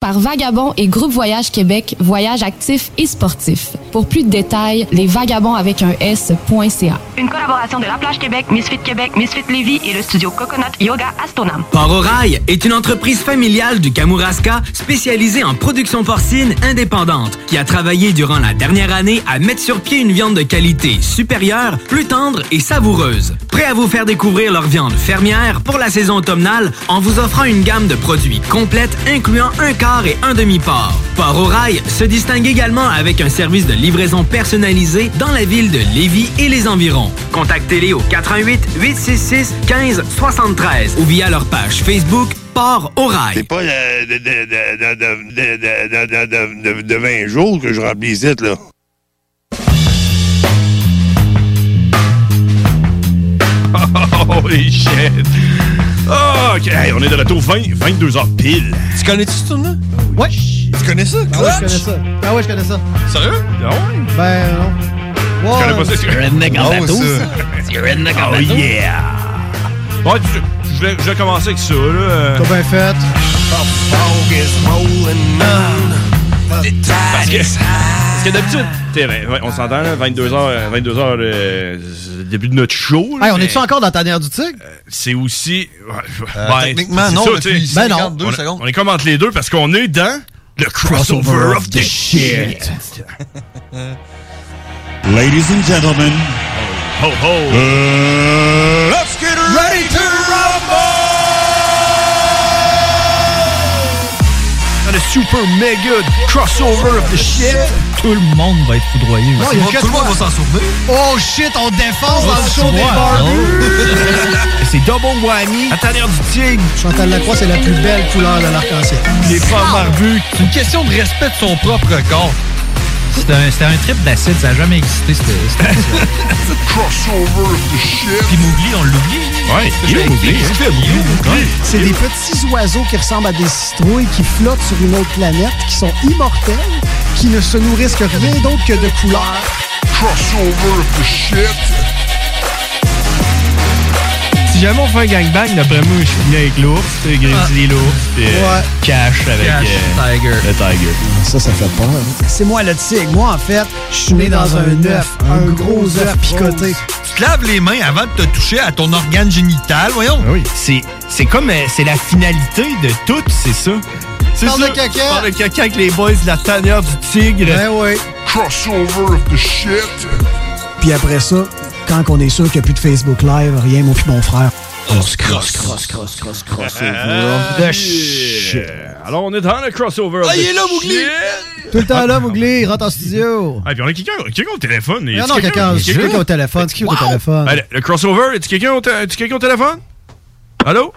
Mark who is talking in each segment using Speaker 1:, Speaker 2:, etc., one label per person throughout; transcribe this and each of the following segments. Speaker 1: par Vagabond et Groupe Voyage Québec, voyage actif et sportif. Pour plus de détails, les vagabonds avec un S.ca.
Speaker 2: Une collaboration de La Plage Québec, Misfit Québec, Misfit Lévis et le studio Coconut Yoga Astonam.
Speaker 3: Port au Rail est une entreprise familiale du Kamouraska spécialisée en production porcine indépendante qui a travaillé durant la dernière année à mettre sur pied une viande de qualité supérieure, plus tendre et savoureuse. Prêt à vous faire découvrir leur viande fermière pour la saison automnale en vous offrant une gamme de produits complète incluant un quart et un demi-port. Port au Rail se distingue également avec un service de livraison personnalisé dans la ville de Lévis et les environs. Contactez-les au 88 866 15 73 ou via leur page Facebook Port au Rail.
Speaker 4: C'est pas de, de, de, de, de, de, de, de, de, de 20 jours que je remplis ici, là. Holy shit! Ah, OK, hey, on est de retour 20, 22 heures pile.
Speaker 5: Tu connais-tu ce tournoi? Ouais.
Speaker 4: Tu connais ça?
Speaker 5: Ah ouais, je connais ça. Ah ouais, je connais ça.
Speaker 4: Sérieux?
Speaker 6: Ah
Speaker 4: Non, ouais.
Speaker 5: Ben non. Wow.
Speaker 4: Tu connais pas ça? tu- Non, ça. Oh euh, yeah! Bon, tu- je vais, je vais commencer avec ça, là. euh.
Speaker 5: T'as bien fait.
Speaker 4: Parce que, parce que d'habitude, t'es- ouais, on s'entend, là, 22 h 22 heures, euh, c'est le début de notre show. là,
Speaker 5: Hey, on
Speaker 4: mais
Speaker 5: est-tu encore dans ta nerf du tigre?
Speaker 4: C'est aussi. ouais, ben,
Speaker 7: Euh, techniquement,
Speaker 4: c'est
Speaker 7: non,
Speaker 4: ça,
Speaker 7: mais
Speaker 4: tu
Speaker 7: puis
Speaker 4: sais.
Speaker 5: Ben non.
Speaker 7: 52
Speaker 4: on, est-
Speaker 7: secondes.
Speaker 4: on est comme entre les deux parce qu'on est dans le crossover of the shit.
Speaker 8: Ladies and gentlemen,
Speaker 4: Ho ho!
Speaker 8: uh, let's get ready to
Speaker 4: Dans le super mega crossover of the shit.
Speaker 6: Tout le monde va être foudroyé.
Speaker 5: Oh,
Speaker 6: aussi.
Speaker 5: il y a que
Speaker 7: Tout le monde va
Speaker 5: toi.
Speaker 7: s'en souvenir.
Speaker 5: Oh shit, on défonce dans le show des barbus.
Speaker 6: C'est double whammy.
Speaker 4: À travers du tigre,
Speaker 5: Chantal Lacroix, c'est la plus belle couleur de l'arc-en-ciel.
Speaker 4: les femmes barbues.
Speaker 6: C'est une question de respect de son propre corps. C'était un, c'était un trip d'acide, ça n'a jamais existé. C'était,
Speaker 4: Crossover of the shit.
Speaker 6: Puis Mougli, on l'oublie.
Speaker 4: Ouais, il est oublié. hein.
Speaker 5: C'est des petits oiseaux qui ressemblent à des citrouilles qui flottent sur une autre planète, qui sont immortels, qui ne se nourrissent que rien d'autre que de couleurs.
Speaker 4: Crossover of the shit.
Speaker 6: Si jamais on fait un gangbang, d'après moi, je finis avec l'ours, Grizzly l'ours, puis
Speaker 5: euh,
Speaker 6: Cash avec euh,
Speaker 7: Tiger.
Speaker 6: le Tiger.
Speaker 5: Ça, ça fait peur. hein. C'est moi le tigre. Moi, en fait, je suis né dans un œuf, un gros œuf picoté.
Speaker 7: Tu te laves les mains avant de te toucher à ton organe génital,
Speaker 4: Ah
Speaker 7: voyons.
Speaker 6: Oui. C'est, c'est comme, euh, c'est la finalité de tout, c'est ça. C'est
Speaker 5: Parle
Speaker 6: ça.
Speaker 5: de caca.
Speaker 6: Parle de caca avec les boys de la tanière du tigre.
Speaker 5: Ben oui.
Speaker 4: Crossover of the shit.
Speaker 5: Puis après ça, quand on est sûr qu'il n'y a plus de Facebook Live, rien, mon puis mon frère.
Speaker 6: De ch-
Speaker 4: Alors, on est dans le crossover. Ah,
Speaker 7: Ah, il est là, Mowgli!
Speaker 5: Tout le temps là, Mowgli, rentre en studio.
Speaker 4: Ah, puis on a quelqu'un quelqu'un au téléphone.
Speaker 5: Non, non, quelqu'un quelqu'un au téléphone. C'est qui au téléphone?
Speaker 4: Allez, le crossover, est-ce quelqu'un au, te- est-ce quelqu'un au téléphone? Allô?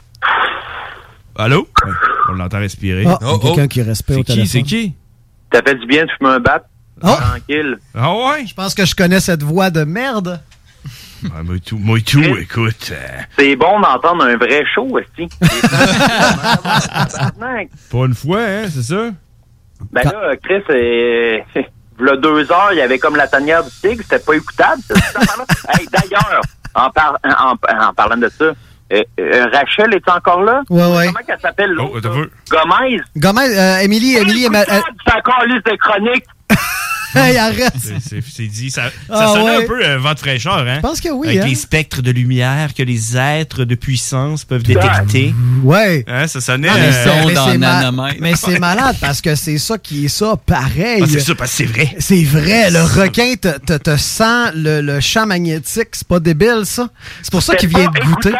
Speaker 4: Allô? Ouais, on l'entend respirer.
Speaker 5: Ah,
Speaker 7: Oh,
Speaker 5: quelqu'un qui respecte
Speaker 4: c'est
Speaker 5: au
Speaker 4: qui?
Speaker 5: téléphone.
Speaker 4: C'est qui?
Speaker 8: Ça fait du bien de fumer un bat.
Speaker 5: Oh,
Speaker 8: Tranquille.
Speaker 4: Ah ouais?
Speaker 5: je pense que je connais cette voix de merde.
Speaker 4: Ah, moi tout, moi tout, écoute. euh,
Speaker 8: C'est bon d'entendre un vrai show aussi.
Speaker 4: pas une fois, hein, c'est ça?
Speaker 8: ben là, Chris, euh, il y a deux heures, il y avait comme la tanière du tigre, c'était pas écoutable. cette affaire-là. hey, d'ailleurs, en, par- en, en parlant de ça, euh, euh, Rachel est encore là?
Speaker 5: Ouais, ouais.
Speaker 8: Comment qu'elle s'appelle
Speaker 4: Oh,
Speaker 8: l'autre?
Speaker 4: attends un peu.
Speaker 8: Gomez?
Speaker 5: Gomez, euh, Émilie, Émilie,
Speaker 8: C'est
Speaker 5: Emma- euh,
Speaker 8: encore liste de chronique.
Speaker 5: Hey, arrête!
Speaker 4: C'est- C'est c'est dit, ça, ça
Speaker 5: Ah,
Speaker 4: sonnait
Speaker 5: ouais.
Speaker 4: un peu euh, vent de fraîcheur, hein? Je
Speaker 5: pense que oui,
Speaker 4: Avec
Speaker 5: hein?
Speaker 4: les spectres de lumière que les êtres de puissance peuvent détecter.
Speaker 5: Ouais.
Speaker 4: Ah. Hein, ça sonnait.
Speaker 5: Ah, mais c'est- mais c'est ma-
Speaker 4: nanomètres.
Speaker 5: mais c'est malade parce que c'est ça qui est ça, pareil.
Speaker 4: Ah, c'est ça, parce que c'est vrai.
Speaker 5: C'est vrai, le requin te, te- te sent le, le champ magnétique, c'est pas débile ça. C'est pour ça qu'il vient te goûter.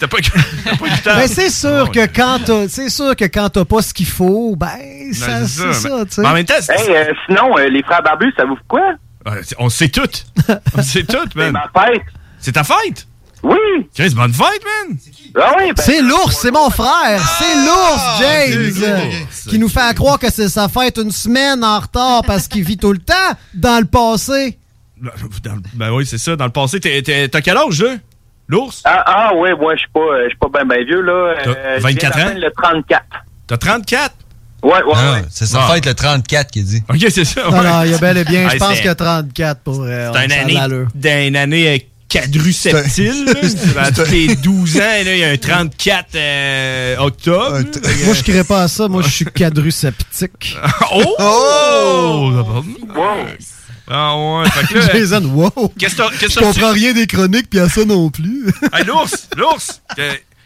Speaker 4: T'as pas, t'as pas eu le temps.
Speaker 5: Ben, c'est
Speaker 4: Ah
Speaker 5: sûr que quand t'as- c'est sûr que quand t'as pas ce qu'il faut, ben ça- c'est ça, tu sais.
Speaker 8: Hey, euh, sinon, euh, les frères barbus, ça vous fait quoi?
Speaker 4: Ah, On sait tout. On sait tout, man.
Speaker 8: C'est ma fête.
Speaker 4: C'est ta fête?
Speaker 8: Oui.
Speaker 4: Chris, bonne fête, man.
Speaker 8: Ah oui, ben,
Speaker 5: C'est l'ours, c'est mon frère, c'est l'ours
Speaker 4: Ah! ok,
Speaker 5: James
Speaker 4: ok,
Speaker 5: euh, qui nous fait à croire que c'est sa fête une semaine en retard parce qu'il vit tout le temps dans le passé.
Speaker 4: Ben, dans- ben oui, c'est ça. Dans le passé, t'es- t'es- t'as quel âge, là? L'ours?
Speaker 8: Ah, ah oui, moi, je suis pas, euh, je suis pas bien ben vieux, là.
Speaker 4: T'as
Speaker 8: je viens
Speaker 4: 24 ans?
Speaker 8: d'atteindre le 34.
Speaker 4: T'as 34?
Speaker 8: Ouais, ouais, ouais.
Speaker 6: C'est sa
Speaker 4: Ah.
Speaker 6: fête le 34 qu'il dit.
Speaker 4: OK, c'est ça.
Speaker 5: Non,
Speaker 4: ouais.
Speaker 5: Ah non, il y a bel et bien, je
Speaker 4: Ouais,
Speaker 5: pense
Speaker 4: c'est-
Speaker 5: que 34 pour euh,
Speaker 4: C'est une
Speaker 5: ça a
Speaker 4: année,
Speaker 5: l'allure.
Speaker 4: d'un- une année euh, quadruceptile. là. À tous les 12 ans, là, il y a un 34 euh, octobre.
Speaker 5: Moi, je crierais pas à ça. Moi, je suis quadruceptique.
Speaker 4: Oh! Oh! Ah ouais, fait que là,
Speaker 5: Jason, wow!
Speaker 4: Qu'est-ce que t'as- qu'est-ce
Speaker 5: Je
Speaker 4: que t'as
Speaker 5: comprends
Speaker 4: reçu?
Speaker 5: rien des chroniques, puis à ça non plus.
Speaker 4: Hey, l'ours! L'ours! que-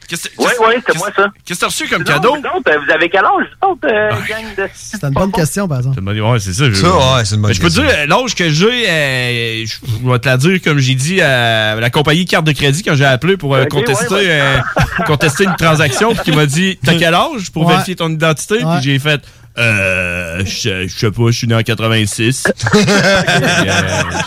Speaker 4: Qu'est-ce que-
Speaker 8: Ouais,
Speaker 4: qu'est-ce-
Speaker 8: ouais, c'est moi, ça.
Speaker 4: Qu'est-ce que t'as reçu comme
Speaker 8: Sinon,
Speaker 4: cadeau?
Speaker 8: Vous autres, euh, vous avez quel âge, vous autres, euh, gang de...
Speaker 5: C'est une bonne question, par exemple.
Speaker 4: Ouais, c'est ça. je-
Speaker 6: Ça, ouais, c'est une bonne
Speaker 4: Mais Je peux te
Speaker 6: question.
Speaker 4: dire, euh, l'âge que j'ai, euh, je je vais te la dire, comme j'ai dit à la compagnie de carte de crédit quand j'ai appelé pour euh,
Speaker 8: Ok,
Speaker 4: contester,
Speaker 8: ouais, ouais.
Speaker 4: euh, contester une transaction, puis qui m'a dit T'as quel âge pour
Speaker 5: Ouais.
Speaker 4: vérifier ton identité
Speaker 5: Ouais.
Speaker 4: Puis j'ai fait Euh, je je sais pas, je suis né en 86. Puis, euh, je-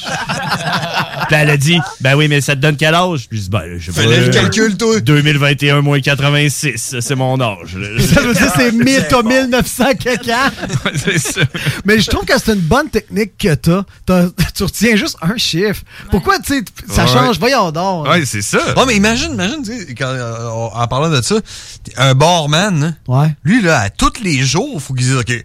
Speaker 4: Puis elle a dit Ben oui, mais ça te donne quel âge Puis je dis Ben, je sais pas.
Speaker 6: Fais le
Speaker 4: euh,
Speaker 6: calcul, toi.
Speaker 4: 2021 moins 86, c'est mon âge.
Speaker 5: Ça veut dire que c'est 1000, t'as 1900 quelqu'un.
Speaker 4: c'est ça.
Speaker 5: Mais je trouve que c'est une bonne technique que t'as. T'as- Tu retiens juste un chiffre. Pourquoi, tu sais, t- ça
Speaker 6: Ouais.
Speaker 5: change? Voyons donc.
Speaker 4: Ouais, c'est ça.
Speaker 6: Ouais, mais imagine, imagine, tu sais, quand, euh, en en parlant de ça, t'es un barman, hein.
Speaker 5: Ouais.
Speaker 6: lui, là, à tous les jours, faut qu'il dise, OK,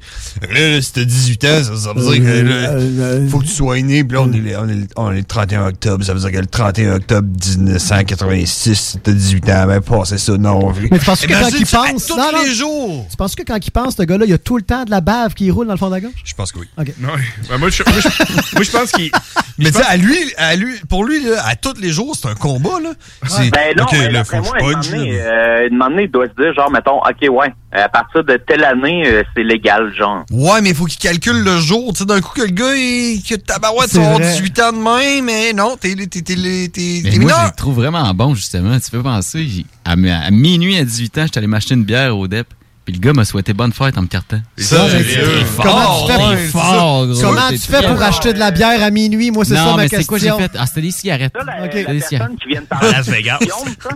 Speaker 6: là, si t'as 18 ans, ça, ça veut dire que, là, faut que tu sois né, puis là, on est, le- on, est, le- on est le 31 octobre, ça veut dire que le 31 octobre 1986, si t'as 18 ans, ben, passez ça, non.
Speaker 5: Mais tu penses que quand
Speaker 6: Imagine
Speaker 5: il
Speaker 6: ça à
Speaker 5: pense.
Speaker 6: tous
Speaker 5: non, non.
Speaker 6: les jours!
Speaker 5: Tu penses que quand il pense, ce gars-là, il y a tout le temps de la bave qui roule dans le fond de la gauche?
Speaker 6: Je pense que oui.
Speaker 4: Non, ben moi, je, moi, je- moi, je pense qu'il.
Speaker 6: Mais tu sais, à lui, à lui, pour lui, là, à tous les jours, c'est un combat, là. C'est,
Speaker 8: Ben non,
Speaker 6: OK,
Speaker 8: mais
Speaker 6: là,
Speaker 8: d'après
Speaker 6: faut que
Speaker 8: moi,
Speaker 6: je
Speaker 8: une
Speaker 6: punch,
Speaker 8: année,
Speaker 6: là.
Speaker 8: euh, une année, il doit se dire, genre, mettons, OK, ouais, à partir de telle année, euh, c'est légal, genre.
Speaker 6: Ouais, mais faut qu'il calcule le jour. Tu sais, d'un coup que le gars, il, que tabarouette,
Speaker 5: C'est
Speaker 6: son
Speaker 5: vrai.
Speaker 6: 18 ans de même, mais non, t'es, t'es, t'es, t'es, t'es, t'es
Speaker 9: Mais moi, je
Speaker 6: mineur.
Speaker 9: les trouve vraiment bon, justement. Tu peux penser, j'ai- à, mi- à minuit à 18 ans, j'étais allé m'acheter une bière au DEP. Puis le gars m'a souhaité bonne fête en me cartant.
Speaker 6: Ça,
Speaker 5: mais tu-
Speaker 6: c'est vieux.
Speaker 5: Comment
Speaker 9: fort,
Speaker 5: tu fais
Speaker 9: ouais,
Speaker 5: pour-
Speaker 9: fort, gros,
Speaker 5: Comment
Speaker 9: c'est
Speaker 5: tu fais pour
Speaker 9: très
Speaker 5: acheter de la bière à minuit? Moi, c'est ça
Speaker 9: Non,
Speaker 5: ma
Speaker 9: mais c'est
Speaker 5: question.
Speaker 9: quoi j'ai fait? Ah, c'était des cigarettes.
Speaker 8: Ça, la,
Speaker 5: Ok.
Speaker 8: la
Speaker 9: Allez-y.
Speaker 8: personne qui vient de parler.
Speaker 4: Las Vegas.
Speaker 8: Guillaume, ça?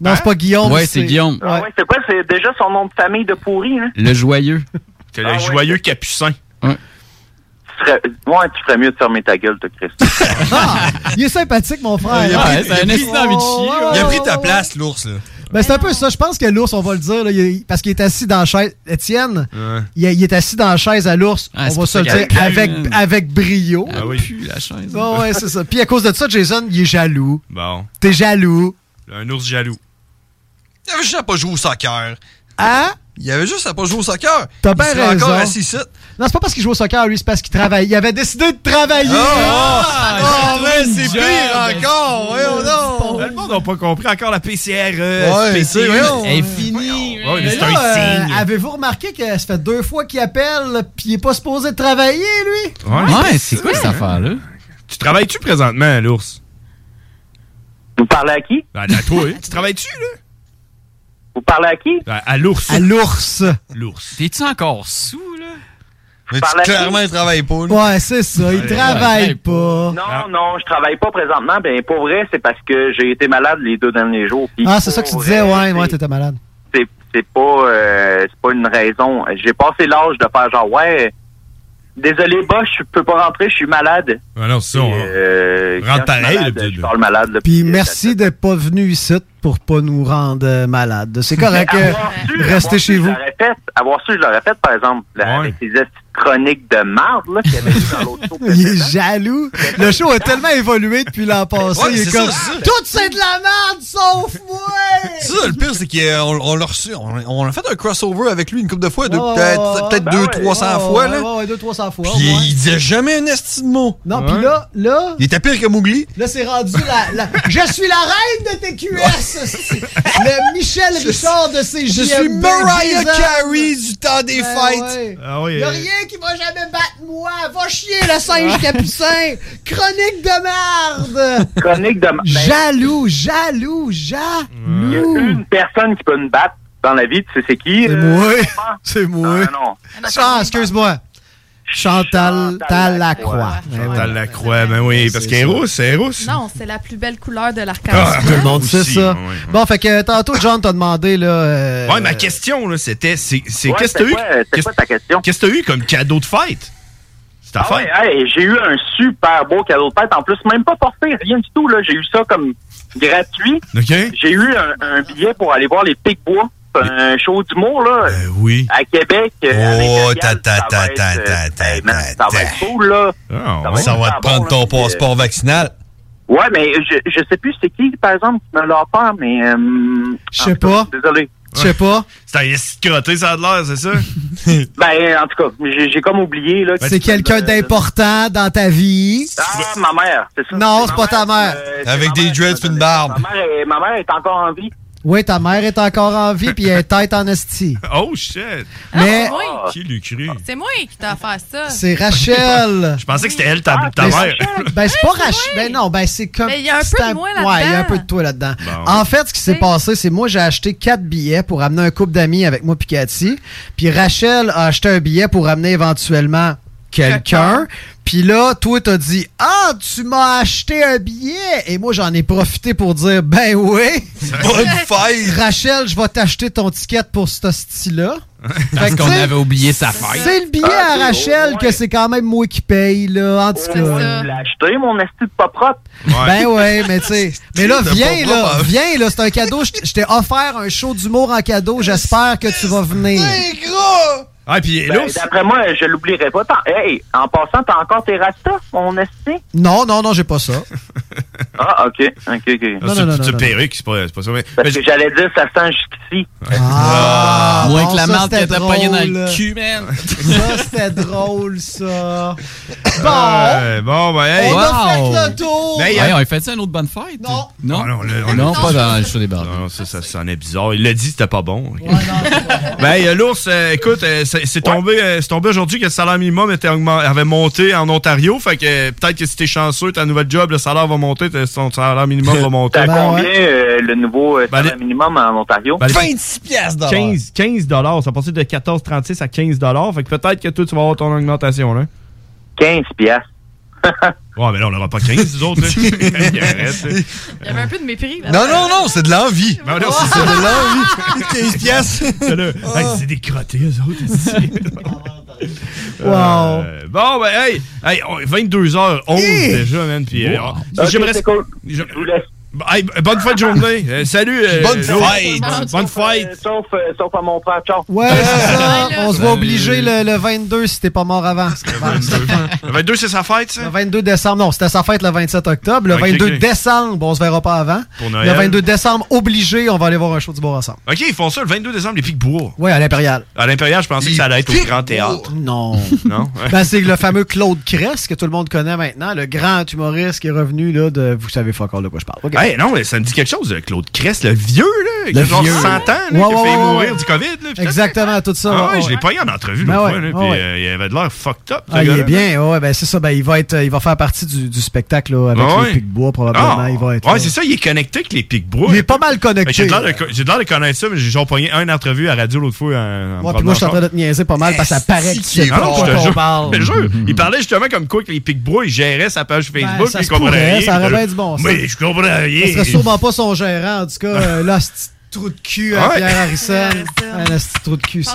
Speaker 5: Non, c'est pas Guillaume.
Speaker 9: Ouais, c'est Guillaume.
Speaker 8: Ah ouais, c'est quoi? C'est déjà son nom de famille de pourri, hein?
Speaker 9: Le joyeux.
Speaker 4: T'es le
Speaker 8: Ah ouais.
Speaker 4: joyeux capucin.
Speaker 8: Tu ferais, ouais, tu ferais mieux de fermer ta gueule, toi, Christophe.
Speaker 5: Ah, il est sympathique, mon frère.
Speaker 6: Ah, Il a pris-
Speaker 9: Ouais, c'est un accident à vie de chier,
Speaker 5: Ouais,
Speaker 9: là.
Speaker 6: Il a pris
Speaker 5: ouais,
Speaker 6: ta
Speaker 5: ouais,
Speaker 6: place, l'ours, là.
Speaker 5: Ben, c'est un peu ça. Je pense que l'ours, on va le dire, là, il- parce qu'il est assis dans la chaise. Étienne,
Speaker 4: Ouais.
Speaker 5: il, il est assis dans la chaise à l'ours.
Speaker 9: Ah,
Speaker 5: on
Speaker 9: c'est
Speaker 5: va
Speaker 9: pour
Speaker 5: se
Speaker 9: ça
Speaker 5: le
Speaker 9: qu'il
Speaker 5: dire
Speaker 9: a
Speaker 5: avec,
Speaker 9: pu.
Speaker 5: avec brio.
Speaker 9: Ah
Speaker 4: oui.
Speaker 9: Pue, la chaise.
Speaker 5: Ouais, ouais, c'est ça. Puis à cause de ça, Jason, il est jaloux.
Speaker 4: Bon.
Speaker 5: T'es jaloux.
Speaker 4: Un ours jaloux.
Speaker 6: Il avait juste à pas jouer au soccer.
Speaker 5: Hein?
Speaker 6: Il avait juste à pas jouer au soccer.
Speaker 5: T'as
Speaker 6: Il
Speaker 5: bien
Speaker 6: serait
Speaker 5: raison.
Speaker 6: encore assis ici.
Speaker 5: Non, c'est pas parce qu'il joue au soccer, lui, c'est parce qu'il travaille. Il avait décidé de travailler. Oh,
Speaker 6: Ah, Oh, ouais, c'est pire encore. Voyons donc.
Speaker 4: Le monde n'a pas compris encore la PCR.
Speaker 6: Ouais,
Speaker 4: SPC.
Speaker 6: c'est- voyons.
Speaker 9: Elle est finie.
Speaker 4: Ouais, mais
Speaker 5: Mais
Speaker 4: c'est
Speaker 5: là, euh,
Speaker 4: un signe.
Speaker 5: Avez-vous remarqué que ça fait deux fois qu'il appelle, puis il est pas supposé travailler, lui?
Speaker 9: Ouais, c'est quoi cette affaire-là?
Speaker 4: Tu travailles-tu présentement, l'ours?
Speaker 8: Vous parlez à qui?
Speaker 4: À, à toi, hein? Tu travailles-tu, là?
Speaker 8: Vous parlez à qui?
Speaker 4: À, à l'ours.
Speaker 5: À l'ours.
Speaker 4: l'ours.
Speaker 9: T'es-tu encore sous, là?
Speaker 6: Mais
Speaker 8: Par
Speaker 6: tu,
Speaker 8: la
Speaker 6: clairement, il travaille pas, là.
Speaker 5: Ouais, c'est ça. Il travaille
Speaker 9: ouais.
Speaker 5: pas.
Speaker 8: Non, non, je travaille pas présentement. Ben, pour vrai, c'est parce que j'ai été malade les deux derniers jours. Puis
Speaker 5: Ah, c'est ça que tu
Speaker 8: pour
Speaker 5: disais,
Speaker 8: vrai,
Speaker 5: ouais, ouais,
Speaker 8: c'est-
Speaker 5: t'étais malade.
Speaker 8: c'est c'est pas euh, c'est pas une raison. J'ai passé l'âge de faire genre ouais. Désolé, boss, je peux pas rentrer, je suis malade.
Speaker 5: Ben
Speaker 4: Ah non, c'est ça. on-
Speaker 8: Euh,
Speaker 4: rentre
Speaker 8: quand je suis
Speaker 4: pareil,
Speaker 8: malade,
Speaker 4: le dude.
Speaker 8: Je parle malade. là,
Speaker 5: Puis
Speaker 8: euh,
Speaker 5: merci d'être pas venu ici pour pas nous rendre euh, malades. C'est correct.
Speaker 8: Mais
Speaker 5: euh,
Speaker 8: avoir su- avoir
Speaker 5: restez
Speaker 8: su,
Speaker 5: chez
Speaker 8: je
Speaker 5: vous.
Speaker 8: l'aurais fait. avoir su, je l'aurais fait, par exemple, là,
Speaker 4: Ouais.
Speaker 8: avec les esti de chronique de marde, là, qu'il y avait eu dans l'autre show.
Speaker 5: Il est jaloux. Le show a tellement évolué depuis l'an passé.
Speaker 10: Ouais,
Speaker 5: il est,
Speaker 10: c'est
Speaker 5: comme.
Speaker 10: ça, c'est ça.
Speaker 5: Tout c'est de la merde, sauf moi!
Speaker 10: Ça, le pire, c'est qu'on on l'a reçu. On, on a fait un crossover avec lui une couple de fois, deux-
Speaker 5: Ouais, ouais,
Speaker 10: peut-être
Speaker 5: ouais,
Speaker 10: peut-être
Speaker 5: ouais.
Speaker 10: deux,
Speaker 5: Oh, ah, ben Ouais,
Speaker 10: trois cents
Speaker 5: ouais,
Speaker 10: fois.
Speaker 5: ouais,
Speaker 10: là.
Speaker 5: Ouais, ouais, deux, trois cents fois.
Speaker 10: Puis
Speaker 5: ouais.
Speaker 10: il disait jamais un esti de mot.
Speaker 5: Non, puis là, là.
Speaker 10: Il était pire que Mowgli.
Speaker 5: Là, c'est rendu la, la- Je suis la reine de TQS! c'est- Le Michel Richard de ces
Speaker 10: Je suis Mariah Carey du temps des
Speaker 5: Ben
Speaker 10: fêtes.
Speaker 5: ouais.
Speaker 10: Ah oui,
Speaker 5: y a
Speaker 10: euh,
Speaker 5: rien qui va jamais battre moi! Va chier le singe capucin! Chronique de merde!
Speaker 8: Chronique de ben, marde.
Speaker 5: Jaloux, jaloux, jaloux!
Speaker 8: Il y a une personne qui peut me battre dans la vie, tu sais c'est qui?
Speaker 5: C'est
Speaker 8: euh,
Speaker 5: moi.
Speaker 8: Thomas?
Speaker 5: C'est moi.
Speaker 8: Non, non, non.
Speaker 5: Ah, excuse-moi. Chantal Talacroix.
Speaker 4: Chantal Lacroix, ben oui, parce qu'elle est rousse, elle est rousse.
Speaker 1: Non, c'est la plus belle couleur de
Speaker 4: Ah,
Speaker 1: l'arc-en-ciel.
Speaker 4: tout le monde
Speaker 5: C'est
Speaker 4: aussi,
Speaker 5: ça.
Speaker 4: ouais, ouais.
Speaker 5: Bon, fait que tantôt, John t'a demandé, là. euh,
Speaker 4: Ouais, ma question, là, c'était, c'est, c'est
Speaker 8: Ouais,
Speaker 4: qu'est-ce que t'as
Speaker 8: c'est
Speaker 4: eu?
Speaker 8: quoi- euh, c'est quoi ta question?
Speaker 4: Qu'est-ce que t'as eu comme cadeau de fête? C'est ta
Speaker 8: Ah
Speaker 4: fête?
Speaker 8: ouais, hey, j'ai eu un super beau cadeau de fête. En plus, même pas porté, rien du tout. Là. J'ai eu ça comme gratuit. J'ai eu un, un billet pour aller voir les Picbois. C'est un show d'humour, là.
Speaker 5: Ben
Speaker 4: oui.
Speaker 8: À Québec. euh,
Speaker 10: Oh, ta, ta,
Speaker 8: ça va
Speaker 10: ta,
Speaker 8: être,
Speaker 10: ta,
Speaker 8: euh,
Speaker 10: ta, ta,
Speaker 8: man, ça va être cool, là.
Speaker 10: Ça
Speaker 4: Ah,
Speaker 8: être
Speaker 10: va
Speaker 8: super
Speaker 10: te prendre
Speaker 8: bon, là,
Speaker 10: ton
Speaker 8: puis, euh,
Speaker 10: passeport vaccinal.
Speaker 8: Ouais, mais je, je sais plus c'est qui, par exemple, qui me l'a offert, mais... euh,
Speaker 5: Je sais pas.
Speaker 8: Désolé.
Speaker 5: Je sais pas.
Speaker 4: C'est un esti de crotté, ça a de l'air, c'est ça?
Speaker 8: Ben, en tout cas, j'ai, j'ai comme oublié, là.
Speaker 5: C'est quelqu'un d'important dans ta vie.
Speaker 8: Ah, ma mère, c'est ça.
Speaker 5: Non, c'est
Speaker 8: ma
Speaker 5: pas ta mère.
Speaker 8: euh,
Speaker 10: Avec des dreads puis une barbe.
Speaker 8: Ma mère, est, ma mère est encore en vie.
Speaker 5: Oui, ta mère est encore en vie puis elle est tête en esti.
Speaker 8: hein?
Speaker 4: Oh shit!
Speaker 5: Mais-
Speaker 1: Ah, oui.
Speaker 4: Qui l'eût cru?
Speaker 1: C'est moi qui t'ai offert ça.
Speaker 5: C'est Rachel.
Speaker 4: Je pensais que c'était elle, ta,
Speaker 8: Ah,
Speaker 4: ta
Speaker 5: Mais
Speaker 4: mère.
Speaker 5: c'est- Ben, c'est pas Rachel. Ben, non, ben, c'est comme.
Speaker 1: Mais il y a un peu
Speaker 5: c'est
Speaker 1: de moi là-dedans.
Speaker 5: Ouais, il y a un peu de toi là-dedans. En fait, ce qui s'est passé, c'est moi, j'ai acheté quatre billets pour amener un couple d'amis avec moi, puis Cathy. Puis Rachel a acheté un billet pour amener éventuellement quelqu'un. Puis là, toi, t'as dit Ah, tu m'as acheté un billet. Et moi, j'en ai profité pour dire Ben oui.
Speaker 10: Bonne fête.
Speaker 5: Rachel, je vais t'acheter ton ticket pour ce style-là. Fait
Speaker 6: Parce
Speaker 5: que,
Speaker 6: qu'on
Speaker 5: tu sais,
Speaker 6: avait oublié sa fête.
Speaker 5: C'est le billet
Speaker 8: Ah,
Speaker 5: à
Speaker 8: c'est beau,
Speaker 5: Rachel que c'est quand même moi qui paye, là, en tout cas.
Speaker 8: Tu l'as acheté, mon esti de pas propre.
Speaker 5: Ben ouais, mais tu sais. Mais là,
Speaker 8: t'as
Speaker 5: viens,
Speaker 8: pas le
Speaker 5: là.
Speaker 8: droit,
Speaker 5: Viens, là. C'est un cadeau. Je t- je t'ai offert un show d'humour en cadeau. J'espère que tu vas venir.
Speaker 10: gros!
Speaker 4: Ah, puis
Speaker 8: ben, D'après moi, je l'oublierai pas. Tant... Hey, en passant, t'as encore tes rastas, mon esti?
Speaker 5: Non, non, non, j'ai pas ça.
Speaker 8: Ah, OK. OK, OK.
Speaker 4: Ah, c'est une petite perruque, c'est pas, c'est pas ça. mais-
Speaker 8: Parce que j'allais dire, ça sent jusqu'ici.
Speaker 5: Ah,
Speaker 6: Moins
Speaker 5: bon,
Speaker 6: que la
Speaker 5: ça,
Speaker 6: marde qui
Speaker 5: c'était
Speaker 6: était pognée dans
Speaker 5: drôle.
Speaker 6: le cul, man.
Speaker 5: Ça, c'était drôle, ça. Bon.
Speaker 4: Ouais, bon, ben, hey.
Speaker 5: On a fait le tour.
Speaker 4: Ben, il y a-
Speaker 6: Hey, on a fait ça une autre bonne fête?
Speaker 5: Non.
Speaker 6: Non?
Speaker 4: Ah, non, le- on-
Speaker 6: Non, pas dans le show des bars.
Speaker 4: Non, non, ça, ça sonnait bizarre. Il l'a dit, c'était pas bon. ben, euh, l'ours, euh, écoute, euh, c'est c'est tombé, euh, c'est tombé aujourd'hui que le salaire minimum était augment- avait monté en Ontario. Fait que euh, peut-être que si t'es chanceux, ta nouvelle job, le salaire va monter, t- ton salaire minimum va monter.
Speaker 8: T'as combien euh, le nouveau euh, salaire minimum en Ontario?
Speaker 4: Ben, les-
Speaker 10: 26 piastres d'or.
Speaker 4: 15, 15 ça passait de 14,36 à 15 Fait que peut-être que toi, tu vas avoir ton augmentation, là.
Speaker 8: 15 piastres.
Speaker 4: Ouais, mais là, on n'aura pas 15, nous autres, hein. là. Il y en reste, là.
Speaker 1: Il y avait un peu de mépris. là.
Speaker 10: Non, non, non, c'est de l'envie.
Speaker 4: Ben, non,
Speaker 10: Oh, C'est de l'envie. 15 piastres. Oh.
Speaker 4: C'est là. Hey, c'est des crottés, eux autres, ici.
Speaker 5: Wow.
Speaker 4: Euh, bon, ben, hey, hey on- 22h11
Speaker 10: Eh!
Speaker 4: déjà, man. Puis, euh,
Speaker 6: Wow.
Speaker 4: ah, j'aimerais- je- Bon, hey, b- bonne fête de journée. Euh, salut. euh,
Speaker 10: Bonne
Speaker 4: Lou.
Speaker 10: fête.
Speaker 4: Bonne- Bonne fête.
Speaker 8: Euh, sauf, euh, sauf à mon frère. Ciao.
Speaker 5: Ouais, c'est ça. On se
Speaker 4: Salut.
Speaker 5: va obliger le, le 22 si t'es pas mort avant.
Speaker 4: Le 22, c'est sa fête,
Speaker 5: Le
Speaker 4: ça?
Speaker 5: 22 décembre, non, c'était sa fête le 27 octobre. Le
Speaker 4: Ok,
Speaker 5: 22
Speaker 4: ok.
Speaker 5: décembre, on se verra pas avant.
Speaker 4: Pour Noël.
Speaker 5: Le 22 décembre, obligé, on va aller voir un show du bois ensemble.
Speaker 4: OK, ils font ça le 22 décembre, les pics bois.
Speaker 5: Oui, à l'Impérial.
Speaker 4: À l'Impérial, je pensais que ça allait être au Grand Théâtre.
Speaker 5: Non.
Speaker 4: Non?
Speaker 5: Ben, c'est le fameux Claude Cress que tout le monde connaît maintenant, le grand humoriste qui est revenu là, de vous savez pas encore de quoi je parle. OK.
Speaker 4: Hey, non, mais ça me dit quelque chose, euh, Claude Cress, le vieux, là, qui a
Speaker 5: Le
Speaker 4: genre
Speaker 5: vieux.
Speaker 4: 100 ans, là, qui
Speaker 5: Ouais,
Speaker 4: a
Speaker 5: ouais,
Speaker 4: failli
Speaker 5: ouais,
Speaker 4: mourir
Speaker 5: ouais.
Speaker 4: du COVID. Là, putain.
Speaker 5: Exactement, tout ça.
Speaker 4: Ah,
Speaker 5: ouais,
Speaker 4: ouais, je l'ai
Speaker 5: ouais.
Speaker 4: pogné en entrevue
Speaker 5: Ben
Speaker 4: une
Speaker 5: ouais,
Speaker 4: fois, là,
Speaker 5: ouais,
Speaker 4: puis
Speaker 5: ouais.
Speaker 4: euh, il avait de l'air fucked up, ce
Speaker 5: Ah, il
Speaker 4: gars-là.
Speaker 5: est bien, ouais, ben c'est ça, ben il va être, il va faire partie du, du spectacle là, avec
Speaker 4: Ah,
Speaker 5: les
Speaker 4: ouais.
Speaker 5: pics bois probablement,
Speaker 4: Ah,
Speaker 5: il va être.
Speaker 4: ouais,
Speaker 5: là.
Speaker 4: c'est ça, Ben, il est connecté avec les pics bois.
Speaker 5: Il est pas mal
Speaker 4: Fait que
Speaker 5: connecté.
Speaker 4: J'ai de l'air de co- j'ai de l'air de connaître ça, mais j'ai genre pogné une entrevue à radio l'autre fois. en- en
Speaker 5: Moi,
Speaker 4: me
Speaker 5: puis moi, je suis en
Speaker 4: promenant
Speaker 5: train de te niaiser pas mal parce que ça paraît que tu sais
Speaker 4: Ah
Speaker 5: pas
Speaker 4: non,
Speaker 5: de
Speaker 4: je
Speaker 5: quoi
Speaker 4: te
Speaker 5: on
Speaker 4: jure.
Speaker 5: parle.
Speaker 4: je te jure. Il parlait justement comme quoi que les Picbois, ils géraient sa page Facebook.
Speaker 5: Ben, ça
Speaker 4: puis ils
Speaker 5: se
Speaker 4: comprenaient
Speaker 5: pourrait,
Speaker 4: rien,
Speaker 5: ça aurait
Speaker 4: puis
Speaker 5: bien du bon sens.
Speaker 4: Mais je comprends rien.
Speaker 5: Ce serait sûrement pas son gérant, en tout cas. euh, là, ce petit trou de cul à
Speaker 4: Ah Ouais.
Speaker 5: Pierre Harrison. Ah, là, ce petit trou de cul, ça.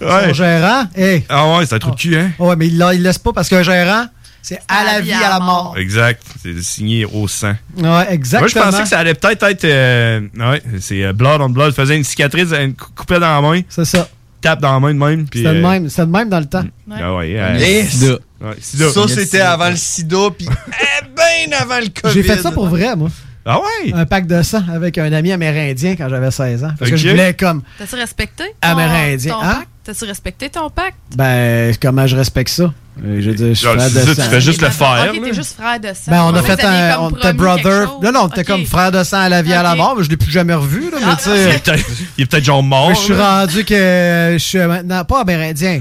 Speaker 5: Son
Speaker 4: Ouais.
Speaker 5: gérant, hey.
Speaker 4: Ah ouais, c'est un trou de cul, hein?
Speaker 5: Ouais, mais il, la- il laisse pas parce qu'un gérant, c'est à la vie, à la mort.
Speaker 4: Exact. C'est signé au sang.
Speaker 5: Ouais, exactement.
Speaker 4: Moi, je pensais que ça allait peut-être être. euh, ouais, c'est euh, Blood on Blood. Faisait une cicatrice, une cou- coupait dans la main.
Speaker 5: C'est ça.
Speaker 4: tape dans la main de même. puis,
Speaker 5: C'était de
Speaker 4: euh,
Speaker 5: même, c'était de même dans le temps.
Speaker 4: Ah ouais, euh,
Speaker 6: Les sida.
Speaker 4: Ouais, sida.
Speaker 6: Ça, c'était avant le sida, puis eh, ben avant le COVID.
Speaker 5: J'ai fait ça pour vrai, moi.
Speaker 4: Ah ouais?
Speaker 5: Un pack de sang avec un ami amérindien quand j'avais 16 ans. Parce que je
Speaker 11: Ok.
Speaker 5: voulais comme.
Speaker 11: T'as-tu respecté ton,
Speaker 5: Amérindien,
Speaker 11: ton
Speaker 5: hein?
Speaker 11: pacte? T'as-tu respecté ton pacte?
Speaker 5: Ben, comment je respecte ça? Euh, Je veux dire, je suis
Speaker 4: Genre,
Speaker 5: frère
Speaker 4: Ah, tu
Speaker 5: de
Speaker 4: dis,
Speaker 5: sang.
Speaker 4: tu fais juste le faire,
Speaker 11: ok, t'es juste frère de sang.
Speaker 5: Ben, on a
Speaker 11: Vous
Speaker 5: fait
Speaker 11: avez
Speaker 5: un.
Speaker 11: comme
Speaker 5: On était
Speaker 11: promis quelque
Speaker 5: brother. Non, non, on était comme frère de sang à la vie à la mort, mais je l'ai plus jamais revu,
Speaker 11: Ah,
Speaker 5: là, mais tu
Speaker 4: Il est
Speaker 5: sais.
Speaker 4: peut-être- il est peut-être genre mort.
Speaker 5: Mais je suis
Speaker 4: là.
Speaker 5: rendu que je suis maintenant pas amérindien,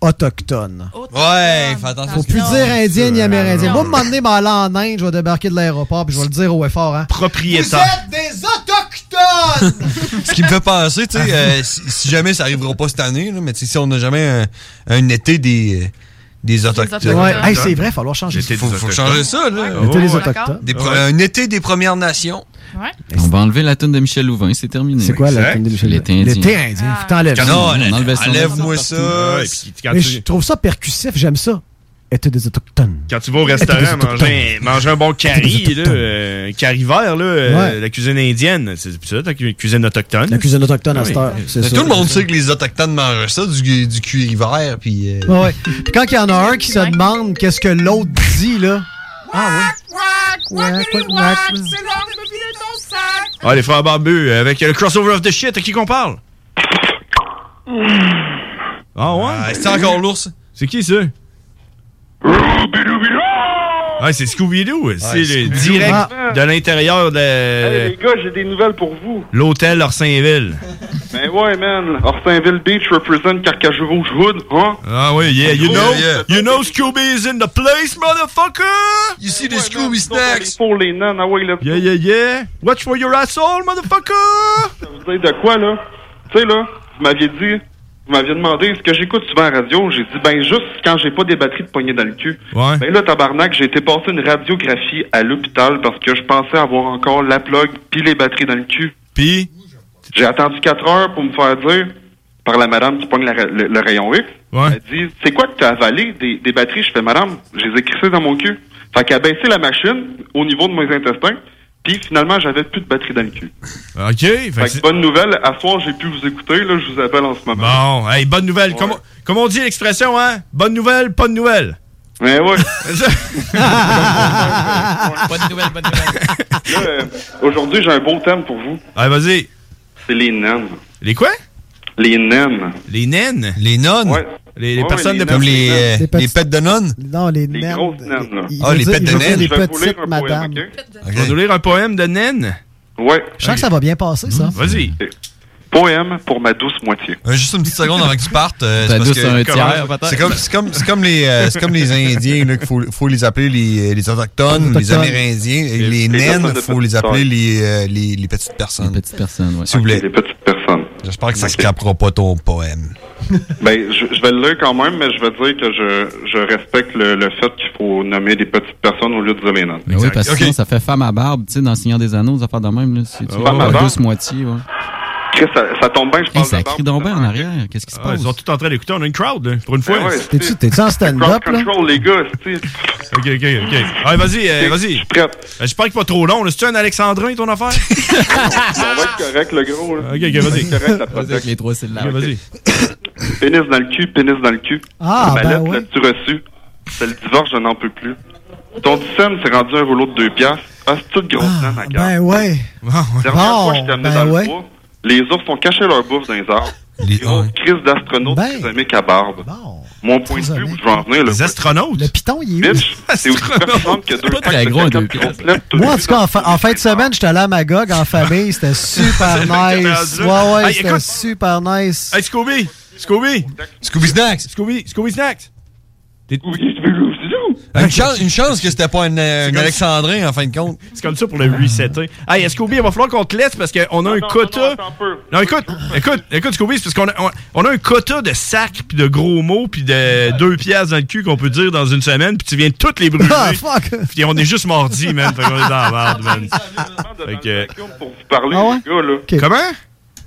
Speaker 5: autochtone.
Speaker 11: Oh,
Speaker 6: Ouais, fais attention.
Speaker 5: Faut plus dire indien ni amérindien. Moi, un moment donné, m'en aller en Inde, je vais débarquer de l'aéroport, puis je vais le dire au effort, hein.
Speaker 6: Propriétaire.
Speaker 5: des autochtones!
Speaker 6: Ce qui me fait penser, tu sais, euh, si, si jamais ça arrivera pas cette année, là, mais tu sais, si on n'a jamais un, un été des, euh, des autochtones. Oh,
Speaker 5: Ouais, hey, c'est vrai, falloir changer ça.
Speaker 6: L'été Faut, faut changer ça, là.
Speaker 5: L'été des autochtones.
Speaker 6: Des pre- Un été des Premières Nations.
Speaker 9: On va enlever la toune de Michel Louvain, c'est terminé.
Speaker 5: C'est quoi la Exact. toune de Michel
Speaker 9: L'été
Speaker 5: Louvain?
Speaker 9: indien.
Speaker 5: L'été indien,
Speaker 11: Ah.
Speaker 5: faut que t'enlèves ça.
Speaker 9: Non,
Speaker 5: Non,
Speaker 9: on enlève ça.
Speaker 6: Enlève-moi ça.
Speaker 5: Mais je trouve ça percussif, j'aime ça. Été des autochtones.
Speaker 4: Quand tu vas au restaurant manger, manger un bon curry, là, euh, curry vert, là, euh, la cuisine indienne, c'est ça, ta cu- cuisine autochtone. Ah
Speaker 5: La cuisine autochtone à cette heure, c'est
Speaker 6: Mais
Speaker 5: ça.
Speaker 6: tout le monde sait que les Autochtones mangent ça, du, du cuir vert, puis... euh,
Speaker 5: Ouais, ouais. Puis quand il y en a un qui se demande qu'est-ce que l'autre dit, là. Ah ouais. Whack, whack, whack.
Speaker 4: Ah, les frères barbus, avec le crossover of the shit, à qui qu'on parle? Ah ouais?
Speaker 6: c'est encore l'ours.
Speaker 4: C'est qui ça? Ah, c'est Scooby-Doo. c'est le
Speaker 12: Scooby-Doo.
Speaker 4: direct
Speaker 12: Ah.
Speaker 4: de l'intérieur
Speaker 12: Hey,
Speaker 4: de
Speaker 12: les gars, j'ai des nouvelles pour vous.
Speaker 4: l'hôtel Orsainville.
Speaker 12: Ben ouais, man. Orsainville Beach represent Carcajou-Rouge Hood, hein?
Speaker 4: Ah oui, yeah, you
Speaker 12: Oh,
Speaker 4: know,
Speaker 12: yeah.
Speaker 4: you know Scooby is in the place, motherfucker!
Speaker 6: You see the Scooby snacks?
Speaker 12: Pour les nains, ah ouais, là.
Speaker 4: Yeah, yeah, yeah. Watch for your asshole, motherfucker!
Speaker 12: Ça vous dire de quoi, là? Tu sais, là, vous m'aviez dit, vous m'aviez demandé ce que j'écoute souvent à la radio. J'ai dit, ben juste quand j'ai pas des batteries de poignée dans le cul.
Speaker 4: Ouais.
Speaker 12: Ben là, tabarnak, j'ai été passer une radiographie à l'hôpital parce que je pensais avoir encore la plug puis les batteries dans le cul.
Speaker 4: Puis?
Speaker 12: J'ai attendu 4 heures pour me faire dire par la madame qui pogne la ra- le, le rayon X.
Speaker 4: Ouais.
Speaker 12: Elle dit, c'est quoi que t'as avalé des, des batteries? Je fais, madame, je les ai crissées dans mon cul. Fait qu'elle a baissé la machine au niveau de mes intestins. Puis finalement, j'avais plus de batterie dans le cul.
Speaker 4: OK. Fait
Speaker 12: Fait
Speaker 4: que
Speaker 12: que
Speaker 4: c'est-
Speaker 12: bonne nouvelle, à soir, j'ai pu vous écouter, là, je vous appelle en ce moment.
Speaker 4: Bon, hey, bonne nouvelle. Comme, on- comme on dit l'expression, hein? Bonne nouvelle, pas de nouvelle.
Speaker 12: Ouais, ouais.
Speaker 4: bonne
Speaker 9: nouvelle,
Speaker 4: bonne nouvelle.
Speaker 12: Là, euh, aujourd'hui, j'ai un beau thème pour vous.
Speaker 4: Ah, vas-y.
Speaker 12: C'est les naines.
Speaker 4: Les quoi?
Speaker 12: Les naines.
Speaker 4: Les naines?
Speaker 6: Les nonnes?
Speaker 4: Les,
Speaker 12: les Ouais, personnes les de-
Speaker 6: Comme
Speaker 12: naines,
Speaker 6: les,
Speaker 12: les
Speaker 6: euh,
Speaker 12: naines.
Speaker 6: les pets de nonnes?
Speaker 5: Non, les
Speaker 12: Les
Speaker 5: naines.
Speaker 12: grosses naines, là.
Speaker 5: Il- il Ah, veut les dire- pets il de veut dire naines? des petites madames.
Speaker 4: On va nous lire un poème de naine.
Speaker 12: Ouais.
Speaker 5: Je sens que ça va bien passer, ça.
Speaker 4: Vas-y.
Speaker 12: Poème pour ma douce moitié.
Speaker 6: Euh, juste une petite seconde avant que tu partes. euh,
Speaker 12: Ta
Speaker 6: c'est parce
Speaker 12: douce
Speaker 6: que-
Speaker 12: a un tiers, peut-être.
Speaker 6: C'est comme, c'est comme, c'est comme les, euh, c'est comme les Indiens, là, qu'il faut, faut les appeler les, euh, les autochtones, les
Speaker 9: Autochtones.
Speaker 6: Amérindiens, et
Speaker 9: Les-
Speaker 6: les,
Speaker 9: les
Speaker 6: naines,
Speaker 9: personnes de
Speaker 6: faut les
Speaker 9: petites
Speaker 6: appeler
Speaker 9: taille.
Speaker 6: les, euh, les, les petites personnes. Les petites
Speaker 9: personnes, oui.
Speaker 6: S'il vous plaît.
Speaker 12: Les petites personnes.
Speaker 6: J'espère que ça scrapera pas ton poème.
Speaker 12: Ben, je, je vais le lire quand même, mais je vais dire que je, je respecte le, le fait qu'il faut nommer des petites personnes au lieu de dire les naines.
Speaker 9: Ben oui, parce que sinon, ça fait femme à barbe, tu sais, dans Seigneur des Anneaux, des affaires de même, là. C'est
Speaker 12: Femme à barbe?
Speaker 9: douce moitié, ouais.
Speaker 12: Chris, ça, ça tombe bien, je
Speaker 9: Hey,
Speaker 12: parle
Speaker 9: ça
Speaker 12: de barbe.
Speaker 9: crie donc bien en arrière. Qu'est-ce qui se
Speaker 4: Ah,
Speaker 9: passe?
Speaker 4: ils sont tous en train d'écouter. On a une crowd, là, pour une fois.
Speaker 12: ouais,
Speaker 5: T'es-tu t'es-tu en stand-up, là?
Speaker 12: Control, les gars, tu sais.
Speaker 4: OK, OK, OK. Ouais, vas-y, euh, vas-y. Je suis
Speaker 12: prêt.
Speaker 4: J'espère qu'il est pas trop long. là. C'est-tu un Alexandrin, ton affaire?
Speaker 12: Ça va être correct, le gros. Là.
Speaker 4: OK, OK, vas-y.
Speaker 12: Ça va être correct, la protection.
Speaker 9: les trois syllabes.
Speaker 4: vas-y.
Speaker 12: Pénis dans le cul, pénis dans le cul.
Speaker 5: Ah,
Speaker 12: Ma
Speaker 5: ben
Speaker 12: lettre,
Speaker 5: ouais.
Speaker 12: l'as-tu reçu? C'est le divorce, je n'en peux plus. Ton dissem s'est rendu un rouleau de deux piastres. Ah, c'est toute grosse naine, ma gueule.
Speaker 5: Ben ouais.
Speaker 12: Dernière fois, je t'ai amené
Speaker 5: ben
Speaker 12: dans
Speaker 5: ouais.
Speaker 12: le bois. Les ours ont caché leur bouffe dans les arbres. Les grosses crises d'astronautes
Speaker 9: Ben.
Speaker 12: trisomiques à barbe. Mon point de vue, où je vais en venir. Les
Speaker 4: astronautes?
Speaker 5: Le piton, il est où?
Speaker 12: Bitch, c'est aussi performant que deux.
Speaker 9: très gros, un deux piastres.
Speaker 5: Moi, en tout cas, en, fin- en fin de semaine, j'étais allé à Magog en famille. C'était super nice.
Speaker 4: C'est
Speaker 5: Ouais,
Speaker 4: vrai que t'es rendu là.
Speaker 5: ouais,
Speaker 4: Hey,
Speaker 5: c'était
Speaker 4: écoute.
Speaker 5: super nice.
Speaker 4: Hey, Scooby! Scooby!
Speaker 6: Scooby Snacks!
Speaker 4: Scooby, Scooby Snacks!
Speaker 6: Une chance, une chance que c'était pas un, euh, un Alexandrin, en fin de compte.
Speaker 4: C'est comme ça pour le resetter. Hey, Scooby, il va falloir qu'on te laisse parce qu'on a un quota. Ah Non, écoute, écoute, écoute, Scooby, c'est parce qu'on a, on, on a un quota de sacs, puis de gros mots, puis de deux piastres dans le cul qu'on peut dire dans une semaine, puis tu viens de toutes les brûler.
Speaker 5: Ah, fuck!
Speaker 4: Puis on est juste mordi, man. Fait qu'on est dans la merde, man. Fait que-
Speaker 5: Ah
Speaker 12: Parler, les gars, là.
Speaker 4: Comment?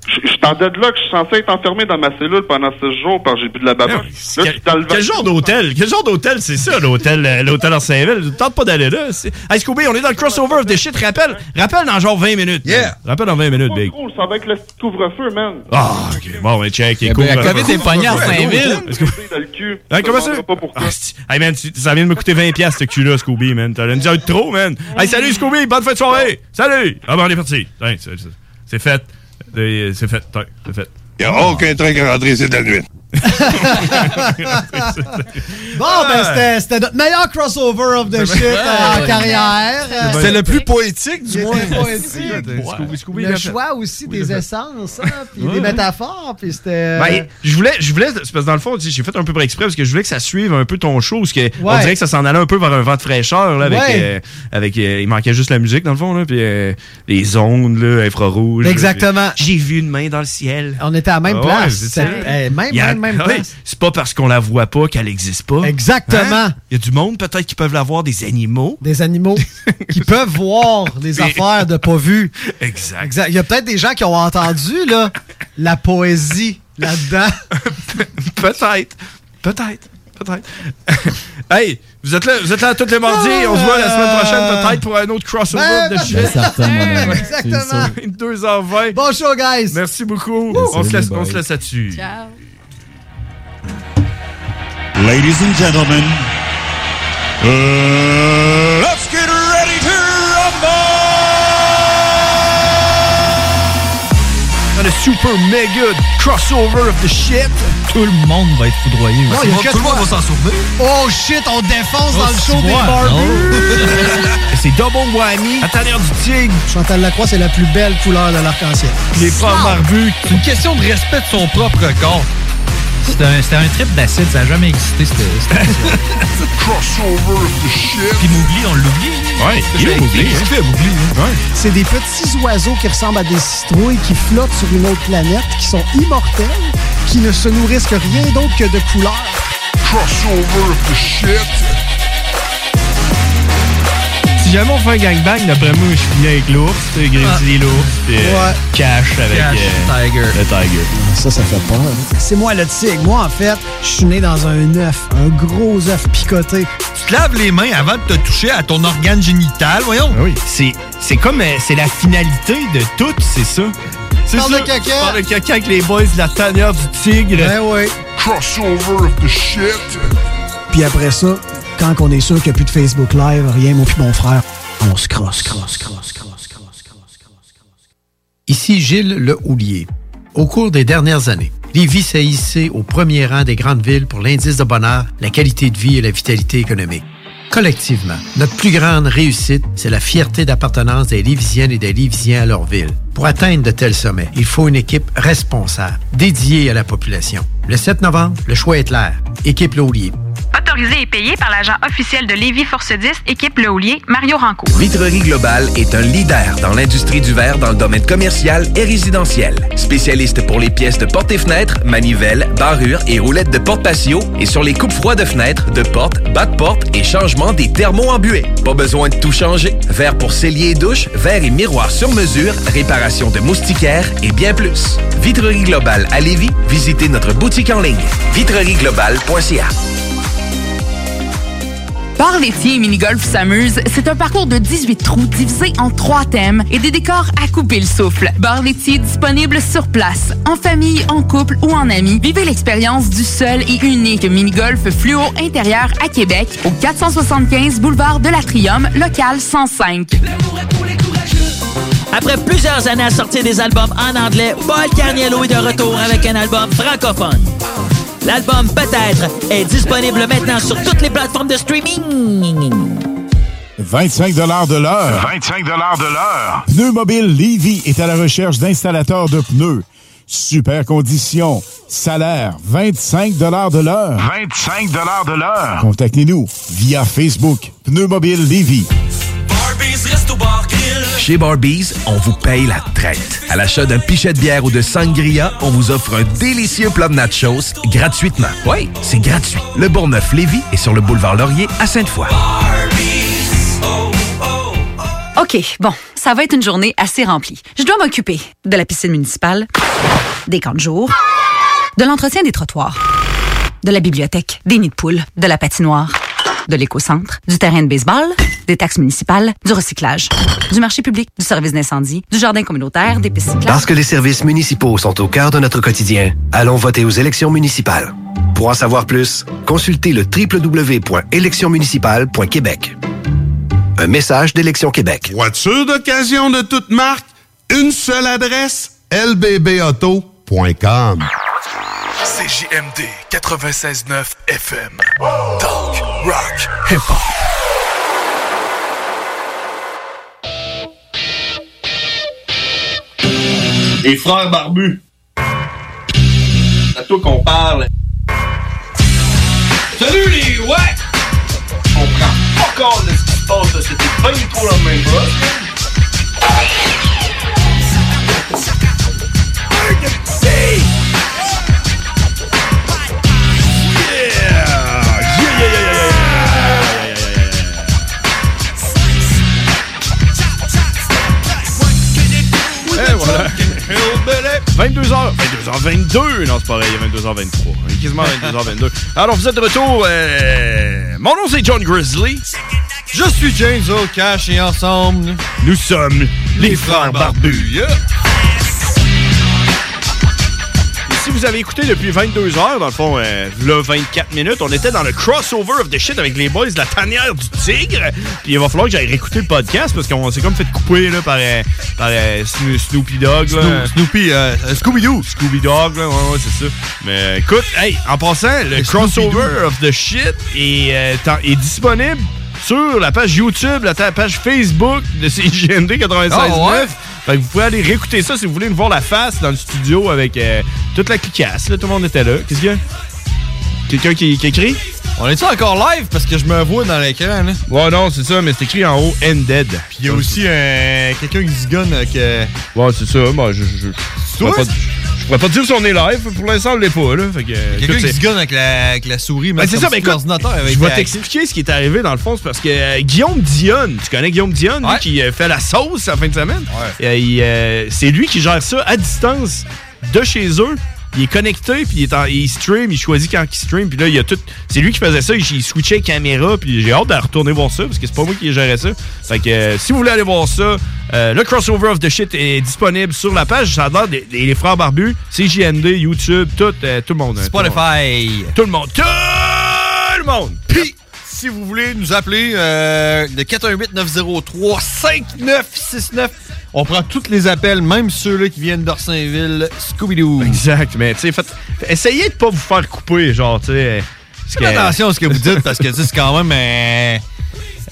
Speaker 12: Je- J'étais en deadlock, je suis censé être enfermé dans ma cellule pendant 6 jours parce que j'ai bu de la baba. Là, je suis dans le
Speaker 4: Quel genre d'hôtel? Quel genre d'hôtel c'est ça, l'hôtel euh, l'hôtel en Saint-Ville? Tente pas d'aller là. C'est- Hey, Scooby, on est dans le crossover des shit. Rappelle, rappelle dans genre 20 minutes. Yeah! Rappelle dans 20 minutes, Big.
Speaker 12: contrôle, ça va être le petit couvre-feu, man.
Speaker 4: Ah, ok. Bon, ben, check.
Speaker 12: Eh
Speaker 4: écoute.
Speaker 12: ben, la COVID est pognée à Saint-Ville.
Speaker 4: Est-ce que- Hey, comment ça? Ah, c'ti. hey, man, tu- ça vient de me coûter 20$ ce cul-là, Scooby, man. T'as une heure de trop, man. Hey, salut, Scooby. Bonne fin de soirée. Salut. Ah, ben, on est parti. Hey, c'est- c'est- C'est fait. Euh, C'est fait. Tiens, C'est fait.
Speaker 13: Il n'y a aucun train qui rentre ici de la nuit.
Speaker 5: Bon, ben, c'était- c'était notre meilleur crossover of the shit euh, en
Speaker 13: ouais.
Speaker 5: carrière. Euh,
Speaker 13: C'était le plus poétique, du
Speaker 5: il
Speaker 13: moins.
Speaker 5: était poétique.
Speaker 13: Ouais.
Speaker 4: Scooby- Scooby, il
Speaker 5: Le
Speaker 4: a fait.
Speaker 5: choix aussi des essences, hein, puis
Speaker 4: Ouais.
Speaker 5: des métaphores, puis
Speaker 12: Euh.
Speaker 5: c'était... euh,
Speaker 4: Ben, je voulais, je voulais, c'est parce que dans le fond, tu sais, j'ai fait un peu par exprès parce que je voulais que ça suive un peu ton show, parce que on
Speaker 5: Ouais.
Speaker 4: dirait que ça s'en allait un peu vers un vent de fraîcheur, là, avec,
Speaker 5: Ouais.
Speaker 4: euh, avec, euh, il manquait juste la musique dans le fond, là, puis euh, les ondes, là, infrarouges. là,
Speaker 5: Exactement.
Speaker 4: J'ai vu une main dans le ciel.
Speaker 5: On était à la même
Speaker 4: Ah ouais,
Speaker 5: place.
Speaker 4: c'est
Speaker 5: C'était-
Speaker 4: ça.
Speaker 5: eh, même,
Speaker 4: Il y a-
Speaker 5: même, même
Speaker 4: Ah oui,
Speaker 5: place.
Speaker 4: C'est pas parce qu'on la voit pas qu'elle existe pas.
Speaker 5: Exactement.
Speaker 4: Hein? Il y a du monde peut-être qui peuvent la voir, des animaux.
Speaker 5: Des animaux qui peuvent voir les affaires de pas vues.
Speaker 4: Exact.
Speaker 5: Exact. Il y a peut-être des gens qui ont entendu là, la poésie là-dedans.
Speaker 4: Peut-être. Peut-être. Peut-être. hey, vous êtes là, vous êtes là tous les mardis. on se voit la semaine prochaine peut-être pour un autre crossover
Speaker 5: Ah! Ben,
Speaker 4: de
Speaker 5: ben,
Speaker 4: shit.
Speaker 5: ben, certain, mon ami.
Speaker 4: Exactement. 2h20.
Speaker 5: Bon show, guys.
Speaker 4: Merci beaucoup. on, se laisse, on se laisse là-dessus.
Speaker 14: Ladies and gentlemen,
Speaker 4: Euh.
Speaker 14: uh, let's get ready to rumble!
Speaker 4: Dans le super mega crossover of the shit.
Speaker 6: Tout le monde va être foudroyé.
Speaker 5: Non,
Speaker 6: aussi.
Speaker 5: il y a que toi. Oh shit, on défonce dans le
Speaker 14: Oh,
Speaker 5: show des barbus.
Speaker 4: C'est double whammy. À travers du tigre.
Speaker 5: Chantal Lacroix, c'est la plus belle couleur de l'arc-en-ciel.
Speaker 6: Les frères barbus. C'est une question de respect de son propre corps. C'était un, c'était un trip d'acide, ça n'a jamais existé, cette cette émission.
Speaker 14: Crossover of the shit!
Speaker 6: Puis Mowgli, on l'oublie.
Speaker 4: Ouais, il est Mowgli, hein.
Speaker 5: C'est des petits oiseaux qui ressemblent à des citrouilles qui flottent sur une autre planète, qui sont immortels, qui ne se nourrissent que rien d'autre que de couleurs.
Speaker 14: Crossover of the shit!
Speaker 7: Si jamais on fait un gangbang, d'après moi, je finis avec l'ours, tu sais, Grizzly, l'ours, puis euh,
Speaker 5: Ouais.
Speaker 7: Cash avec
Speaker 5: Cash,
Speaker 7: euh, le Tiger.
Speaker 5: Ça, ça fait peur. C'est moi le tigre. Moi, en fait, je suis né dans un œuf, un gros œuf picoté.
Speaker 6: Tu te laves les mains avant de te toucher à ton organe génital, voyons.
Speaker 7: Oui, c'est, c'est comme euh, c'est la finalité de tout, c'est ça. C'est
Speaker 5: Parle
Speaker 7: ça.
Speaker 5: de caca.
Speaker 7: Tu parles de caca avec les boys de la tanière du tigre.
Speaker 5: Ben oui.
Speaker 14: Crossover of the shit!
Speaker 5: Puis après ça, quand on est sûr qu'il n'y a plus de Facebook Live, rien, moi puis mon frère, on se crosse, crosse, crosse, crosse, crosse, crosse.
Speaker 15: Ici Gilles Le Houlier. Au cours des dernières années, Lévis s'est hissé au premier rang des grandes villes pour l'indice de bonheur, la qualité de vie et la vitalité économique. Collectivement, notre plus grande réussite, c'est la fierté d'appartenance des Lévisiennes et des Lévisiens à leur ville. Pour atteindre de tels sommets, il faut une équipe responsable, dédiée à la population. Le 7 novembre, le choix est clair. Équipe Le Houlier.
Speaker 16: Autorisé et payé par l'agent officiel de Lévis Force 10, équipe Le Houlier, Mario Rancourt.
Speaker 17: Vitrerie Globale est un leader dans l'industrie du verre dans le domaine commercial et résidentiel. Spécialiste pour les pièces de portes et fenêtres, manivelles, barrures et roulettes de porte patio et sur les coupes froides de fenêtres, de portes, bas de porte et changement des thermos embués. Pas besoin de tout changer. Verre pour cellier et douche, verre et miroir sur mesure, réparation de moustiquaires et bien plus. Vitrerie Globale à Lévis, visitez notre boutique en ligne vitrerieglobale.ca.
Speaker 18: Bar laitier et mini-golf s'amuse, c'est un parcours de 18 trous divisé en trois thèmes et des décors à couper le souffle. Bar laitier disponible sur place, en famille, en couple ou en amis. Vivez l'expérience du seul et unique mini-golf fluo intérieur à Québec au 475 boulevard de l'Atrium, local 105.
Speaker 19: Après plusieurs années à sortir des albums en anglais, Paul Carniello est de retour avec un album francophone. L'album Peut-être est disponible maintenant sur toutes les plateformes de streaming.
Speaker 20: 25 de l'heure.
Speaker 14: 25 de l'heure!
Speaker 20: Pneus Mobile Levy est à la recherche d'installateurs de pneus. Super conditions. Salaire 25 de l'heure.
Speaker 14: 25 de l'heure!
Speaker 20: Contactez-nous via Facebook. Pneus Mobile Levy.
Speaker 17: Chez Barbies, on vous paye la traite. À l'achat d'un pichet de bière ou de sangria, on vous offre un délicieux plat de nachos gratuitement. Oui, c'est gratuit. Le Bourgneuf-Lévis est sur le boulevard Laurier à Sainte-Foy.
Speaker 21: OK, bon, ça va être une journée assez remplie. Je dois m'occuper de la piscine municipale, des camps de jour, de l'entretien des trottoirs, de la bibliothèque, des nids de poules, de la patinoire, de l'éco-centre, du terrain de baseball, des taxes municipales, du recyclage, du marché public, du service d'incendie, du jardin communautaire, des pistes cyclables.
Speaker 22: Parce que les services municipaux sont au cœur de notre quotidien, allons voter aux élections municipales. Pour en savoir plus, consultez le www.électionsmunicipales.québec. Un message d'Élection Québec.
Speaker 10: Voiture d'occasion de toute marque, une seule adresse, lbbauto.com.
Speaker 23: CJMD 96.9 FM. Talk, rock, hip-hop.
Speaker 24: Les frères barbus. C'est à toi qu'on parle. Salut les ouais! On prend pas compte de ce qui se passe, là. c'était pas du tout la même chose.
Speaker 4: Et voilà. 22h, 22h22, non c'est pareil, il est 22h23, Il est quasiment 22h22. Alors vous êtes de retour, euh, mon nom c'est John Grizzly. Je suis James O'Cash et ensemble, nous sommes les frères barbus. yeah. Et si vous avez écouté depuis 22 heures, dans le fond, euh, là, 24 minutes, on était dans le crossover of the shit avec les boys de la tanière du tigre. Puis il va falloir que j'aille réécouter le podcast parce qu'on s'est comme fait couper là, par, euh, par euh, Sno- Snoopy Dog. là.
Speaker 6: Snoop-
Speaker 4: Snoopy, euh, Scooby-Doo. Scooby-Dog, là, ouais, ouais, c'est ça. Mais euh, écoute, hey, en passant, le crossover of the shit est, euh, t'en- est disponible sur la page YouTube, la ta- page Facebook de CGMD 96.9.
Speaker 6: Ah ouais?
Speaker 4: Fait que vous pouvez aller réécouter ça si vous voulez nous voir la face dans le studio avec euh, toute la cliquasse. Là, tout le monde était là. Qu'est-ce qu'il y a? Quelqu'un qui, qui écrit? On est-tu encore live? Parce que je me vois dans l'écran, là. Ouais, non, c'est ça, mais c'est écrit en haut, Ended. Puis il y a aussi quelqu'un qui se gonne euh, que... Ouais, c'est ça, moi, je... je, je
Speaker 6: toi?
Speaker 4: pourrais pas- Je pourrais pas dire si on est live, pour l'instant, on l'est pas, là. Fait que... Euh, écoute,
Speaker 6: Quelqu'un qui
Speaker 4: c'est-
Speaker 6: se gonne avec la, avec la souris,
Speaker 4: ben,
Speaker 6: mais
Speaker 4: c'est ça, mais écoute,
Speaker 6: l'ordinateur avec
Speaker 4: je vais
Speaker 6: la-
Speaker 4: t'expliquer ce qui est arrivé dans le fond, c'est parce que euh, Guillaume Dionne, tu connais Guillaume Dionne, lui qui euh, fait la sauce la fin de semaine, Euh, il, euh, c'est lui qui gère ça à distance de chez eux. Il est connecté, puis il, est en- il stream, il choisit quand il stream, puis là, il y a tout. C'est lui qui faisait ça, il, il switchait caméra, puis j'ai hâte de retourner voir ça, parce que c'est pas moi qui gérais ça. Fait que euh, si vous voulez aller voir ça, euh, le crossover of the shit est disponible sur la page. Ça a l'air des, des- les frères barbus, CJND, YouTube, tout, euh, tout le monde. hein, tout le monde.
Speaker 6: Spotify.
Speaker 4: Tout le monde. Tout le monde.
Speaker 6: Puis, si vous voulez nous appeler, euh, le 418-903-5969. On prend tous les appels, même ceux-là qui viennent d'Orsainville, Scooby-Doo.
Speaker 4: Exact, mais tu sais, faites- essayez de pas vous faire couper, genre, tu sais. euh, parce
Speaker 6: Faites attention à ce que vous dites, parce que tu sais, c'est quand même euh,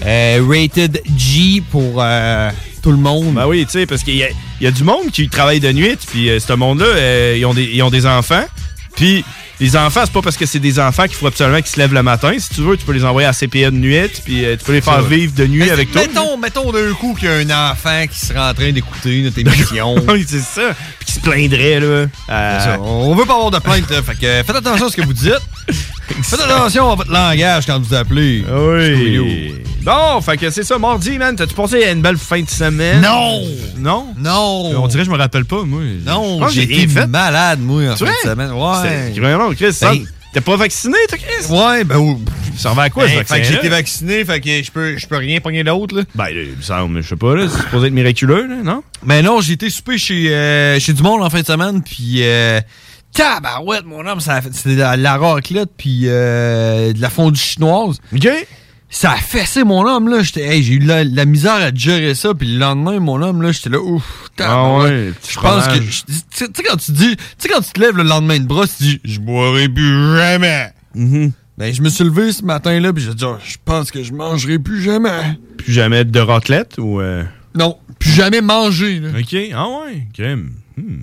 Speaker 6: euh, rated G pour euh, tout le monde.
Speaker 4: Ben oui, tu sais, parce qu'il y, a- il y a du monde qui travaille de nuit, puis euh, ce monde-là, euh, ils, ont des- ils ont des enfants. Puis les enfants, c'est pas parce que c'est des enfants qu'il faut absolument qu'ils se lèvent le matin. Si tu veux, tu peux les envoyer à CPA de nuit, puis euh, tu peux les faire
Speaker 6: Ça.
Speaker 4: vivre de nuit
Speaker 6: Mais
Speaker 4: avec toi.
Speaker 6: mettons, mettons d'un coup qu'il y a un enfant qui serait en train d'écouter notre émission.
Speaker 4: oui, c'est ça. Puis qui se plaindrait, là. Euh,
Speaker 6: Ça, On veut pas avoir de plainte, là. Fait que euh, faites attention à ce que vous dites. faites attention à votre langage quand vous appelez.
Speaker 4: Oui. Bon, fait que c'est ça, mardi, man. T'as-tu pensé à une belle fin de semaine?
Speaker 6: Non!
Speaker 4: Non?
Speaker 6: Non!
Speaker 4: Euh, On dirait que je me rappelle pas, moi. Je
Speaker 6: Non,
Speaker 4: pense que
Speaker 6: j'ai été
Speaker 4: rien fait.
Speaker 6: malade, moi, en
Speaker 4: Tu
Speaker 6: fin de
Speaker 4: vois?
Speaker 6: semaine. Ouais. Ben,
Speaker 4: C'est vraiment long, Chris. ça, T'es pas vacciné, toi, Chris?
Speaker 6: Ouais, ben oui.
Speaker 4: Ça va à quoi, ce
Speaker 6: Ben, fait que j'ai été vacciné,
Speaker 4: vaccin-là?
Speaker 6: fait que je peux, je peux rien pogner d'autre, là.
Speaker 4: Ben, il me semble, je sais pas, là, c'est supposé être miraculeux, là, non?
Speaker 6: Mais Ben non, j'ai été souper chez, euh, chez Dumont en fin de semaine, puis euh, tabarouette, mon homme, ça a fait- c'était de la, la raclette, puis euh, de la fondue chinoise.
Speaker 4: OK.
Speaker 6: Ça a fessé, mon homme, là. J'étais, hey, j'ai eu la, la misère à gérer ça, puis le lendemain, mon homme, là, j'étais là, ouf, tabarouette. je pense que,
Speaker 4: Ah fromage.
Speaker 6: je- tu sais, tu sais, quand tu dis, tu sais, quand tu te lèves le lendemain de bras, tu dis, je boirai plus jamais.
Speaker 4: Mm-hmm.
Speaker 6: Ben, je me suis levé ce matin-là, puis j'ai dit, Ah, je pense que je mangerai plus jamais.
Speaker 4: Plus jamais de raclette ou. euh,
Speaker 6: Non, plus jamais manger. Là.
Speaker 4: Ok, ah ouais, ok. Hmm.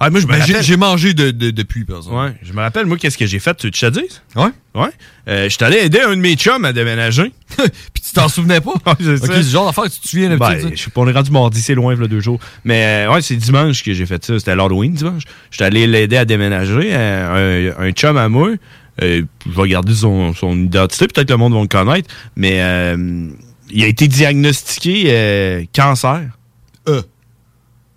Speaker 4: Ah, moi, je me
Speaker 6: Ben, j'ai-
Speaker 4: rappelle-
Speaker 6: J'ai mangé de- de- depuis, par exemple.
Speaker 4: Ouais, je me rappelle, moi, qu'est-ce que j'ai fait, tu te chadises?
Speaker 6: Ouais.
Speaker 4: Ouais. Euh, je suis allé aider un de mes chums à déménager.
Speaker 6: Puis tu t'en souvenais pas?
Speaker 4: c'est
Speaker 6: Ok,
Speaker 4: ça.
Speaker 6: c'est le genre d'affaire que tu te souviens
Speaker 4: Ben,
Speaker 6: d'habitude, ça.
Speaker 4: je sais pas, on est rendu mardi, c'est loin, là, deux jours. Mais euh, ouais, c'est dimanche que j'ai fait ça. C'était à l'Halloween, dimanche. J'étais allé l'aider à déménager. euh, un, un chum à moi. euh, je vais garder son, son identité. Peut-être le monde va le connaître. Mais euh, il a été diagnostiqué euh, cancer. E.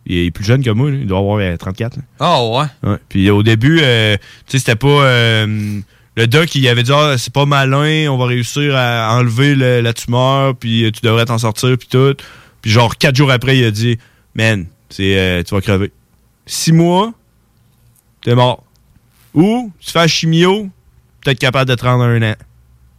Speaker 4: Il est plus jeune que moi, là. il doit avoir euh, 34. là.
Speaker 6: Ah ouais.
Speaker 4: Ouais. Puis au début, euh, tu sais, c'était pas. euh, le doc, il avait dit Ah, c'est pas malin, on va réussir à enlever le- la tumeur, puis euh, tu devrais t'en sortir, puis tout. Puis genre, quatre jours après, il a dit Man, c'est, euh, tu vas crever. Six mois, t'es mort. Ou, tu fais la chimio, peut-être capable de te rendre à un an.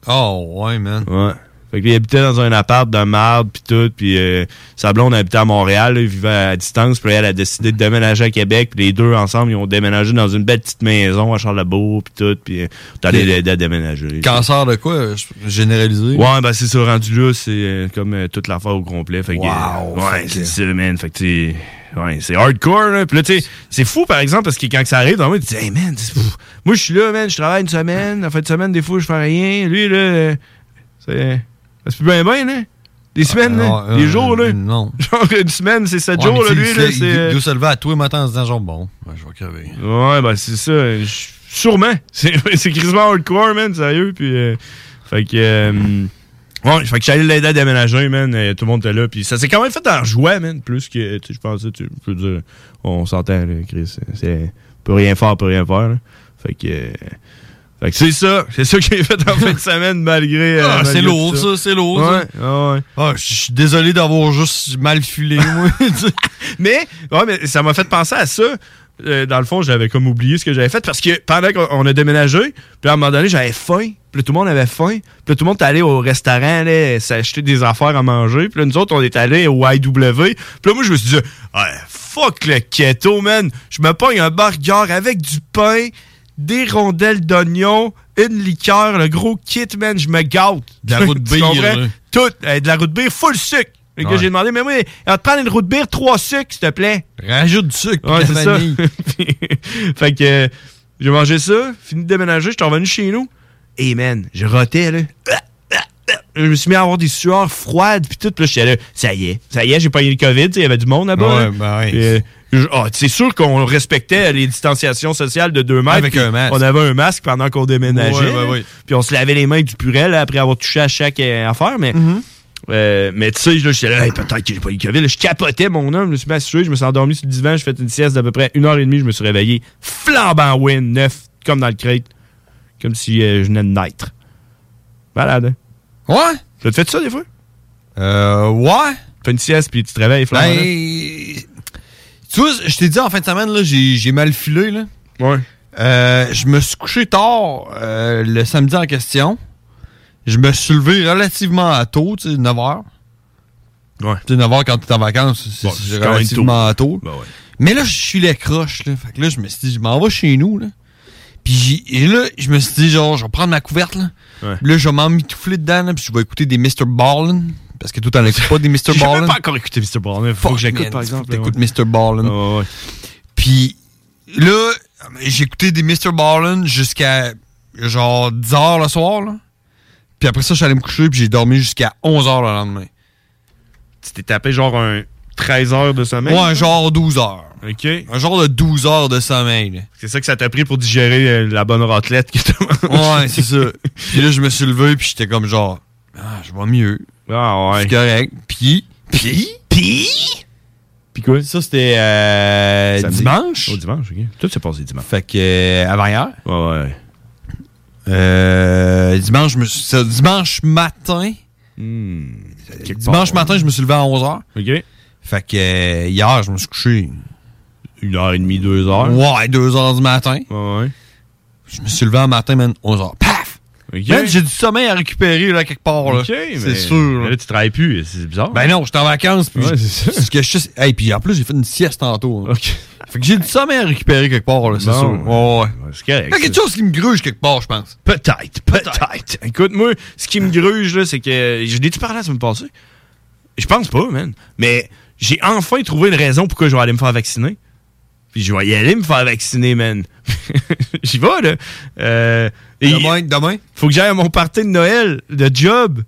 Speaker 6: Oh, ouais, man.
Speaker 4: Ouais. Fait qu'il habitait dans un appart de merde, puis tout, puis euh, sa blonde habitait à Montréal, là, il vivait à distance, puis elle a décidé de déménager à Québec, puis les deux ensemble, ils ont déménagé dans une belle petite maison à Charlebourg, puis tout, puis euh, t'as allé l'aider à déménager.
Speaker 6: Cancer de quoi euh, Généralisé.
Speaker 4: Ouais, ben c'est ça, rendu là, c'est euh, comme euh, toute l'affaire au complet. Fait que,
Speaker 6: Wow,
Speaker 4: euh, ouais,
Speaker 6: fait
Speaker 4: c'est
Speaker 6: que-
Speaker 4: ça, man. Fait que, tu sais, ouais, c'est hardcore, là. Puis là, tu sais, c'est fou, par exemple, parce que quand que ça arrive, dans le monde, tu dis, hey, man, c'est fou. moi, je suis là, man, je travaille une semaine. La fin de semaine, des fois, je fais rien. Lui, là, euh, c'est. C'est plus bien, bien, là. Des semaines, là.
Speaker 6: non,
Speaker 4: des
Speaker 6: euh,
Speaker 4: jours, là.
Speaker 6: Non.
Speaker 4: Genre, une semaine, c'est 7
Speaker 6: Ouais,
Speaker 4: jours,
Speaker 6: mais tu
Speaker 4: là,
Speaker 6: sais,
Speaker 4: lui,
Speaker 6: il
Speaker 4: là.
Speaker 6: se-
Speaker 4: c'est,
Speaker 6: Il
Speaker 4: euh,
Speaker 6: doit se lever à tous les matins en se disant, genre, bon, ben, je vais crever.
Speaker 4: Ouais, ben c'est ça. Je- Sûrement. C'est c'est crissement hardcore, man, sérieux. Puis, euh, fait que. euh, ouais, fait que j'allais l'aider à déménager, man. euh, tout le monde était là. Puis ça s'est quand même fait en joie, man. Plus que, tu sais, je pensais, tu je peux dire, on s'entend, là, Chris. C'est. Peut rien faire, peut rien faire, là. Fait que. euh, fait que c'est ça. C'est ça que j'ai fait en fin de semaine, malgré. euh,
Speaker 6: Ah,
Speaker 4: malgré
Speaker 6: c'est
Speaker 4: tout
Speaker 6: lourd, ça, c'est lourd.
Speaker 4: Ouais,
Speaker 6: ça. Ah, je suis désolé d'avoir juste mal filé, moi.
Speaker 4: mais, ouais, mais ça m'a fait penser à ça. Euh, dans le fond, j'avais comme oublié ce que j'avais fait parce que pendant qu'on on a déménagé, puis à un moment donné, j'avais faim. Puis là, tout le monde avait faim. Puis là, tout le monde est allé au restaurant là, s'acheter des affaires à manger. Puis là, nous autres, on est allé au IW. Puis là, moi, je me suis dit, Ouais, fuck le keto, man. Je me pogne un burger avec du pain, des rondelles d'oignon, une liqueur, le gros kit, man. Je me gâte.
Speaker 6: De la root
Speaker 4: Tu
Speaker 6: beer,
Speaker 4: comprends?
Speaker 6: là.
Speaker 4: Tout. Euh, de la route bière full sucre. Le gars,
Speaker 6: Ouais.
Speaker 4: j'ai demandé, mais oui, on va te prendre une route bière, trois sucres, s'il te plaît.
Speaker 6: Rajoute du sucre,
Speaker 4: Ouais,
Speaker 6: puis de
Speaker 4: c'est
Speaker 6: la
Speaker 4: ça.
Speaker 6: vanille.
Speaker 4: Puis, fait que euh, j'ai mangé ça, fini de déménager, j'étais revenu chez nous. Et man, je rotais, là. Je me suis mis à avoir des sueurs froides, puis tout. Puis là, j'étais là, ça y est, ça y est, j'ai pogné le COVID, tu sais, il y avait du monde là-bas.
Speaker 6: Ouais,
Speaker 4: là.
Speaker 6: ben ouais.
Speaker 4: Puis, euh, je- ah, c'est sûr qu'on respectait les distanciations sociales de 2 mètres.
Speaker 6: Avec
Speaker 4: puis
Speaker 6: un masque.
Speaker 4: On avait un masque pendant qu'on déménageait.
Speaker 6: Ouais, ouais,
Speaker 4: là.
Speaker 6: ouais.
Speaker 4: Puis on se lavait les mains avec du purel là, après avoir touché à chaque euh, affaire. Mais,
Speaker 6: Mm-hmm.
Speaker 4: euh, mais tu sais, là, j'étais là, Hey, peut-être que j'ai pas eu le COVID. là. je capotais mon homme, je me suis assuré, je me suis endormi sur le divan, j'ai fait une sieste d'à peu près une heure et demie, je me suis réveillé flambant win, neuf, comme dans le crate, comme si euh, je venais de naître. Malade. hein? Ouais? Tu te fait ça des fois?
Speaker 6: Euh, ouais.
Speaker 4: Fais une sieste, puis tu te réveilles, flambant.
Speaker 6: Ben,
Speaker 4: neuf.
Speaker 6: tu vois, je t'ai dit en fin de semaine, là, j'ai, j'ai mal filé, là. Euh,
Speaker 4: Ouais.
Speaker 6: je me suis couché tard euh, le samedi en question. Je me suis levé relativement à tôt, tu sais, 9h.
Speaker 4: Ouais.
Speaker 6: Tu sais, 9h quand t'es en vacances, c'est,
Speaker 4: Bon,
Speaker 6: c'est
Speaker 4: c'est quand même
Speaker 6: relativement tôt.
Speaker 4: Ben ouais.
Speaker 6: Mais là, je suis les croches, là. Fait que là, je me suis dit, je m'en vais chez nous, là. Puis j'ai- et là, je me suis dit, genre, je vais prendre ma couverte, là.
Speaker 4: Ouais.
Speaker 6: Puis là, je vais m'emmitoufler dedans, là, puis je vais écouter des Mr. Ballin. Parce que toi, t'en écoutes pas des Mr.
Speaker 4: J'ai
Speaker 6: Ballin.
Speaker 4: même pas encore écouté Mr. Ball, mais faut que j'écoute,
Speaker 6: man,
Speaker 4: par
Speaker 6: faut que
Speaker 4: exemple.
Speaker 6: T'écoutes Mr.
Speaker 4: ouais.
Speaker 6: Ballin. Puis là, j'ai écouté des Mr. Ballin jusqu'à genre 10 h le soir, là. Puis après ça, je suis allé me coucher, puis j'ai dormi jusqu'à 11 h le lendemain.
Speaker 4: Tu t'es tapé genre un 13 heures de sommeil?
Speaker 6: Ouais, un genre 12 heures.
Speaker 4: OK.
Speaker 6: Un genre de 12 heures de sommeil.
Speaker 4: C'est ça que ça t'a pris pour digérer euh, la bonne raclette que t'as
Speaker 6: Ouais, c'est ça. Puis là, je me suis levé, puis j'étais comme genre, ah, je vois mieux.
Speaker 4: Ah ouais.
Speaker 6: C'est correct. Puis, puis, puis.
Speaker 4: Puis quoi?
Speaker 6: Ça, c'était euh,
Speaker 4: Samedi.
Speaker 6: dimanche.
Speaker 4: Au dimanche, ok. Tout s'est passé dimanche.
Speaker 6: Fait que, euh, avant-hier.
Speaker 4: Ouais, ouais.
Speaker 6: Euh, dimanche, je me suis- c'est dimanche matin. Euh, dimanche matin, je me suis levé à 11h.
Speaker 4: Hmm. OK.
Speaker 6: Fait que, euh, hier, je me suis couché.
Speaker 4: Une heure et demie, deux heures.
Speaker 6: Ouais, deux heures du matin.
Speaker 4: Ouais.
Speaker 6: Je me suis levé un matin, man, 11h. Paf!
Speaker 4: Ok.
Speaker 6: Man, j'ai du sommeil à récupérer, là, quelque part, là.
Speaker 4: Ok, mais-
Speaker 6: C'est sûr.
Speaker 4: mais là, tu travailles plus, c'est bizarre.
Speaker 6: Ben non, j'étais en vacances, puis.
Speaker 4: Ouais,
Speaker 6: je- parce que je sais- Hey, puis en plus, j'ai fait une sieste tantôt. hein. Fait que j'ai du sommeil à récupérer quelque part, là, c'est
Speaker 4: Bon.
Speaker 6: sûr. Ouais, ouais.
Speaker 4: C'est correct.
Speaker 6: Il y a quelque chose qui me gruge quelque part, je pense.
Speaker 4: Peut-être, peut-être. Écoute, moi, ce qui me gruge, là, c'est que. Je l'ai-tu parlé la semaine passée? Je pense pas, man. Mais j'ai enfin trouvé une raison pourquoi je vais aller me faire vacciner. Puis je vais y aller me faire vacciner, man. J'y vais, là. demain,
Speaker 6: demain?
Speaker 4: Faut que j'aille à mon party de Noël, de job.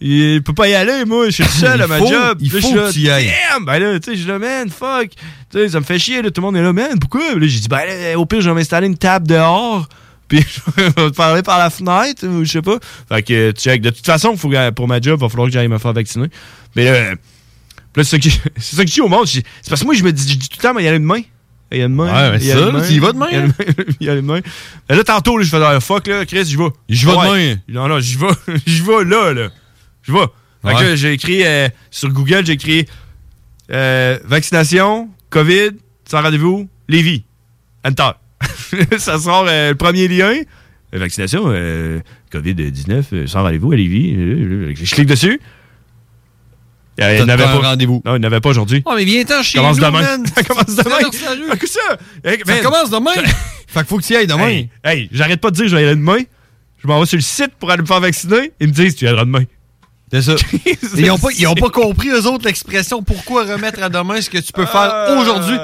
Speaker 4: Il peut pas y aller, moi. Je suis le seul
Speaker 6: Il
Speaker 4: à ma
Speaker 6: faut-
Speaker 4: job.
Speaker 6: il
Speaker 4: Là, je
Speaker 6: faut
Speaker 4: suis là,
Speaker 6: que tu y ailles.
Speaker 4: Damn! Ben là, tu sais, je suis là, man, fuck. Tu sais, ça me fait chier, là. Tout le monde est là, man, pourquoi? Là, j'ai dit, ben là, au pire, je vais m'installer une table dehors. Puis je vais te parler par la fenêtre, ou je sais euh, pas. Fait que, check. De toute façon, faut que- pour ma job, il va falloir que j'aille me faire vacciner. Mais là, Puis là, c'est ça que- c'est ça que je dis au monde. je dis- C'est parce que moi, je me dis, je dis tout le temps, mais il y a demain. Il y a demain.
Speaker 6: Ouais, ben,
Speaker 4: il y a
Speaker 6: ça,
Speaker 4: demain,
Speaker 6: tu y vas demain,
Speaker 4: Il y a
Speaker 6: hein?
Speaker 4: demain. il y a demain. Mais là, tantôt, là, je faisais, ah, fuck, là, Chris, j'y vais.
Speaker 6: J'y vais demain.
Speaker 4: Non, non, j'y vais. J'y vais là, là. J'y vais. Fait que
Speaker 6: Ouais.
Speaker 4: là, j'ai écrit euh, sur Google, j'ai écrit euh, vaccination, COVID, sans rendez-vous, Lévis. Enter. ça sort euh, le premier lien. Euh, Vaccination, euh, COVID-19, euh, sans rendez-vous à Lévis. Euh, euh, Je clique dessus. Euh,
Speaker 6: T'as
Speaker 4: il n'avait
Speaker 6: pas un
Speaker 4: pas rendez-vous. Non, il n'avait pas aujourd'hui.
Speaker 6: Oh, mais viens-t'en chez
Speaker 4: Commence
Speaker 6: nous,
Speaker 4: demain.
Speaker 6: man.
Speaker 4: Ça commence demain.
Speaker 6: Fait
Speaker 4: que ça, Eh,
Speaker 6: ça
Speaker 4: man.
Speaker 6: commence demain. fait que faut que tu y ailles demain.
Speaker 4: Hey, hey, j'arrête pas de dire que je vais y aller demain. Je m'en vais sur le site pour aller me faire vacciner. Ils me disent tu y iras demain.
Speaker 6: C'est ça. Ils ont pas, ils ont
Speaker 4: C'est-
Speaker 6: pas compris, eux autres, l'expression pourquoi remettre à demain ce que tu peux
Speaker 4: Euh,
Speaker 6: faire aujourd'hui.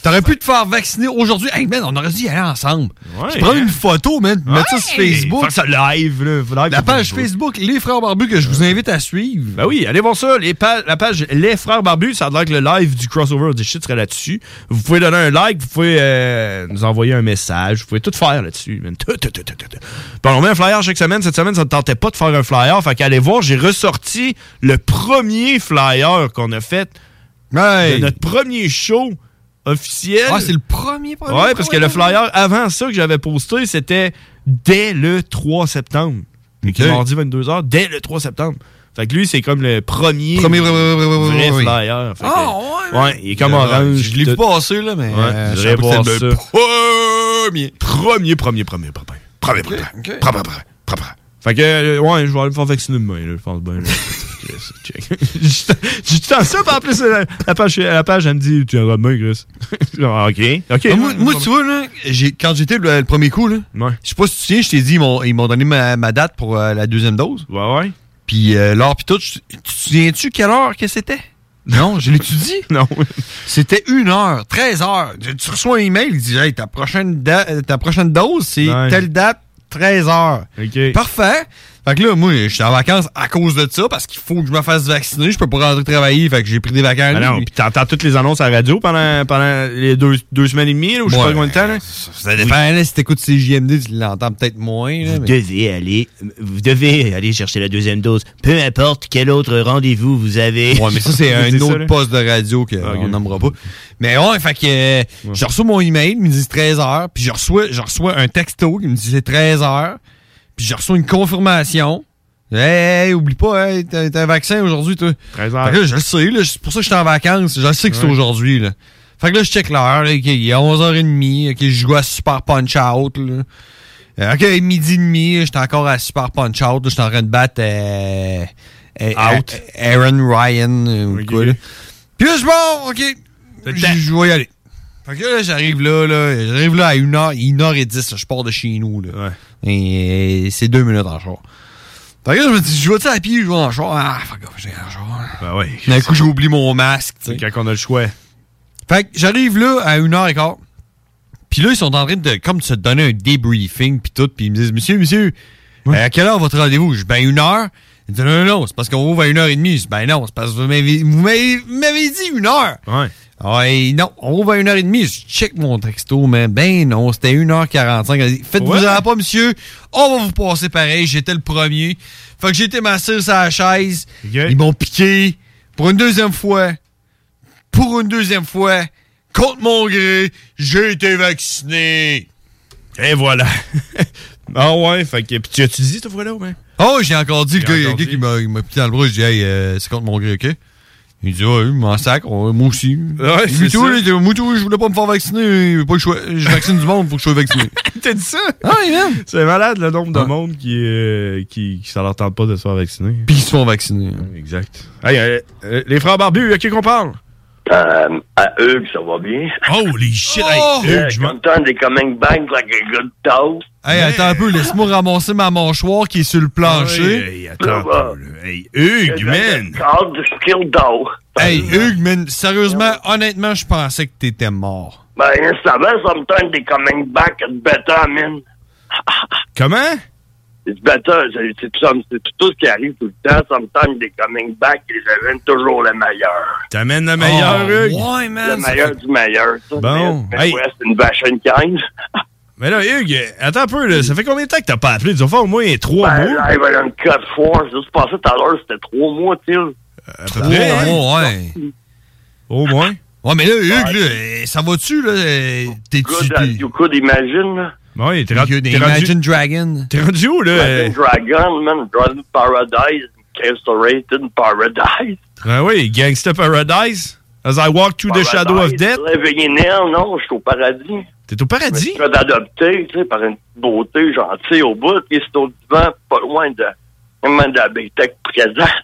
Speaker 6: T'aurais pu te faire vacciner aujourd'hui. Hey, man, on aurait dû y aller ensemble.
Speaker 4: Ouais,
Speaker 6: tu prends
Speaker 4: hein.
Speaker 6: une photo, man, puis mettre ça sur
Speaker 4: Ouais,
Speaker 6: Facebook.
Speaker 4: faire ça live, là, live
Speaker 6: La
Speaker 4: sur
Speaker 6: page
Speaker 4: Facebook.
Speaker 6: Facebook, Les Frères Barbus, que je vous invite à suivre.
Speaker 4: Ben oui, allez voir ça. Les pa- la page Les Frères Barbus, ça a l'air que le live du crossover des shit serait là-dessus. Vous pouvez donner un like, vous pouvez euh, nous envoyer un message, vous pouvez tout faire là-dessus. man. Tout, tout, tout, tout, tout. Puis on met un flyer chaque semaine. Cette semaine, ça ne tentait pas de faire un flyer. Fait qu'allez voir, j'ai ressorti le premier flyer qu'on a fait. de notre premier show officiel.
Speaker 6: Ah, c'est le premier premier
Speaker 4: Ouais, parce que
Speaker 6: premier.
Speaker 4: le flyer avant ça que j'avais posté, c'était dès le 3 septembre.
Speaker 6: Ok.
Speaker 4: Mardi 22h, dès le 3 septembre. Fait que lui, c'est comme le premier,
Speaker 6: Premier vrai, vrai, vrai,
Speaker 4: vrai
Speaker 6: vrai, vrai.
Speaker 4: flyer. Fait que-
Speaker 6: Ah,
Speaker 4: ouais. il est comme
Speaker 6: Ouais,
Speaker 4: orange.
Speaker 6: je l'ai
Speaker 4: tout.
Speaker 6: vu passer, là, mais,
Speaker 4: Ouais,
Speaker 6: euh,
Speaker 4: vous
Speaker 6: je
Speaker 4: irez
Speaker 6: savais pas que
Speaker 4: voir
Speaker 6: c'était
Speaker 4: ça.
Speaker 6: le
Speaker 4: Premier. Premier, premier, premier, premier.
Speaker 10: Ah,
Speaker 4: Premier, premier. Premier, premier, premier. Fait que, euh, ouais, je vais aller me faire vacciner demain, là, je pense bien. là. Check. J'ai tout le temps ça, puis en plus, la, la page, la page, elle me dit, tu viendras demain, Chris. Ah, ok, ok.
Speaker 6: Ah, moi, moi, tu vois, là, j'ai- quand j'étais le, le premier coup, là, je sais pas si tu te souviens, je t'ai dit, ils m'ont, ils m'ont donné ma, ma date pour euh, la deuxième dose.
Speaker 4: Ouais, ouais.
Speaker 6: Puis euh, l'heure, puis tout, je- tu te souviens-tu quelle heure que c'était? Non, je l'ai-tu dit?
Speaker 4: non.
Speaker 6: C'était une heure, 13 heures. Tu- Tu reçois un email, il dit, hey, ta prochaine, da- euh, ta prochaine dose, c'est
Speaker 4: Ouais.
Speaker 6: telle date, 13 heures. Parfait. Fait que là, moi, je suis en vacances à cause de ça, parce qu'il faut que je me fasse vacciner, je peux pas rentrer travailler, fait que j'ai pris des vacances.
Speaker 4: Ah non, puis t'entends toutes les annonces à la radio pendant, pendant les deux, deux semaines et demie, là, ou je sais
Speaker 6: Ouais,
Speaker 4: pas combien de temps. Là.
Speaker 6: Ça dépend, là, si t'écoutes CJMD, tu l'entends peut-être moins. Là,
Speaker 25: Vous devez aller, vous devez aller chercher la deuxième dose, peu importe quel autre rendez-vous vous avez.
Speaker 6: Ouais, mais ça, c'est un autre poste de radio qu'on nommera pas. Mais ouais, fait que euh, je reçois mon email, ils me disent 13h, puis je reçois, je reçois un texto qui me dit c'est 13h, puis je reçois une confirmation. Hey, hey, oublie pas, hey, t'as t'as un vaccin aujourd'hui, toi.
Speaker 4: 13h.
Speaker 6: Fait que là, je le sais, là, c'est pour ça que je suis en vacances, je le sais que c'est
Speaker 4: Ouais.
Speaker 6: aujourd'hui, là. Fait que là, je check l'heure, là, ok, il est 11h30, ok, je joue à Super Punch Out, là. Euh, Ok, midi et demi, j'étais encore à Super Punch Out, là, j'étais en train de battre euh, euh,
Speaker 4: Out.
Speaker 6: euh, Aaron Ryan euh, ou quoi, là. Puis là, je bon, ok, je je vais y aller. Fait que là, j'arrive là, là, j'arrive là à 1h, 1h10, je pars de chez nous, là. Et euh, c'est deux minutes en char. Fait que là, je me dis, je vais-tu à pied, je vais en char? Ah, fuck off, j'ai un char.
Speaker 4: Ben ouais.
Speaker 6: D'un coup, j'oublie mon masque.
Speaker 4: Quand on a le choix.
Speaker 6: Fait que j'arrive là à 1h15. Puis là, ils sont en train de comme se donner un débriefing, puis tout. Puis ils me disent, monsieur, monsieur, euh, à quelle heure votre rendez-vous? Je dis, ben, une heure. Ils disent, non, non, non, c'est parce qu'on ouvre à une heure et demie. Je dis, ben non, c'est parce que vous m'avez vous m'avez- vous m'avez dit une heure.
Speaker 4: Ouais.
Speaker 6: Ouais, non, on ouvre à une heure et demie. Je check mon texto, mais ben non, c'était 1h45. Faites-vous
Speaker 4: Ouais.
Speaker 6: en pas, monsieur. On va vous passer pareil. J'étais le premier. Fait que j'ai été m'asseoir sur la chaise. Ils m'ont piqué pour une deuxième fois pour une deuxième fois, contre mon gré, j'ai été vacciné.
Speaker 4: Et voilà. ah ouais, fait que. Puis tu as-tu dit cette fois-là ou bien?
Speaker 6: Oh, j'ai encore dit, le
Speaker 4: J'ai
Speaker 6: gars, il y a
Speaker 4: encore
Speaker 6: quelqu'un
Speaker 4: dit.
Speaker 6: qui m'a il m'a piqué dans le bras, j'ai dit, hey, euh, c'est contre mon gré, ok? Il dit, ouais, m'en sac, ouais, moi aussi.
Speaker 4: Ouais, c'est
Speaker 6: Moutou,
Speaker 4: ça.
Speaker 6: là, il dit, Moutou, je voulais pas me faire vacciner, il veut pas que je, sois- je vaccine du monde, faut que je sois vacciné.
Speaker 4: T'as dit ça?
Speaker 6: Ah, man!
Speaker 4: C'est malade le nombre de monde qui, euh, qui, qui ça leur tente pas de se faire vacciner.
Speaker 6: Puis ils se font vacciner. hein.
Speaker 4: Exact. Hey, euh, euh, les frères barbus, à qui qu'on parle?
Speaker 14: Euh, à Hugues, ça va bien?
Speaker 4: Holy shit,
Speaker 14: oh!
Speaker 6: hey, Hugues,
Speaker 14: je m'entends des coming back like a good dog.
Speaker 6: Hey, attends un peu, laisse-moi ramasser ma mâchoire qui est sur le plancher.
Speaker 14: Hugues, man! Called the skill dog.
Speaker 6: Hey, Hugues, man, sérieusement, honnêtement, je pensais que t'étais mort.
Speaker 14: Ben, instantly, sometimes they coming back and better, man.
Speaker 4: Comment?
Speaker 14: It's better, c'est c'est tout, ça- c'est tout ce qui arrive tout le temps. Sometimes they coming back, ils amènent toujours le meilleur.
Speaker 4: T'amènes le meilleur,
Speaker 6: Ah,
Speaker 4: Hugues?
Speaker 14: Le meilleur du meilleur, ça.
Speaker 4: Bon,
Speaker 14: Mais, mais
Speaker 4: hey.
Speaker 14: ouais, c'est une vache à une quinze.
Speaker 4: Mais là, Hugues, attends un peu, là, ça fait combien de temps que t'as pas appelé? Tu vas faire au moins trois
Speaker 14: Ben,
Speaker 4: mois.
Speaker 14: là, il va y avoir une cut force. Ça se passait tout à l'heure, c'était trois mois, tu sais.
Speaker 4: Euh, À peu près. hein? Au moins.
Speaker 6: Oh, Ouais, mais là, Hugues, là, euh, ça va-tu, là? euh, T'es-tu.
Speaker 14: uh, You could imagine, là.
Speaker 4: Ouais, t'es
Speaker 6: rendu.
Speaker 4: t'es rendu-
Speaker 6: Imagine Dragon.
Speaker 4: T'es rendu où, là?
Speaker 14: Dragon, Dragon, man, Dragon Paradise, Castorated Paradise.
Speaker 4: Ah oui, Gangsta Paradise. As I walk through the shadow of
Speaker 14: Paradise,
Speaker 4: death.
Speaker 14: Living in hell, non, je suis au paradis.
Speaker 4: T'es au paradis?
Speaker 14: Je suis adopté, tu sais, par une petite beauté gentille au bout, qui est au divan, pas loin de, vraiment de la bibliothèque présente.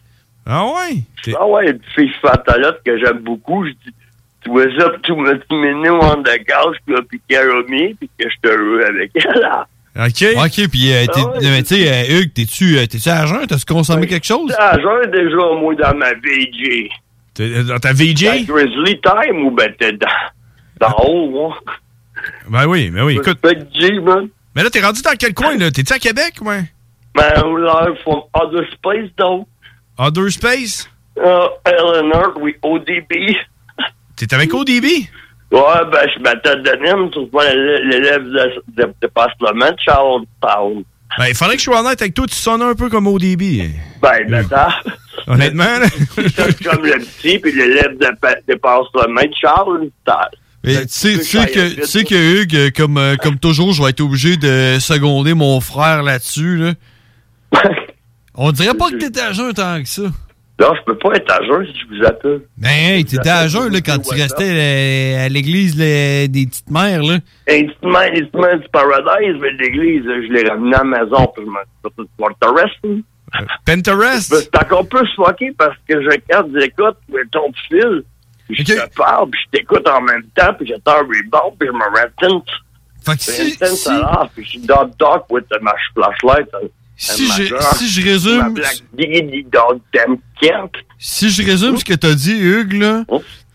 Speaker 4: Ah ouais?
Speaker 14: Ah ouais, une fille fatalote que j'aime beaucoup, je dis, tu vois ça, tu me tu me mets en de gaz, puis là, puis qu'elle a mis, puis que je te heureux avec elle, Ah, là.
Speaker 4: OK.
Speaker 6: OK, puis, euh, t'es-
Speaker 14: Ah ouais.
Speaker 6: euh, mais tu sais, euh, Hugues, t'es-tu euh, t'es-tu à jeun? T'as-tu consommé quelque chose?
Speaker 14: Ah, j'en ai déjà, moi, dans ma VJ.
Speaker 4: T'es- euh, Dans ta VJ?
Speaker 14: La Grizzly Time ou ben t'es dans, dans
Speaker 4: Ah.
Speaker 14: haut, moi.
Speaker 4: Ben oui, ben oui, écoute. Mais là, t'es rendu dans quel coin, là? T'es-tu à Québec, ouais?
Speaker 14: Man, live from other space, though.
Speaker 4: Other space?
Speaker 14: Uh, Eleanor, we ODB.
Speaker 4: T'es avec ODB?
Speaker 14: Ouais, ben, je m'attends de Nîmes, sauf que l'élève de, de, de Parlement de Charlottetown.
Speaker 4: Ben, il fallait que je sois honnête avec toi, tu sonnes un peu comme ODB.
Speaker 14: Ben, m'attends.
Speaker 4: Hmm. Honnêtement, là.
Speaker 14: comme le petit, puis l'élève de, Pa- de Parlement de Charlottetown.
Speaker 6: Mais
Speaker 14: Ben,
Speaker 6: tu sais, tu sais que, tu sais que Hugues, euh, comme, euh, comme toujours, je vais être obligé de seconder mon frère là-dessus. Là. On dirait pas que t'étais à jeun tant que ça.
Speaker 14: Non, je peux pas être à jeun si je vous appelle.
Speaker 6: Mais hey, t'étais à jeun là, quand tu restais euh, à l'église là, des petites mères. Là.
Speaker 14: Et semaine, une semaine du Paradise, mais l'église, je l'ai ramené à la maison, puis je m'en suis sorti de Pinterest.
Speaker 4: Pinterest?
Speaker 14: C'est encore plus fucké parce que je regarde, j'écoute, où est ton fil, puis je te parle, puis je t'écoute en même temps, puis j'attends un rebond, puis je me ratine.
Speaker 6: Fait que
Speaker 14: si... puis je suis dans le dark with my flashlight. and-
Speaker 6: Si
Speaker 14: and my
Speaker 6: je-
Speaker 14: gun,
Speaker 6: si je résume-
Speaker 14: my black diggity dog damn cat.
Speaker 6: Si je résume ce que t'as dit, Hugues, là,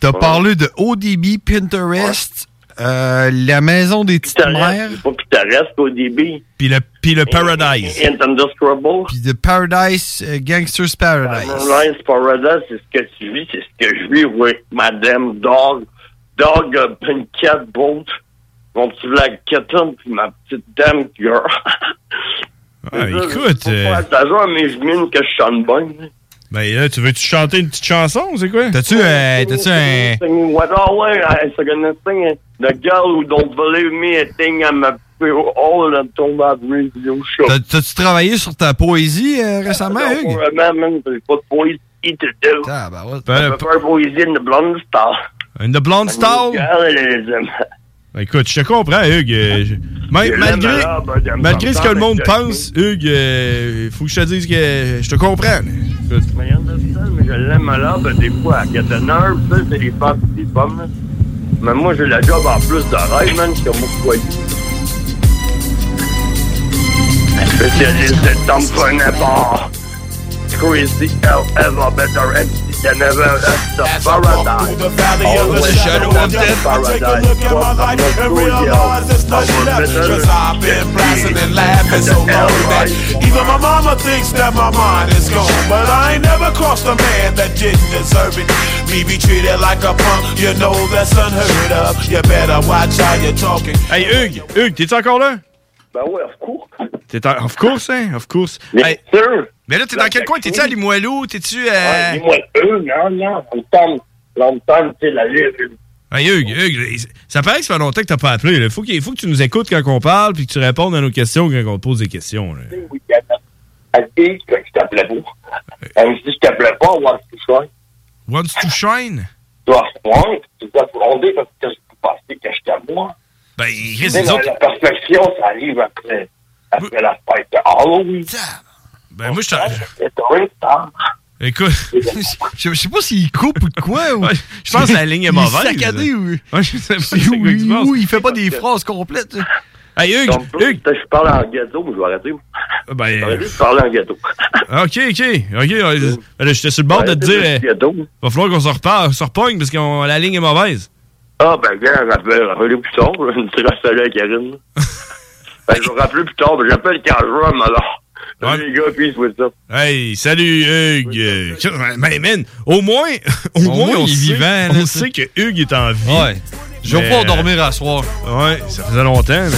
Speaker 6: t'as parlé de ODB, Pinterest, euh, la maison des petites mères.
Speaker 14: Pas puis t'as reste au début.
Speaker 4: Puis le, puis le
Speaker 6: Paradise.
Speaker 14: Nintendo Scrabble.
Speaker 6: Puis The Paradise, euh, Gangster's Paradise.
Speaker 14: Online Paradise, c'est ce que tu vis, c'est ce que je vis, oui. Madame Dog, Dog, euh, une cat boat, mon petit black kitten, puis ma petite dame girl.
Speaker 4: Ah, écoute. euh,
Speaker 14: Ouais, t'as joué, mais je mine que je chante bien.
Speaker 4: Ben là, tu veux-tu chanter une petite chanson, c'est quoi?
Speaker 6: T'as-tu
Speaker 14: Sing
Speaker 4: Eh.
Speaker 14: me, sing me, What all way, I so gonna sing it. The girl who don't believe me, a thing I'm a feel all and told that radio show.
Speaker 6: T'as- T'as-tu travaillé sur ta poésie euh, récemment,
Speaker 14: Non,
Speaker 6: Hugues?
Speaker 14: Vraiment, man, j'ai pas de poésie to do.
Speaker 6: Ah, bah ouais.
Speaker 14: Je peux faire poésie de blonde star.
Speaker 4: Une de blonde star?
Speaker 14: Girl, elle aime.
Speaker 4: Ben, écoute, je te comprends, Hugues. euh, je-
Speaker 14: Je
Speaker 4: Même,
Speaker 14: l'aime
Speaker 4: malgré,
Speaker 14: alors, ben, j'aime
Speaker 4: malgré ce que
Speaker 14: pas
Speaker 4: le monde
Speaker 14: ça, mais
Speaker 4: pense, Hugues, euh, faut que je te dise que je te comprends. Écoute.
Speaker 14: Mais il y en a plein, mais je l'aime à l'arbre des fois. À Gatineau, ça, c'est des femmes et des pommes. là. Mais moi, j'ai la job en plus de rêve, man, que mon foyer. Spécialiste de tampon à bord. Crazy hell ever better empty than ever at the paradise. All the shadow of death. Paradise.
Speaker 7: and realize there's nothing left Cause I've been blasting and laughing so long that Even my mama thinks that my mind is gone But I ain't never crossed a man that didn't deserve it Me be treated like a punk, you know that's unheard of You better watch how you're talking
Speaker 4: Hey, Hugues, Hugues, t'es-tu encore là?
Speaker 14: Ben ouais, of course.
Speaker 4: T'es en of course, hein? Of course. Hey, Mais là, t'es dans quel coin? T'es-tu à Limoilou? T'es-tu euh, à.
Speaker 14: Dis-moi, eux, non, non, on tombe, on tombe, tu sais, la lune.
Speaker 4: Hey, Hein, Hugues, Hugues, ça paraît que ça fait longtemps que t'as pas appelé. Là. Faut, qu'il- faut que tu nous écoutes quand on parle puis que tu répondes à nos questions quand on te pose des questions. là.
Speaker 14: Oui, elle a dit que je t'appelais pas. Elle me dit, je t'appelais pas, what's the sign?
Speaker 4: Wants to shine?
Speaker 14: Toi, ouais, tu dois te gronder parce que je peux penser que je t'aime moi.
Speaker 4: Ben,
Speaker 14: Tu sais, la, la perfection, ça arrive après, après la fête de Halloween.
Speaker 4: Ben, moi, je t'en.
Speaker 14: C'est vrai, ça.
Speaker 4: Écoute,
Speaker 6: je, je sais pas s'il coupe ou de quoi. Ou...
Speaker 4: je pense que la ligne est
Speaker 6: Il
Speaker 4: mauvaise.
Speaker 6: saccadé ou.
Speaker 4: Ouais, je sais pas c'est
Speaker 6: ou-
Speaker 4: quoi que tu penses.
Speaker 6: ou il fait pas des phrases complètes. là.
Speaker 4: Hey, Hugues,
Speaker 14: Donc, Hugues. Je parle en gâteau, mais je vais arrêter.
Speaker 4: Ben,
Speaker 14: J'aurais dû te parler en gâteau.
Speaker 4: Ah, OK, OK. OK. euh, là, J'étais sur le bord de te
Speaker 14: Ouais,
Speaker 4: dire.
Speaker 14: c'est
Speaker 4: euh,
Speaker 14: le cadeau.
Speaker 4: va falloir qu'on se repart, se repogne parce que la ligne est mauvaise.
Speaker 14: Ah, ben, viens, rappelle, rappelle plus tard. là. Je me suis rappelé à Karine. ben, je vais rappeler plus tard, mais j'appelle quand je veux, mais alors. Salut, Les gars, peace with ça.
Speaker 4: Hey, salut Hugues. Euh, Ben, man, au moins, au, moins,
Speaker 6: moins,
Speaker 4: on
Speaker 6: il est
Speaker 4: sait-
Speaker 6: vivant, là,
Speaker 4: On
Speaker 6: tu
Speaker 4: sait que Hugues est en vie.
Speaker 6: Ouais. Je vais
Speaker 4: Mais, euh,
Speaker 6: pouvoir dormir à soir.
Speaker 4: Ouais, ça faisait longtemps, man.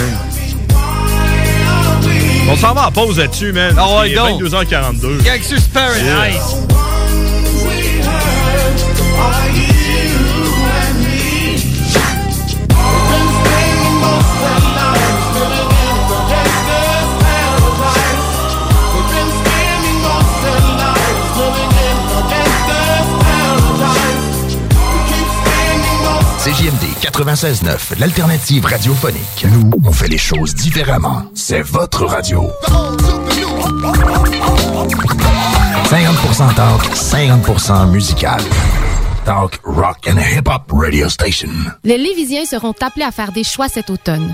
Speaker 4: On s'en va en pause là-dessus, man.
Speaker 6: Ah ouais,
Speaker 4: Il est
Speaker 6: donc.
Speaker 4: 22h42.
Speaker 6: Gangster's Paradise.
Speaker 4: Yeah.
Speaker 20: CJMD 96.9, l'alternative radiophonique. Nous, on fait les choses différemment. C'est votre radio. 50% talk, 50% musical. Talk, rock and hip-hop radio station.
Speaker 1: Les Lévisiens seront appelés à faire des choix cet automne.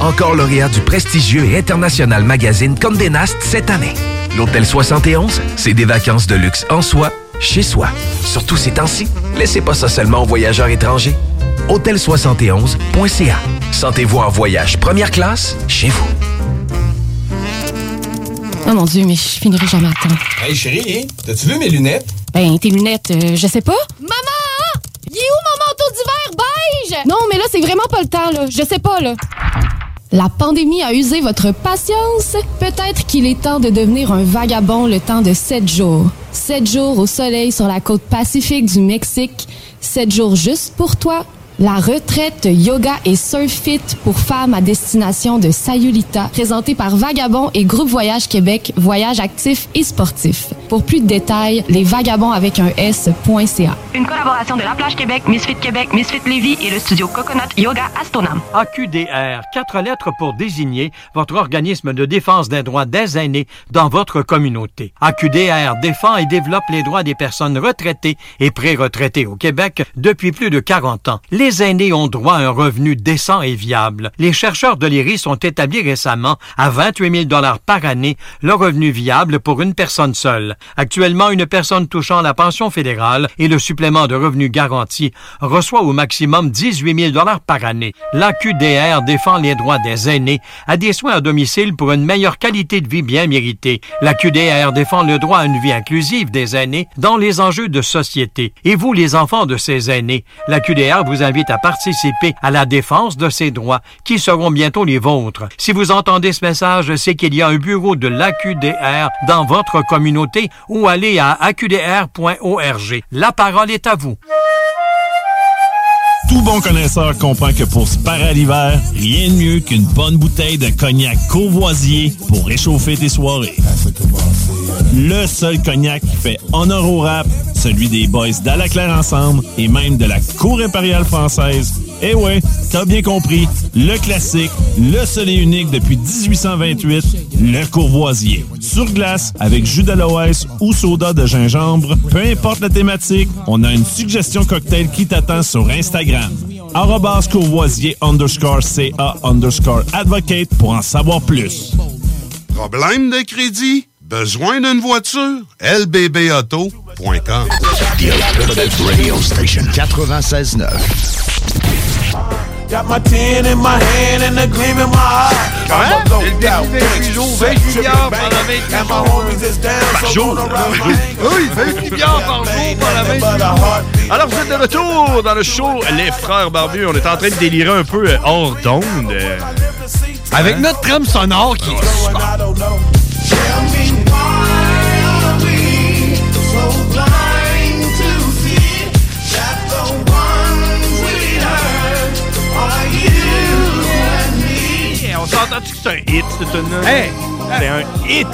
Speaker 17: Encore lauréat du prestigieux et international magazine Condé Nast cette année. L'Hôtel 71, c'est des vacances de luxe en soi, chez soi. Surtout ces temps-ci, laissez pas ça seulement aux voyageurs étrangers. Hôtel71.ca Sentez-vous en voyage première classe chez vous.
Speaker 26: Oh mon Dieu, mais je finirai jamais à temps.
Speaker 23: Hey chérie, hein? t'as-tu vu mes lunettes?
Speaker 26: Ben, tes lunettes, euh, je sais pas.
Speaker 27: Maman! hein? Il est où mon manteau d'hiver beige?
Speaker 26: Non, mais là, c'est vraiment pas le temps, là. Je sais pas, là. La pandémie a usé votre patience. Peut-être qu'il est temps de devenir un vagabond le temps de sept jours. Sept jours au soleil sur la côte pacifique du Mexique. Sept jours juste pour toi. La retraite yoga et surf fit pour femmes à destination de Sayulita, présentée par Vagabond et Groupe Voyage Québec, voyage actif et sportif. Pour plus de détails, lesvagabonds avec un S.ca.
Speaker 2: Une collaboration de La Plage Québec, Misfit Québec, Misfit Lévis et le studio Coconut Yoga Astonam.
Speaker 28: AQDR, quatre lettres pour désigner votre organisme de défense des droits des aînés dans votre communauté. AQDR défend et développe les droits des personnes retraitées et pré-retraitées au Québec depuis plus de 40 ans. Les aînés ont droit à un revenu décent et viable. Les chercheurs de l'IRIS ont établi récemment à 28 000 par année le revenu viable pour une personne seule. Actuellement, une personne touchant la pension fédérale et le supplément de revenu garanti reçoit au maximum 18 000 par année. L'AQDR défend les droits des aînés à des soins à domicile pour une meilleure qualité de vie bien méritée. L'AQDR défend le droit à une vie inclusive des aînés dans les enjeux de société. Et vous, les enfants de ces aînés, l'AQDR vous invite à participer à la défense de ces droits qui seront bientôt les vôtres. Si vous entendez ce message, c'est qu'il y a un bureau de l'AQDR dans votre communauté ou allez à aqdr.org. La parole est à vous.
Speaker 7: Tout bon connaisseur comprend que pour se parer à l'hiver, rien de mieux qu'une bonne bouteille de cognac courvoisier pour réchauffer tes soirées. Le seul cognac qui fait honneur au rap, celui des boys d'Alaclaire Ensemble et même de la Cour impériale française. Eh ouais, t'as bien compris, le classique, le seul et unique depuis 1828, le courvoisier. Sur glace, avec jus d'aloès ou soda de gingembre, peu importe la thématique, on a une suggestion cocktail qui t'attend sur Instagram. Arrobas courvoisier underscore CA underscore advocate pour en savoir plus.
Speaker 10: Problème de crédit? Besoin d'une voiture? LBBauto.com.
Speaker 28: The alternative radio station. 96.9.
Speaker 29: Got my tin in my hand and a gleam in my eye.
Speaker 30: Hein?
Speaker 29: I'm a
Speaker 30: Le
Speaker 29: low-down
Speaker 30: défi fait
Speaker 29: bitch,
Speaker 30: plus jour,
Speaker 29: set
Speaker 30: 20
Speaker 29: tripping
Speaker 30: milliards
Speaker 29: bang,
Speaker 30: pendant 24
Speaker 29: and my
Speaker 30: jours.
Speaker 29: homies is down,
Speaker 30: Par
Speaker 29: so
Speaker 30: jour,
Speaker 29: don't
Speaker 30: là.
Speaker 29: around my
Speaker 30: Oui, 20 milliards par jour par la même
Speaker 4: Alors, vous êtes de retour dans le show Les Frères Barbus. On est en train de délirer un peu euh, hors d'onde. euh. hein?
Speaker 6: Avec notre trame sonore qui est
Speaker 29: I don't know.
Speaker 4: Yeah, On s'entend que c'est un hit, cette tune-là? C'est un hit!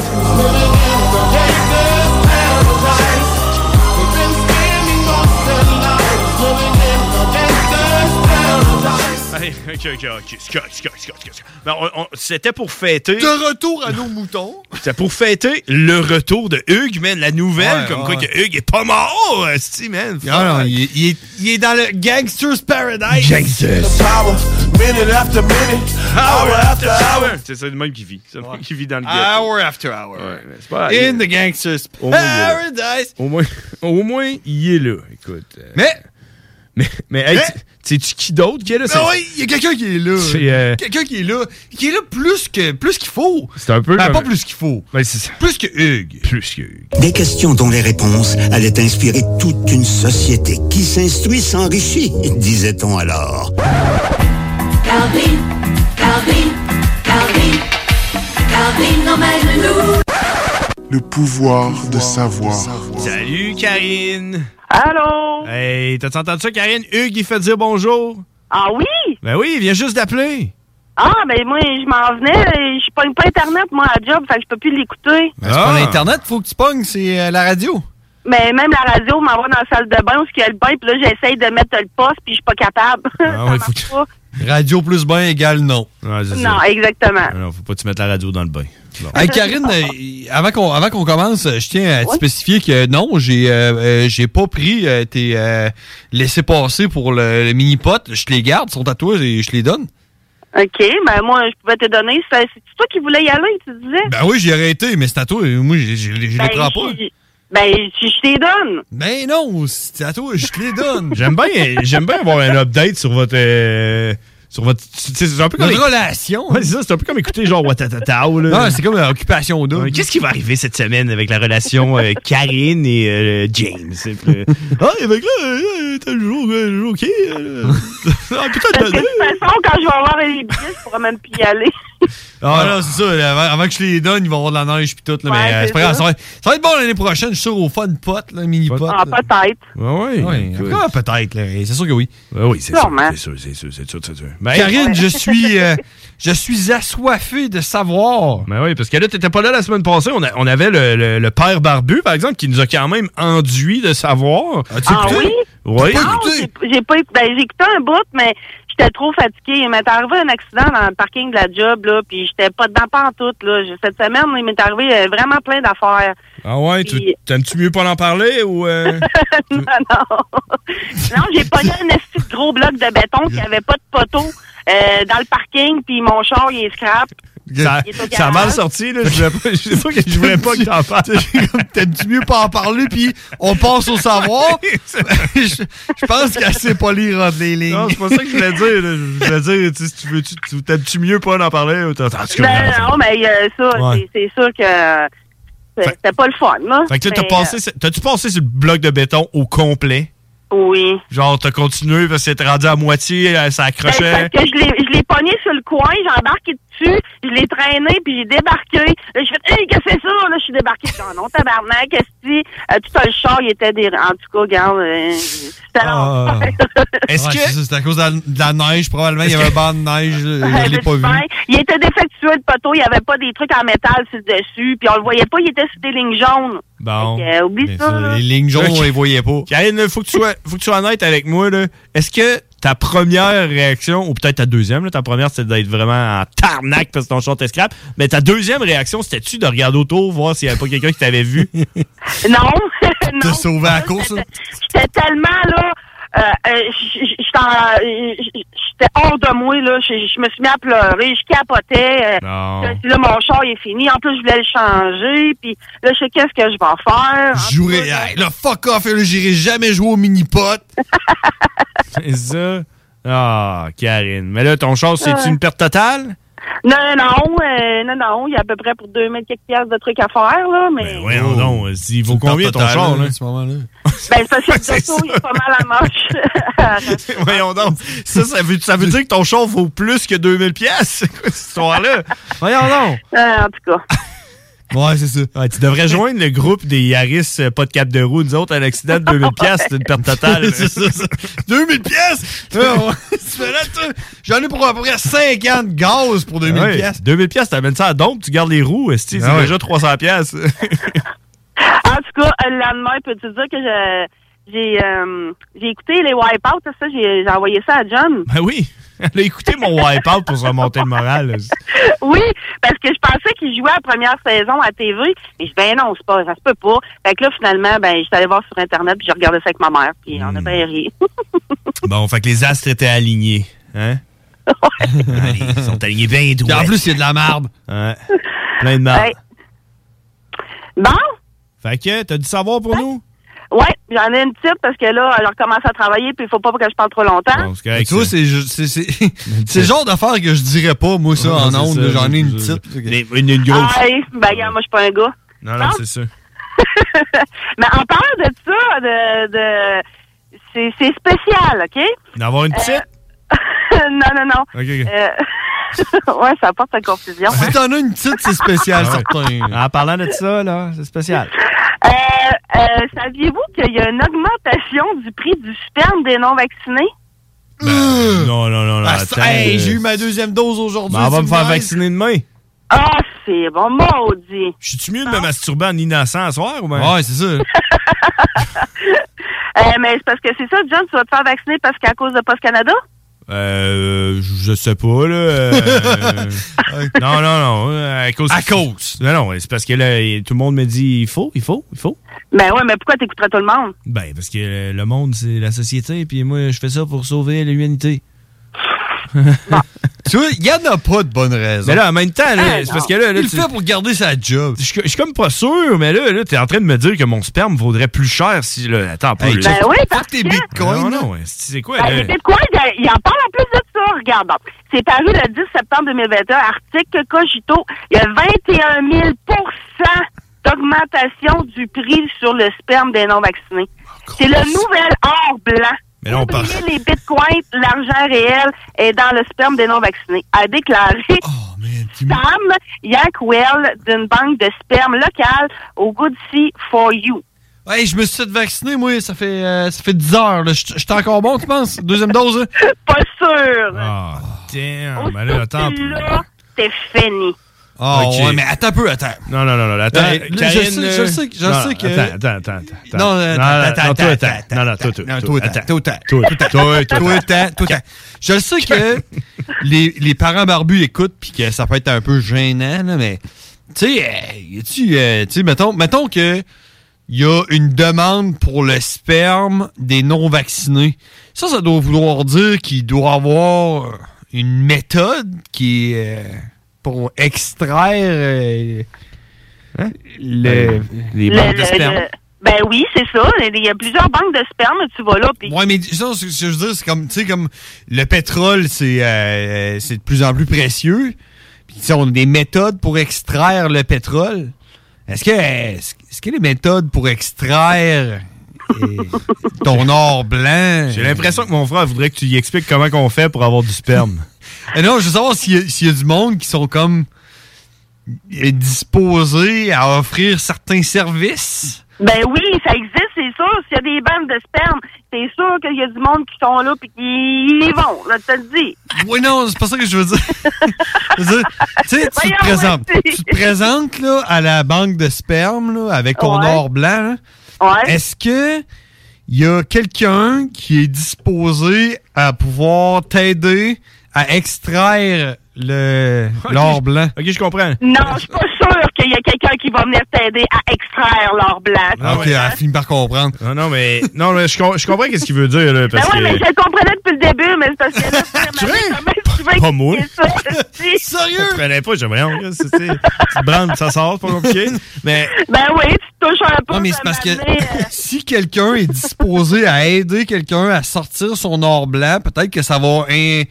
Speaker 4: Hey, ok, ok, ok. Scott, Scott, Scott, Scott. Ben, on- on- C'était pour fêter.
Speaker 6: De retour à nos moutons.
Speaker 4: C'était pour fêter le retour de Hugues, man. La nouvelle,
Speaker 6: Ouais,
Speaker 4: comme
Speaker 6: ouais.
Speaker 4: quoi que Hugues est pas mort, esti, man.
Speaker 6: Ah non, il, est- il est- il est dans le Gangster's Paradise.
Speaker 29: The power, minute after minute, hour after hour.
Speaker 4: C'est ça le même qui vit. C'est le même qui vit dans le ghetto.
Speaker 6: Hour after hour.
Speaker 4: Ouais, mais c'est pas-
Speaker 6: In the Gangster's
Speaker 4: Au moins, il est là.
Speaker 6: Paradise.
Speaker 4: Au moins, au moins, il est là. Écoute. euh,
Speaker 6: Mais.
Speaker 4: Mais, mais, hey, tu sais-tu qui d'autre qui est là?
Speaker 6: Ben
Speaker 4: C'est-
Speaker 6: oui, il y a quelqu'un qui est là.
Speaker 4: C'est, euh,
Speaker 6: Quelqu'un qui est là. Qui est là plus que plus qu'il faut.
Speaker 4: C'est un peu
Speaker 6: Ben,
Speaker 4: comme-
Speaker 6: pas plus qu'il faut. Plus que Hugues.
Speaker 4: Plus que Hugues.
Speaker 22: Des questions dont les réponses allaient inspirer toute une société qui s'instruit s'enrichit, disait-on alors.
Speaker 19: Calvin, Calvin, Calvin, Calvin emmène-nous.
Speaker 14: Le pouvoir de savoir.
Speaker 4: Salut, Karine.
Speaker 31: Allô?
Speaker 4: Hey, t'as entendu ça, Karine? Hugues, il fait dire bonjour.
Speaker 31: Ah oui?
Speaker 4: Ben oui, il vient juste d'appeler.
Speaker 31: Ah, ben moi, je m'en venais. euh, Je pogne pas Internet, moi, à job, fait que je peux plus l'écouter.
Speaker 6: Ben, c'est pas l'Internet, faut que tu pognes, c'est euh, la radio.
Speaker 31: Mais même la radio m'envoie dans la salle de bain où il y a le bain, puis là, j'essaye de mettre le poste, puis je suis pas capable.
Speaker 6: Ah
Speaker 31: Ça
Speaker 4: ouais,
Speaker 31: marche pas.
Speaker 6: Radio plus bain égale non.
Speaker 31: Non, exactement.
Speaker 4: Non, faut pas que tu mettes la radio dans le bain. Bon.
Speaker 6: Hey, Karine, euh, avant qu'on avant qu'on commence, euh, je tiens à te spécifier que non, j'ai euh, euh, j'ai pas pris euh, tes laissés passer pour le, le mini pot. Je te les garde, ils sont à toi et je te les donne.
Speaker 31: OK, ben moi, je pouvais te donner. C'est c'est toi qui voulais y aller, tu disais?
Speaker 6: Ben oui, j'y aurais été, mais c'est à toi. Moi, je, je- je
Speaker 31: Ben,
Speaker 6: les prends pas.
Speaker 31: je- Ben, je je te les donne.
Speaker 6: Ben non, c'est à toi, je te les donne.
Speaker 4: J'aime bien, j'aime bien avoir un update sur votre. euh, sur votre. tu sais, C'est un peu comme.
Speaker 6: Notre relation.
Speaker 4: Ouais, c'est ça, c'est un peu comme écouter genre Watatata.
Speaker 6: Non, c'est comme euh, Occupation d'eau.
Speaker 4: Qu'est-ce qui va arriver cette semaine avec la relation euh, Karine et euh, James? Euh, Ah, avec là, euh, t'as le jour, euh, le jour, ok. euh, Ah, putain,
Speaker 31: Parce que de toute façon, quand je vais avoir les billets, je pourrais même plus y aller.
Speaker 6: Ah non, c'est ça. là, Avant, avant que je les donne, ils vont avoir de la neige puis tout. Là,
Speaker 31: Ouais,
Speaker 6: mais euh,
Speaker 31: c'est
Speaker 6: c'est pas grave,
Speaker 31: ça.
Speaker 6: ça va, être- ça va être bon l'année prochaine, je suis sûr, au fun pot, là, mini pot.
Speaker 31: Ah, peut-être.
Speaker 4: Ouais,
Speaker 6: ouais.
Speaker 4: écoute.
Speaker 6: Ah, peut-être, là, c'est sûr que oui.
Speaker 4: Ah oui,
Speaker 31: c'est sûr, Sûrement. c'est
Speaker 4: sûr, c'est sûr, c'est sûr, c'est sûr.
Speaker 6: Karine, je suis, euh, je suis assoiffé de savoir.
Speaker 4: Ben oui, parce que là, t'étais pas là la semaine passée. On, a- on avait le, le- le père Barbu, par exemple, qui nous a quand même enduit de savoir.
Speaker 31: Ah oui?
Speaker 4: Oui.
Speaker 31: Non, j'ai- j'ai pas écouté. Ben, j'ai écouté un bout, mais j'étais trop fatiguée. Il m'est arrivé un accident dans le parking de la job, là, puis j'étais pas dedans pantoute, là. Je- Cette semaine, il m'est arrivé euh, vraiment plein d'affaires.
Speaker 4: Ah ouais, tu- t'aimes-tu mieux pas en parler ou. euh?
Speaker 31: non, non. non, j'ai pogné un esti de gros bloc de béton qui avait pas de poteau euh, dans le parking, puis mon char, il est scrap.
Speaker 4: Ça,
Speaker 31: Il est au
Speaker 4: ça a
Speaker 31: garage.
Speaker 4: mal sorti, là. Je voulais pas, je sais pas que je voulais pas que t'en parles.
Speaker 6: T'aimes-tu mieux pas en parler, puis on passe au savoir? je, je pense qu'elle sait pas lire entre les lignes.
Speaker 4: Non, c'est pas ça que je voulais dire. là. Je voulais dire, tu sais, si tu veux, tu- tu- t'aimes-tu mieux pas en parler ou t'as. en tout cas,
Speaker 31: Ben, non, mais euh, ça,
Speaker 4: Ouais.
Speaker 31: c'est c'est sûr que euh, c'est- c'était pas le fun, là.
Speaker 4: Fait que là, t'as
Speaker 31: Mais,
Speaker 4: passé,
Speaker 31: euh,
Speaker 4: ce- t'as-tu passé sur le bloc de béton au complet?
Speaker 31: Oui.
Speaker 4: Genre, t'as continué parce que t'es rendu à moitié, euh, ça
Speaker 31: Ben,
Speaker 4: accrochait.
Speaker 31: Parce que je l'ai- je l'ai pogné sur le coin, j'embarque là-dessus. Je l'ai traîné, puis j'ai débarqué. Là, j'ai fait, hey, qu'est-ce que c'est ça? Là, je suis débarqué. J'ai dit, Ah non, tabarnak, qu'est-ce que c'est? Euh, tout le char, il était des. En tout cas, regarde, euh, c'était
Speaker 6: Ah.
Speaker 31: l'enfer.
Speaker 6: Est-ce que. C'est à cause de la, de la neige, probablement. Il y avait un banc de neige. là, Je l'ai pas
Speaker 31: Ben,
Speaker 6: vu.
Speaker 31: il était défectueux, le poteau. Il n'y avait pas des trucs en métal sur le dessus. Puis on le voyait pas, il était sur des lignes jaunes.
Speaker 4: Bon.
Speaker 31: Fait que, euh,
Speaker 6: ben
Speaker 31: oublie ça, là.
Speaker 6: lignes
Speaker 4: jaunes,
Speaker 6: on les voyait pas.
Speaker 4: Karine, faut que tu sois, faut que tu sois honnête avec moi. là. Est-ce que ta première réaction, ou peut-être ta deuxième, là, ta première, c'était d'être vraiment en tarnac parce que ton short est scrap, mais ta deuxième réaction, c'était-tu de regarder autour, voir s'il n'y avait pas quelqu'un qui t'avait vu?
Speaker 31: Non.
Speaker 6: T'as sauvé à la course, là?
Speaker 31: J'étais tellement là. euh, euh, j- j- j'étais en- euh, j- J'étais hors de moi, là. Je je me suis mis à pleurer, je capotais. euh,
Speaker 6: Non.
Speaker 31: je- Là, mon char, il est fini. En plus, je voulais le changer. Puis là, je sais qu'est-ce que je vais faire.
Speaker 6: Je jouerai. Hey, là, fuck off, là, j'irai jamais jouer au mini-pot.
Speaker 4: C'est ça? Ah, Karine. Mais là, ton char, c'est-tu
Speaker 31: Ouais.
Speaker 4: une perte totale?
Speaker 31: Non, non, euh, non, non. Il y a à peu près pour 2000 quelques piastres de trucs à faire, là. Mais,
Speaker 4: Oui, non, non. euh, Il vaut combien ton
Speaker 6: totale,
Speaker 4: char,
Speaker 6: là,
Speaker 4: là?
Speaker 6: à ce moment-là?
Speaker 31: ben, parce que le gâteau, il est pas mal à manche.
Speaker 4: Voyons donc. Ça, ça veut, ça veut dire que ton char vaut plus que 2000 pièces cette histoire-là. Voyons donc.
Speaker 31: Euh, en tout cas.
Speaker 6: Ouais, c'est ça.
Speaker 4: tu devrais joindre le groupe des Yaris euh, pas de cap de roue. Nous autres, à l'accident de 2000 pièces, c'est une perte totale.
Speaker 6: C'est ça, ça. 2000 pièces! Ah, ouais, tu fais là, toi, J'en ai pour à peu près 50 de gaz pour 2000
Speaker 4: Ouais,
Speaker 6: pièces.
Speaker 4: 2000 pièces, t'amènes ça à Dompe, tu gardes les roues, esti, c'est
Speaker 6: Ah ouais.
Speaker 4: déjà 300 pièces.
Speaker 31: En tout cas, le lendemain, peux-tu dire que je- j'ai euh, j'ai écouté les Wipeouts, c'est ça, j'ai j'ai envoyé ça à John.
Speaker 4: ben oui. Elle a écouté mon wipeout pour se remonter le moral. là.
Speaker 31: Oui, parce que je pensais qu'il jouait la première saison à TV, mais je dis, ben non, c'est pas, ça se peut pas. Fait que là, finalement, ben, j'étais allée voir sur Internet, puis j'ai regardé ça avec ma mère, puis on a
Speaker 4: Hmm.
Speaker 31: bien ri.
Speaker 4: Bon, fait que les astres étaient alignés. Hein? Ouais, ils sont alignés bien droit.
Speaker 6: en plus, il y a de la marde.
Speaker 4: Ouais. Plein de marde.
Speaker 31: Ouais. Bon?
Speaker 4: Fait que, t'as du savoir pour nous?
Speaker 31: Ouais, j'en ai une petite parce que là, j'ai recommencé à travailler, puis il faut pas que je parle trop longtemps.
Speaker 6: Mais Tu vois, c'est ju- c'est- c'est- c'est le genre d'affaire que je dirais pas, moi, ça,
Speaker 4: Ouais,
Speaker 6: en
Speaker 4: c'est
Speaker 6: ondes.
Speaker 4: ça,
Speaker 6: là, J'en ai une
Speaker 4: c'est ça.
Speaker 6: petite.
Speaker 4: Une, une grosse.
Speaker 31: Ah, hey, ben, regarde, moi, je suis pas un gars.
Speaker 4: Non, non, c'est sûr.
Speaker 31: Mais en parlant de ça, de, de c'est c'est spécial, OK? Euh,
Speaker 4: D'en avoir une petite?
Speaker 31: non, non, non.
Speaker 4: Ok, ok. Ah,
Speaker 31: Euh, ouais, ça apporte la confusion.
Speaker 6: Si t'en as une petite, c'est spécial, certain.
Speaker 4: En parlant de ça, là, c'est spécial.
Speaker 31: Euh, euh, Saviez-vous qu'il y a une augmentation du prix du sperme des non-vaccinés?
Speaker 4: Ben, non, non, non, non.
Speaker 6: Ah, ça-
Speaker 4: attends,
Speaker 6: hey,
Speaker 4: euh,
Speaker 6: j'ai eu ma deuxième dose aujourd'hui.
Speaker 4: ben, on va
Speaker 6: tu
Speaker 4: me faire
Speaker 6: niaises?
Speaker 4: vacciner demain.
Speaker 31: Ah, c'est bon, maudit.
Speaker 4: Je suis mieux de me masturber en innocent à soir ou même?
Speaker 6: Ouais, c'est ça.
Speaker 31: Euh, mais c'est parce que c'est ça, John, tu vas te faire vacciner parce qu'à cause de Post-Canada?
Speaker 4: Euh, je sais pas, là. euh, non, non, non. euh, À cause. À
Speaker 6: cause.
Speaker 4: Non, non, c'est parce que là, il- tout le monde me dit il faut, il faut, il faut.
Speaker 31: Ben ouais, mais pourquoi t'écouterais tout le monde?
Speaker 4: Ben, parce que euh, le monde, c'est la société, puis moi, je fais ça pour sauver l'humanité.
Speaker 6: Tu vois, il n'y en a pas de bonne raison.
Speaker 4: Mais là, en même temps, là,
Speaker 6: Ah,
Speaker 4: c'est
Speaker 6: non.
Speaker 4: parce que là. là,
Speaker 6: Il le
Speaker 4: tu-
Speaker 6: fait pour garder sa job.
Speaker 4: Je, suis- je suis comme pas sûr, mais là, là t'es en train de me dire que mon sperme vaudrait plus cher si. Là, attends, pas.
Speaker 6: Hey,
Speaker 4: là.
Speaker 31: Ben oui, parce que...
Speaker 4: Non, non, esti, c'est quoi, euh?
Speaker 31: Ben,
Speaker 4: là?
Speaker 31: les Bitcoins, ben, il en parle en plus de ça. Regarde, bon. c'est paru le 10 septembre 2021, article Cogito. Il y a 21 000 d'augmentation du prix sur le sperme des non-vaccinés. C'est le nouvel or blanc.
Speaker 4: Mais là, on parle.
Speaker 31: Oubliez les bitcoins, l'argent réel est dans le sperme des non-vaccinés, a déclaré Sam Yankwell d'une banque de sperme locale au Goodsey for You.
Speaker 6: Hey, je me suis fait vacciner, moi, ça fait, euh, ça fait 10 heures. là. Je je suis encore bon, tu penses? Deuxième dose? hein? là?
Speaker 31: Pas sûr!
Speaker 4: Ah, damn. Ben là, attends.
Speaker 31: Là, c'est fini.
Speaker 6: Ah,
Speaker 4: Ok.
Speaker 6: ouais, mais attends un peu, attends.
Speaker 4: Non, non, non, non, attends.
Speaker 6: Ben, là, je
Speaker 4: Karine,
Speaker 6: sais-
Speaker 4: euh,
Speaker 6: je sais que- je
Speaker 4: non,
Speaker 6: sais que-
Speaker 4: Attends, attends, attends. attends.
Speaker 6: Non, euh, attends,
Speaker 4: non, toi,
Speaker 6: attends,
Speaker 4: attends. Non, non, toi, toi.
Speaker 6: Non,
Speaker 4: toi,
Speaker 6: attends,
Speaker 4: attends.
Speaker 6: Toi, attends.
Speaker 4: Toi, toi,
Speaker 6: Toi,
Speaker 4: attends.
Speaker 6: attends, toi, attends. Je le sais que les, les parents barbus écoutent puis que ça peut être un peu gênant, là, mais tu sais, euh, tu euh, tu sais, mettons, mettons que il y a une demande pour le sperme des non-vaccinés. Ça, ça doit vouloir dire qu'il doit avoir une méthode qui est euh, pour extraire euh, le,
Speaker 4: les
Speaker 31: Le- Hein? Ben, le- le- ben oui, c'est ça. Il y a plusieurs banques de sperme, tu vas là. puis-
Speaker 6: Ouais, mais ça, ce que je veux dire, c'est comme, tu sais, comme le pétrole, c'est euh, c'est de plus en plus précieux. Puis, tu sais, on a des méthodes pour extraire le pétrole. Est-ce que, est-ce est-ce que les méthodes pour extraire euh, ton or blanc.
Speaker 4: J'ai l'impression que mon frère voudrait que tu lui expliques comment qu'on fait pour avoir du sperme.
Speaker 6: Et Euh, non, je veux savoir s'il y, a- s'il y a du monde qui sont comme euh, disposés à offrir certains services.
Speaker 31: Ben oui, ça existe, c'est sûr. S'il y a des bandes de sperme, c'est sûr qu'il y a du monde qui sont là puis qui les vont, là, tu te le dis.
Speaker 6: Oui, non, c'est pas ça que je veux dire. Je veux dire, tu sais, tu te
Speaker 31: Voyons,
Speaker 6: présentes.
Speaker 31: vas-y.
Speaker 6: Tu te présentes là, à la banque de sperme là, avec ton
Speaker 31: Ouais.
Speaker 6: or blanc. là. Est-ce que il y a quelqu'un qui est disposé à pouvoir t'aider à extraire le l'or blanc? Ok, je comprends.
Speaker 31: Non, je suis pas sûre qu'il y a quelqu'un qui va venir t'aider à extraire l'or blanc.
Speaker 4: Ah, ok, elle
Speaker 6: finit par comprendre.
Speaker 4: Non, non, mais, non, mais je, com- je comprends qu'est-ce qu'il veut dire, là,
Speaker 31: Ben
Speaker 4: parce
Speaker 31: ouais, mais
Speaker 4: que...
Speaker 31: je le comprenais depuis le début, mais c'est parce que là, tu sais, maman, comment tu veux
Speaker 4: Pas moi.
Speaker 31: expliquer ça, si?
Speaker 4: Je comprenais pas, j'ai rien. Tu te branles, ça sort, c'est pas compliqué. Mais...
Speaker 31: Ben oui, tu touches un peu.
Speaker 6: Non, mais c'est parce que si quelqu'un est disposé à aider quelqu'un à sortir son or blanc, peut-être que ça va hein,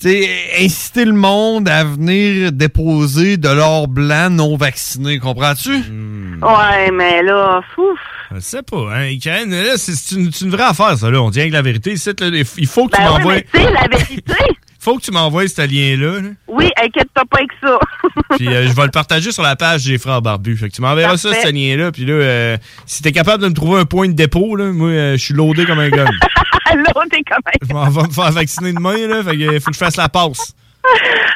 Speaker 6: tu sais, inciter le monde à venir déposer de l'or blanc non vacciné, comprends-tu?
Speaker 31: Mmh. Ouais, mais là, fou.
Speaker 4: Je sais pas, hein, Karen, là, c'est c'est une, c'est une vraie affaire, ça, là. On dit avec la vérité. C'est, là, il faut que tu
Speaker 31: Ben
Speaker 4: m'envoies...
Speaker 31: oui, mais tu sais, la vérité.
Speaker 4: faut que tu m'envoies ce lien-là, là.
Speaker 31: Oui, inquiète-toi pas avec ça.
Speaker 4: Puis euh, je vais le partager sur la page des frères barbus. Fait que tu m'enverras ça,
Speaker 31: Parfait.
Speaker 4: ce lien-là. Puis là, euh, si t'es capable de me trouver un point de dépôt, là, moi, euh, je suis loadé comme un gun.
Speaker 31: loadé comme un
Speaker 4: Je m'en vais me faire vacciner demain, là. Fait que euh, faut que je fasse la passe.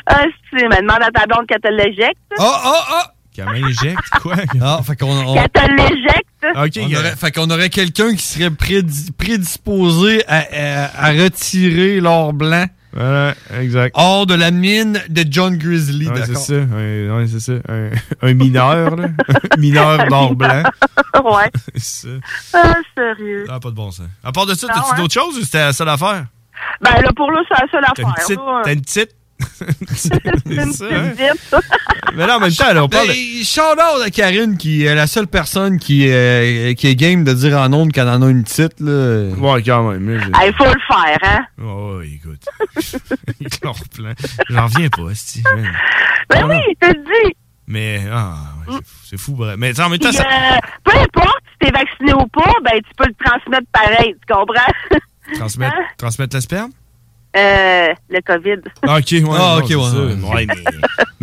Speaker 31: Ah, si, mais demande à ta blonde qu'elle te l'éjecte.
Speaker 4: Ah,
Speaker 6: Oh, oh, oh!
Speaker 4: Qu'elle m'injecte, quoi?
Speaker 6: Ah, fait qu'on... on-
Speaker 31: Qu'elle te l'éjecte.
Speaker 6: On
Speaker 4: euh,
Speaker 6: aurait, fait qu'on aurait quelqu'un qui serait prédi- prédisposé à, à- à retirer l'or blanc.
Speaker 4: exact.
Speaker 6: Hors de la mine de John Grizzly,
Speaker 4: Ouais, c'est
Speaker 6: d'accord.
Speaker 4: ça. Ouais, ouais, c'est ça. Un, un mineur, là. mineur d'or blanc.
Speaker 31: ouais.
Speaker 4: C'est ça.
Speaker 31: Ah, sérieux.
Speaker 4: Ça n'a pas de bon sens. À part de ça,
Speaker 31: Non,
Speaker 4: t'as-tu
Speaker 31: hein?
Speaker 4: d'autres choses ou c'était la seule affaire?
Speaker 31: Ben là, pour là, c'est la seule
Speaker 4: T'as une
Speaker 31: affaire.
Speaker 4: petite.
Speaker 31: là.
Speaker 4: T'as une petite.
Speaker 31: Une
Speaker 4: ça,
Speaker 31: petite
Speaker 4: hein?
Speaker 31: vite.
Speaker 4: Mais là, en même temps, là, on parle.
Speaker 6: Ben, shout-out à Karine, qui est la seule personne qui, euh, qui est game de dire en ondes qu'elle en a une petite. Là.
Speaker 4: Ouais, quand même.
Speaker 31: Ah, Il faut le faire, hein?
Speaker 4: Oh, oui, écoute. Leur plan. J'en reviens pas, Sti.
Speaker 31: Ben oui, je te le dis.
Speaker 4: Mais, ah, ouais, c'est fou, c'est fou, bref. Mais en même temps,
Speaker 31: Mm. Puis,
Speaker 4: ça.
Speaker 31: euh, peu importe si t'es vacciné ou pas, ben tu peux le transmettre pareil, tu comprends? hein?
Speaker 4: Transmettre, transmettre le sperme?
Speaker 31: Euh, le COVID.
Speaker 4: Ah, ok, ouais.
Speaker 6: Ah,
Speaker 4: non,
Speaker 6: ok,
Speaker 4: c'est
Speaker 6: ouais,
Speaker 4: ça.
Speaker 6: ouais.
Speaker 4: Ouais, mais,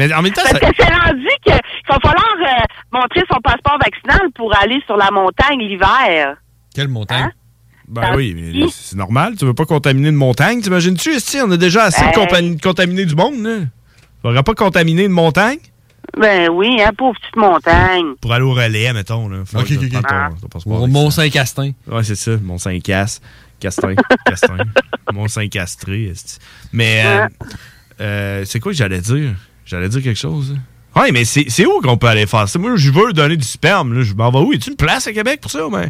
Speaker 4: mais en même temps,
Speaker 31: Parce
Speaker 4: ça.
Speaker 31: que c'est rendu que- qu'il va falloir euh, montrer son passeport vaccinal pour aller sur la montagne l'hiver.
Speaker 6: Quelle montagne?
Speaker 4: Ben oui, mais là, c'est normal. Tu veux pas contaminer une montagne, t'imagines-tu, Sti? On a déjà assez de
Speaker 31: Ben.
Speaker 4: compagnie- de contaminer du monde, là. Faudrait pas contaminer une montagne
Speaker 31: Ben oui, hein, pauvre petite montagne.
Speaker 4: pour aller au relais, mettons, là. Faut
Speaker 6: Ok,
Speaker 4: que
Speaker 6: ok,
Speaker 4: tu
Speaker 6: ok.
Speaker 4: prennes ton- ton passeport
Speaker 6: Au Mont Saint-Castin.
Speaker 4: Ouais, c'est ça, mon saint casse Castin, Castin, mon saint castré. esti. Mais euh, euh, c'est quoi que j'allais dire? J'allais dire quelque chose. là. Ouais, mais c'est c'est où qu'on peut aller faire ça? Moi, je veux donner du sperme. Là. Je m'en vais où? Y a une place à Québec pour ça? Mais...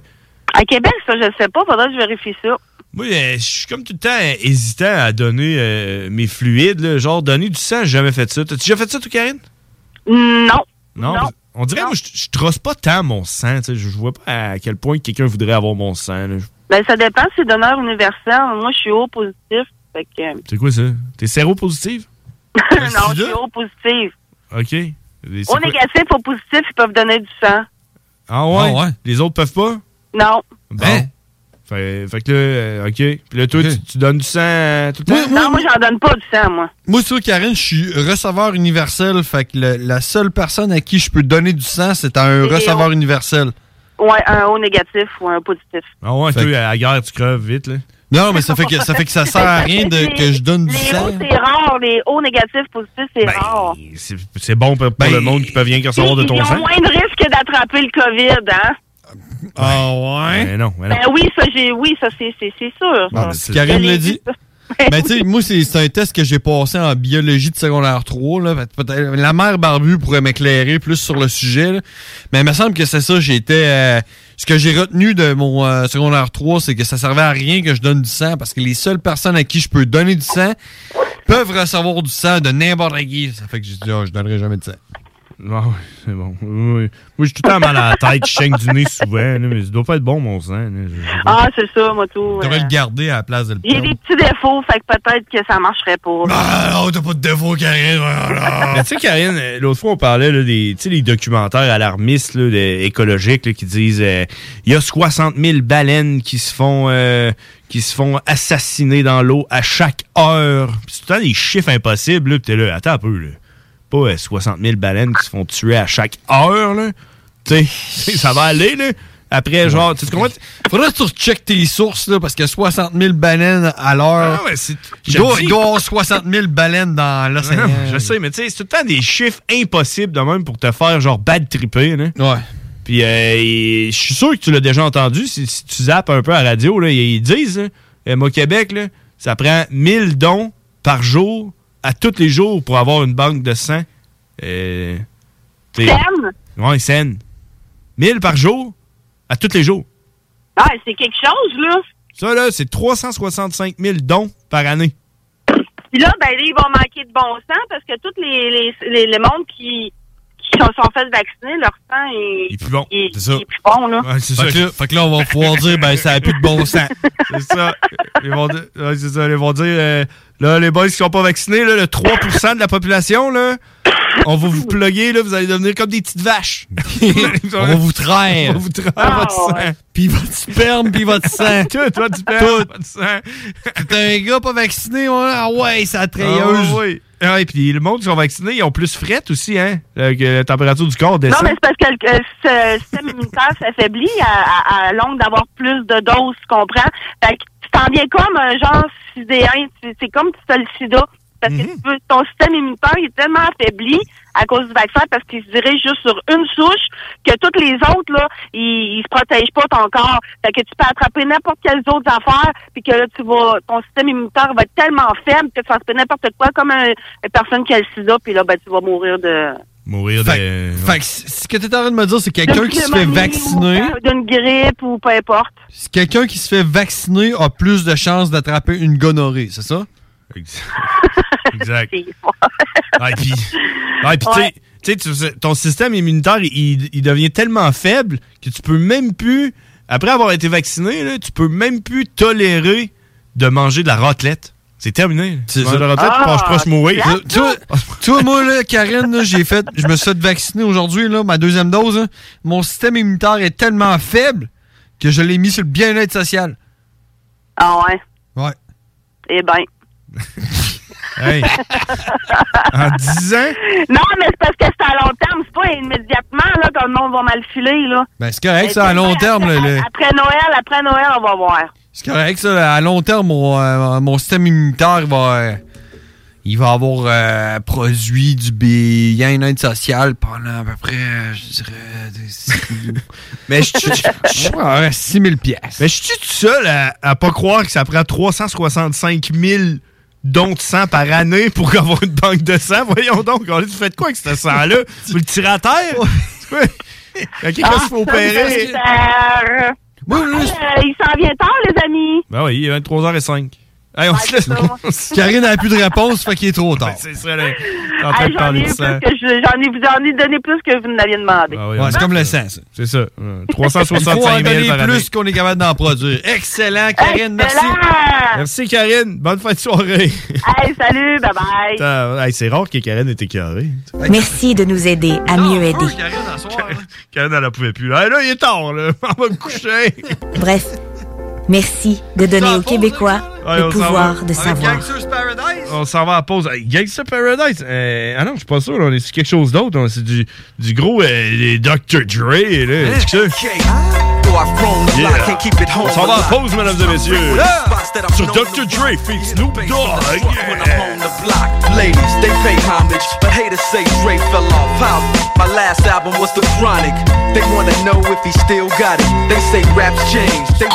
Speaker 31: À Québec, ça, je sais pas, faudrait que je vérifie ça.
Speaker 4: Moi, euh, je suis comme tout le temps euh, hésitant à donner euh, mes fluides. là. Genre, donner du sang, j'ai jamais fait ça. T'as-tu déjà fait ça, toi, Karine?
Speaker 31: Non.
Speaker 4: Non. On dirait que je je trosse pas tant mon sang. tu sais. Je je vois pas à quel point quelqu'un voudrait avoir mon sang. là.
Speaker 31: Ben ça dépend, c'est donneur universel. Moi, je suis O positif. Fait que,
Speaker 6: Ben,
Speaker 31: euh,
Speaker 4: C'est quoi ça? T'es séropositive?
Speaker 31: non, je suis O positif.
Speaker 4: OK. Et c'est
Speaker 31: Au
Speaker 4: quoi-
Speaker 31: négatif, au positif, ils peuvent donner du sang.
Speaker 4: Ah ouais? Les autres peuvent pas?
Speaker 31: Non.
Speaker 4: Bon. Fait, fait que là, euh, OK. Puis là, toi, tu, tu donnes du sang euh, tout le temps?
Speaker 31: non, moi, j'en donne pas du sang, moi.
Speaker 6: Moi, sur Karine, je suis receveur universel. Fait que le- la seule personne à qui je peux donner du sang, c'est à un
Speaker 31: Et
Speaker 6: receveur
Speaker 31: on-
Speaker 6: universel.
Speaker 31: Ouais, un O négatif ou un positif.
Speaker 4: Ah ouais,
Speaker 6: Fait
Speaker 4: toi, à la guerre, tu creves vite, là.
Speaker 6: Non, mais ça fait que ça, fait que ça sert à rien de- que je donne du
Speaker 31: Les
Speaker 6: sang. Ben,
Speaker 31: O, c'est rare. Les O négatifs, positifs, c'est rare.
Speaker 4: Ben, C'est- C'est bon pour, pour le monde qui peut venir recevoir de
Speaker 31: Ils
Speaker 4: ton
Speaker 31: ont
Speaker 4: sang.
Speaker 31: moins de risques d'attraper le COVID, hein?
Speaker 6: Ah ouais?
Speaker 4: Mais non, mais non.
Speaker 31: Ben oui, ça, j'ai, oui, ça, c'est, c'est, c'est sûr.
Speaker 6: Bon,
Speaker 31: ça.
Speaker 6: ben, si Karine
Speaker 31: Je
Speaker 6: le
Speaker 31: l'ai
Speaker 6: dit. Ben, tu sais, moi, c'est c'est un test que j'ai passé en biologie de secondaire 3. Là. Fait que peut-être- la mère barbu pourrait m'éclairer plus sur le sujet. là. Mais il me semble que c'est ça. J'étais. euh, ce que j'ai retenu de mon euh, secondaire 3, c'est que ça servait à rien que je donne du sang parce que les seules personnes à qui je peux donner du sang peuvent recevoir du sang de n'importe qui. Ça fait que j'ai dit, Ah, je donnerai jamais de sang.
Speaker 4: Ah oui, c'est bon. Oui. Moi, j'ai tout le temps mal à la tête, je shake du nez souvent, là, mais ça doit pas être bon, mon sang. là. Je- je-
Speaker 31: Ah, c'est ça, moi, tout.
Speaker 4: Je
Speaker 31: euh,
Speaker 4: devrais le garder à la place de le
Speaker 31: J'ai
Speaker 4: perdre.
Speaker 31: des petits défauts, fait que peut-être que ça marcherait pas.
Speaker 4: Ben, non, t'as pas de défaut, Karine. Mais tu sais, Karine, euh, l'autre fois, on parlait là, des tu sais, les documentaires alarmistes là, de- écologiques là, qui disent euh, il y a 60 000 baleines qui se font euh, qui se font assassiner dans l'eau à chaque heure. Puis C'est tout le temps des chiffres impossibles. Là, puis t'es là, attends un peu. Là. Pas euh, 60 000 baleines qui se font tuer à chaque heure. Là. Tu sais, ça va aller. Là. Après, genre, tu sais comment...
Speaker 6: Faudrait que tu recheckes tes sources, là, parce que 60 000 baleines à l'heure.
Speaker 4: Ah ouais, c'est-
Speaker 6: Il
Speaker 4: je
Speaker 6: doit,
Speaker 4: te dis.
Speaker 6: il doit y avoir 60 000 baleines dans l'océan.
Speaker 4: Je sais, mais tu sais, c'est tout le temps des chiffres impossibles de même pour te faire genre bad tripper, là.
Speaker 6: Ouais.
Speaker 4: Puis euh, et je suis sûr que tu l'as déjà entendu, si, si tu zappes un peu à la radio, là, ils disent, là, euh, moi, Québec, là, ça prend 1000 dons par jour, à tous les jours, pour avoir une banque de sang. Euh, t'es-
Speaker 31: Saine?
Speaker 4: Ouais, saine. 1000 par jour, à tous les jours.
Speaker 31: Ah, c'est quelque chose, là.
Speaker 4: Ça, là, c'est 365 000 dons par année.
Speaker 31: Puis là, ben, là, ils vont manquer de bon sang parce que tous les, les, les, les mondes qui, qui sont, sont fait vacciner, leur sang est,
Speaker 4: Puis bon,
Speaker 31: est-
Speaker 4: c'est ça.
Speaker 31: est plus bon, là.
Speaker 4: c'est
Speaker 6: Fait
Speaker 4: ça.
Speaker 6: que là- fait que là, on va pouvoir dire, ben, ça a plus de bon sens.
Speaker 4: C'est ça. Ils vont dire, ouais, c'est ça, ils vont dire, euh, là, les boys qui sont pas vaccinés, là, le 3% de la population, là, on va vous plugger, là, vous allez devenir comme des petites vaches.
Speaker 6: On va vous traire.
Speaker 4: On va vous traire
Speaker 6: Ah,
Speaker 4: votre
Speaker 6: ouais.
Speaker 4: sang.
Speaker 6: Puis votre sperme, puis votre sang.
Speaker 4: Tout, votre sperme,
Speaker 6: Tout.
Speaker 4: votre sang.
Speaker 6: T'es un gars pas vacciné, on- ah ouais, ça trailleuse.
Speaker 4: Ah, ouais. Ah, et puis le monde qui sont vaccinés, ils ont plus frette aussi, hein, là, que la température du corps
Speaker 31: Non,
Speaker 4: descend.
Speaker 31: mais c'est parce que le euh, ce- le système immunitaire s'affaiblit à, à, à longue d'avoir plus de doses, tu comprends? Fait que tu t'en viens comme un genre sidéen, tu- c'est comme tu as le sida. Parce que tu peux- ton système immunitaire il est tellement affaibli à cause du vaccin parce qu'il se dirige juste sur une souche que toutes les autres, là, ils, ils se protègent pas ton corps. Fait que tu peux attraper n'importe quelles autres affaires puis que là, tu vas, ton système immunitaire va être tellement faible que tu vas attraper n'importe quoi comme un- une personne qui a le sida puis là, ben, tu vas mourir de...
Speaker 4: Mourir
Speaker 6: de. Fait que c- ce que t'es en train de me dire, c'est quelqu'un
Speaker 31: D'une
Speaker 6: qui se fait
Speaker 31: pneumonie
Speaker 6: vacciner.
Speaker 31: ou D'une grippe ou peu importe.
Speaker 6: c'est Quelqu'un qui se fait vacciner a plus de chances d'attraper une gonorrhée, c'est ça?
Speaker 4: Exact. Ah, et puis, ah, et puis, tu sais- tu sais, tu- ton système immunitaire, il, il devient tellement faible que tu peux même plus, après avoir été vacciné, là, tu peux même plus tolérer de manger de la raclette. C'est terminé. Tu manges de la raclette,
Speaker 6: Ah,
Speaker 4: tu penses, je proche mourir.
Speaker 6: Tu- Tu vois- tu vois, moi, là, Karine, là, j'ai fait, je me suis fait vacciner aujourd'hui, là, ma deuxième dose. hein. Mon système immunitaire est tellement faible que je l'ai mis sur le bien-être social.
Speaker 31: Ah ouais.
Speaker 6: Ouais.
Speaker 31: Eh ben.
Speaker 4: Hey. en 10 ans?
Speaker 31: Non, mais c'est parce que c'est à long terme, c'est pas immédiatement là, que le monde va mal filer. Là.
Speaker 6: Ben, c'est correct, ça, à long terme, là, le-
Speaker 31: Après Noël, après Noël, on va voir.
Speaker 6: C'est correct, ça. À long terme, mon, euh, mon système immunitaire il va. euh, il va avoir euh, produit du bien-être social pendant à peu près, euh, je dirais.
Speaker 4: Mais je suis.
Speaker 6: 6000 pièces.
Speaker 4: Mais je suis tout seul à, à pas croire que ça prend 365 000 dons de sang par année pour avoir une banque de sang. Voyons donc, on dit, tu fais de quoi avec ce sang-là? Vous le tirez à terre? C'est quoi? Ok, qu'est-ce qu'il faut
Speaker 31: Ah,
Speaker 4: opérer?
Speaker 31: Euh, euh, il s'en vient tard, les amis.
Speaker 4: Ben oui, il est 23h05. Hey, on se laisse.
Speaker 6: Karine n'a plus de réponse, fait qu'il est trop tard.
Speaker 4: C'est ça, là. T'es en train
Speaker 31: Ah, j'en
Speaker 4: de
Speaker 31: ai,
Speaker 4: parler de
Speaker 31: plus
Speaker 4: sang.
Speaker 31: que je- j'en ai, vous en ai donné plus que vous ne l'aviez demandé.
Speaker 4: Ah oui, on-
Speaker 6: c'est comme le sang,
Speaker 4: C'est ça. euh,
Speaker 6: Il faut en
Speaker 4: 365
Speaker 6: donner
Speaker 4: 000 par année.
Speaker 6: plus qu'on est capable d'en produire. Excellent, Karine.
Speaker 4: Merci, Karine. Bonne fin de soirée.
Speaker 31: Ah, Hey, salut, bye bye.
Speaker 4: Putain, hey, c'est rare que Karen était carrée.
Speaker 32: Merci de nous aider à mieux aider.
Speaker 4: Karen, elle en pouvait plus. Hey, là, il est tard, là. On va me coucher.
Speaker 32: Bref, merci de donner aux Québécois
Speaker 4: Ouais,
Speaker 32: le
Speaker 4: on s'en
Speaker 32: pouvoir
Speaker 4: va.
Speaker 32: de
Speaker 4: On est
Speaker 32: savoir.
Speaker 6: Gangster's Paradise.
Speaker 4: On s'en va à la pause. Hey, Gangsta Paradise. euh, ah non, je suis pas sûr. là, on est sur quelque chose d'autre. on- C'est du, du gros euh, les Dr. Dre. Là. C'est ça. Yeah. On s'en va à la pause, mesdames et messieurs. Sur Dr. Dre, feat Snoop Dogg.
Speaker 25: Ladies, they pay homage, but haters say Dre fell off. How? My last album was The Chronic. They wanna know if he still got it. They say raps changed. They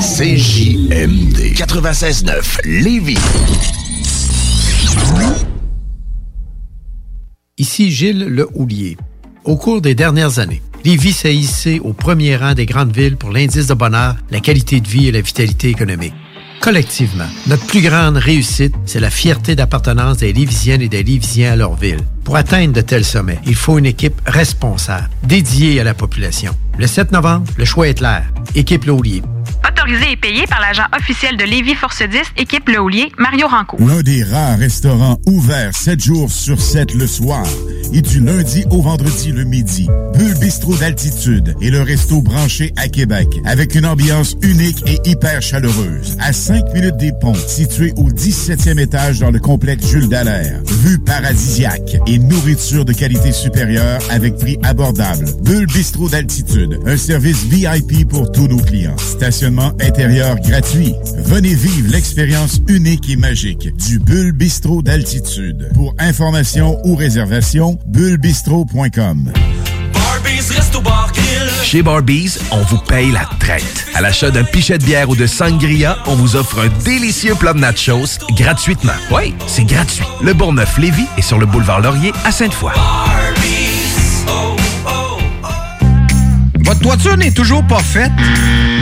Speaker 33: CJMD 96.9 Lévis.
Speaker 15: Ici Gilles Le Houlier. Au cours des dernières années, Lévis s'est hissé au premier rang des grandes villes pour l'indice de bonheur, la qualité de vie et la vitalité économique. Collectivement, notre plus grande réussite, c'est la fierté d'appartenance des Lévisiennes et des Lévisiens à leur ville. Pour atteindre de tels sommets, il faut une équipe responsable, dédiée à la population. Le 7 novembre, le choix est clair. Équipe Laulier.
Speaker 2: Autorisé et payé par l'agent officiel de Lévis Force 10, équipe Le Houlier, Mario Ranco.
Speaker 20: L'un des rares restaurants ouverts 7 jours sur 7 le soir et du lundi au vendredi le midi. Bulle Bistrot d'altitude et le resto branché à Québec avec une ambiance unique et hyper chaleureuse. À 5 minutes des ponts, situé au 17e étage dans le complexe Jules Dallaire. Vue paradisiaque et nourriture de qualité supérieure avec prix abordable. Bulle Bistrot d'altitude, un service VIP pour tous nos clients. Stationnement intérieur gratuit. Venez vivre l'expérience unique et magique du Bulle Bistrot d'altitude. Pour information ou réservation, bullebistrot.com.
Speaker 17: Chez Barbies, on vous paye la traite. À l'achat d'un pichet de bière ou de sangria, on vous offre un délicieux plat de nachos gratuitement. Oui, c'est gratuit. Le Bourgneuf-Lévis est sur le boulevard Laurier à Sainte-Foy.
Speaker 32: Oh,
Speaker 34: Votre toiture n'est toujours pas faite?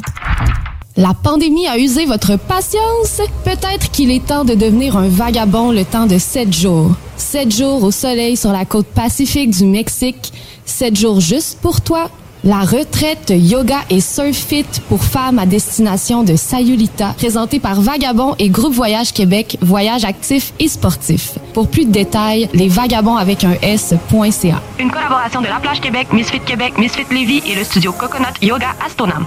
Speaker 1: La pandémie a usé votre patience. Peut-être qu'il est temps de devenir un vagabond le temps de 7 jours. 7 jours au soleil sur la côte pacifique du Mexique. 7 jours juste pour toi. La retraite yoga et surf fit pour femmes à destination de Sayulita, présentée par Vagabond et Groupe Voyage Québec, voyage actif et sportif. Pour plus de détails, lesvagabonds avec un S.ca.
Speaker 2: Une collaboration de La Plage Québec, Misfit Québec, Misfit Lévis et le studio Coconut Yoga Astonam.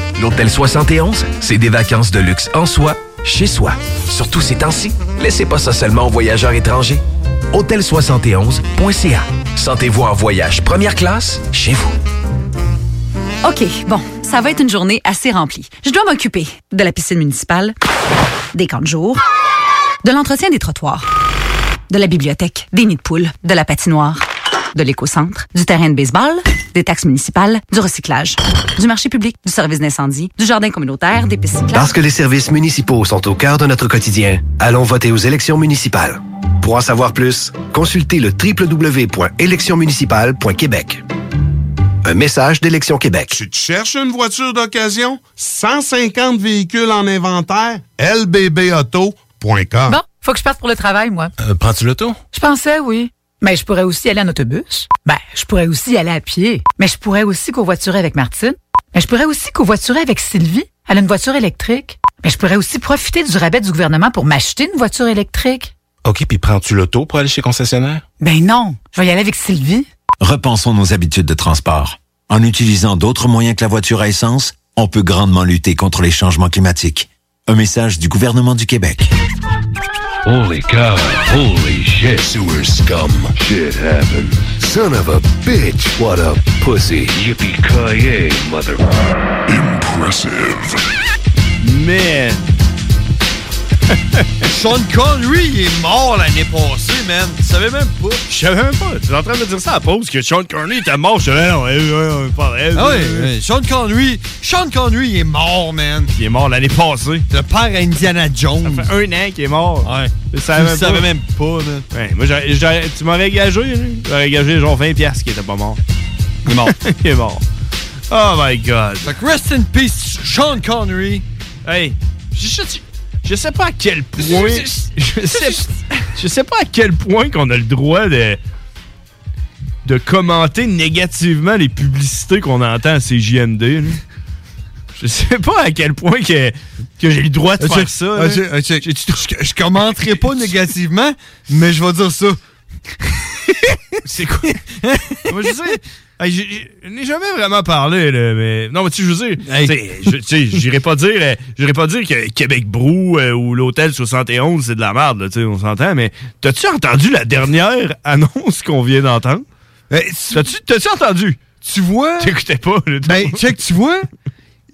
Speaker 17: L'Hôtel 71, c'est des vacances de luxe en soi, chez soi. Surtout ces temps-ci, laissez pas ça seulement aux voyageurs étrangers. Hôtel71.ca Sentez-vous en voyage première classe chez vous.
Speaker 21: OK, bon, ça va être une journée assez remplie. Je dois m'occuper de la piscine municipale, des camps de jour, de l'entretien des trottoirs, de la bibliothèque, des nids de poules, de la patinoire
Speaker 19: de l'éco-centre, du terrain de baseball, des taxes municipales, du recyclage, du marché public, du service d'incendie, du jardin communautaire, des pistes cyclables.
Speaker 5: Parce que les services municipaux sont au cœur de notre quotidien, allons voter aux élections municipales. Pour en savoir plus, consultez le www.électionsmunicipales.québec. Un message d'Élection Québec.
Speaker 10: Tu te cherches une voiture d'occasion? 150 véhicules en inventaire? lbbauto.com
Speaker 35: Bon, faut que je parte pour le travail, moi.
Speaker 10: Euh, Prends-tu l'auto?
Speaker 35: Je pensais, oui. Mais je pourrais aussi aller en autobus. Ben, je pourrais aussi aller à pied. Mais je pourrais aussi covoiturer avec Martine. Mais je pourrais aussi covoiturer avec Sylvie. Elle a une voiture électrique. Mais je pourrais aussi profiter du rabais du gouvernement pour m'acheter une voiture électrique.
Speaker 22: OK, puis prends-tu l'auto pour aller chez concessionnaire?
Speaker 35: Ben non, je vais y aller avec Sylvie.
Speaker 36: Repensons nos habitudes de transport. En utilisant d'autres moyens que la voiture à essence, on peut grandement lutter contre les changements climatiques. Un message du gouvernement du Québec.
Speaker 7: Holy cow. Holy shit. Sewer scum. Shit happened. Son of a bitch. What a pussy. Yippee-ki-yay, mother... Impressive.
Speaker 6: Man. Sean Connery, il est mort l'année passée, man. Tu savais même pas.
Speaker 4: Je savais même pas. Tu es en train de me dire ça à la pause que Sean Connery était mort. Je savais, non, euh, euh, euh, pas vrai.
Speaker 6: Ah oui, oui, Sean Connery. Sean Connery, il est mort, man.
Speaker 4: Il est mort l'année passée.
Speaker 6: Le père à Indiana Jones.
Speaker 4: Ça fait un an qu'il est mort.
Speaker 6: Ouais.
Speaker 4: Je
Speaker 6: Tu
Speaker 4: savais
Speaker 6: le
Speaker 4: même
Speaker 6: savais
Speaker 4: pas.
Speaker 6: même pas, man.
Speaker 4: Ouais, moi, j'aurais- j'aurais- tu m'aurais gagé, là. J'aurais gagé genre 20$ piastres qu'il était pas mort.
Speaker 6: Il est mort.
Speaker 4: il est mort. Oh my god.
Speaker 6: Fait que rest in peace, Sean Connery.
Speaker 4: Hey, je, je- je sais pas à quel point. Je sais, je sais pas à quel point qu'on a le droit de de commenter négativement les publicités qu'on entend à CJMD. là. Je sais pas à quel point que, que j'ai le droit de
Speaker 6: Ok,
Speaker 4: faire ça. là.
Speaker 6: ok, ok. Je, je commenterai pas négativement, mais je vais dire ça.
Speaker 4: C'est quoi? Moi, je sais. hey, j'ai- j'ai- je n'ai jamais vraiment parlé, là, mais. Non, mais tu sais, je veux dire. tu sais, je- Tu sais, j'irais pas dire. euh, j'irais pas dire que Québec Brou euh, ou l'Hôtel 71, c'est de la merde, là, tu sais, on s'entend, mais. T'as-tu entendu la dernière annonce qu'on vient d'entendre? T'as-tu t'as-tu entendu?
Speaker 6: Tu vois?
Speaker 4: T'écoutais pas, là.
Speaker 6: Ben, check, tu vois,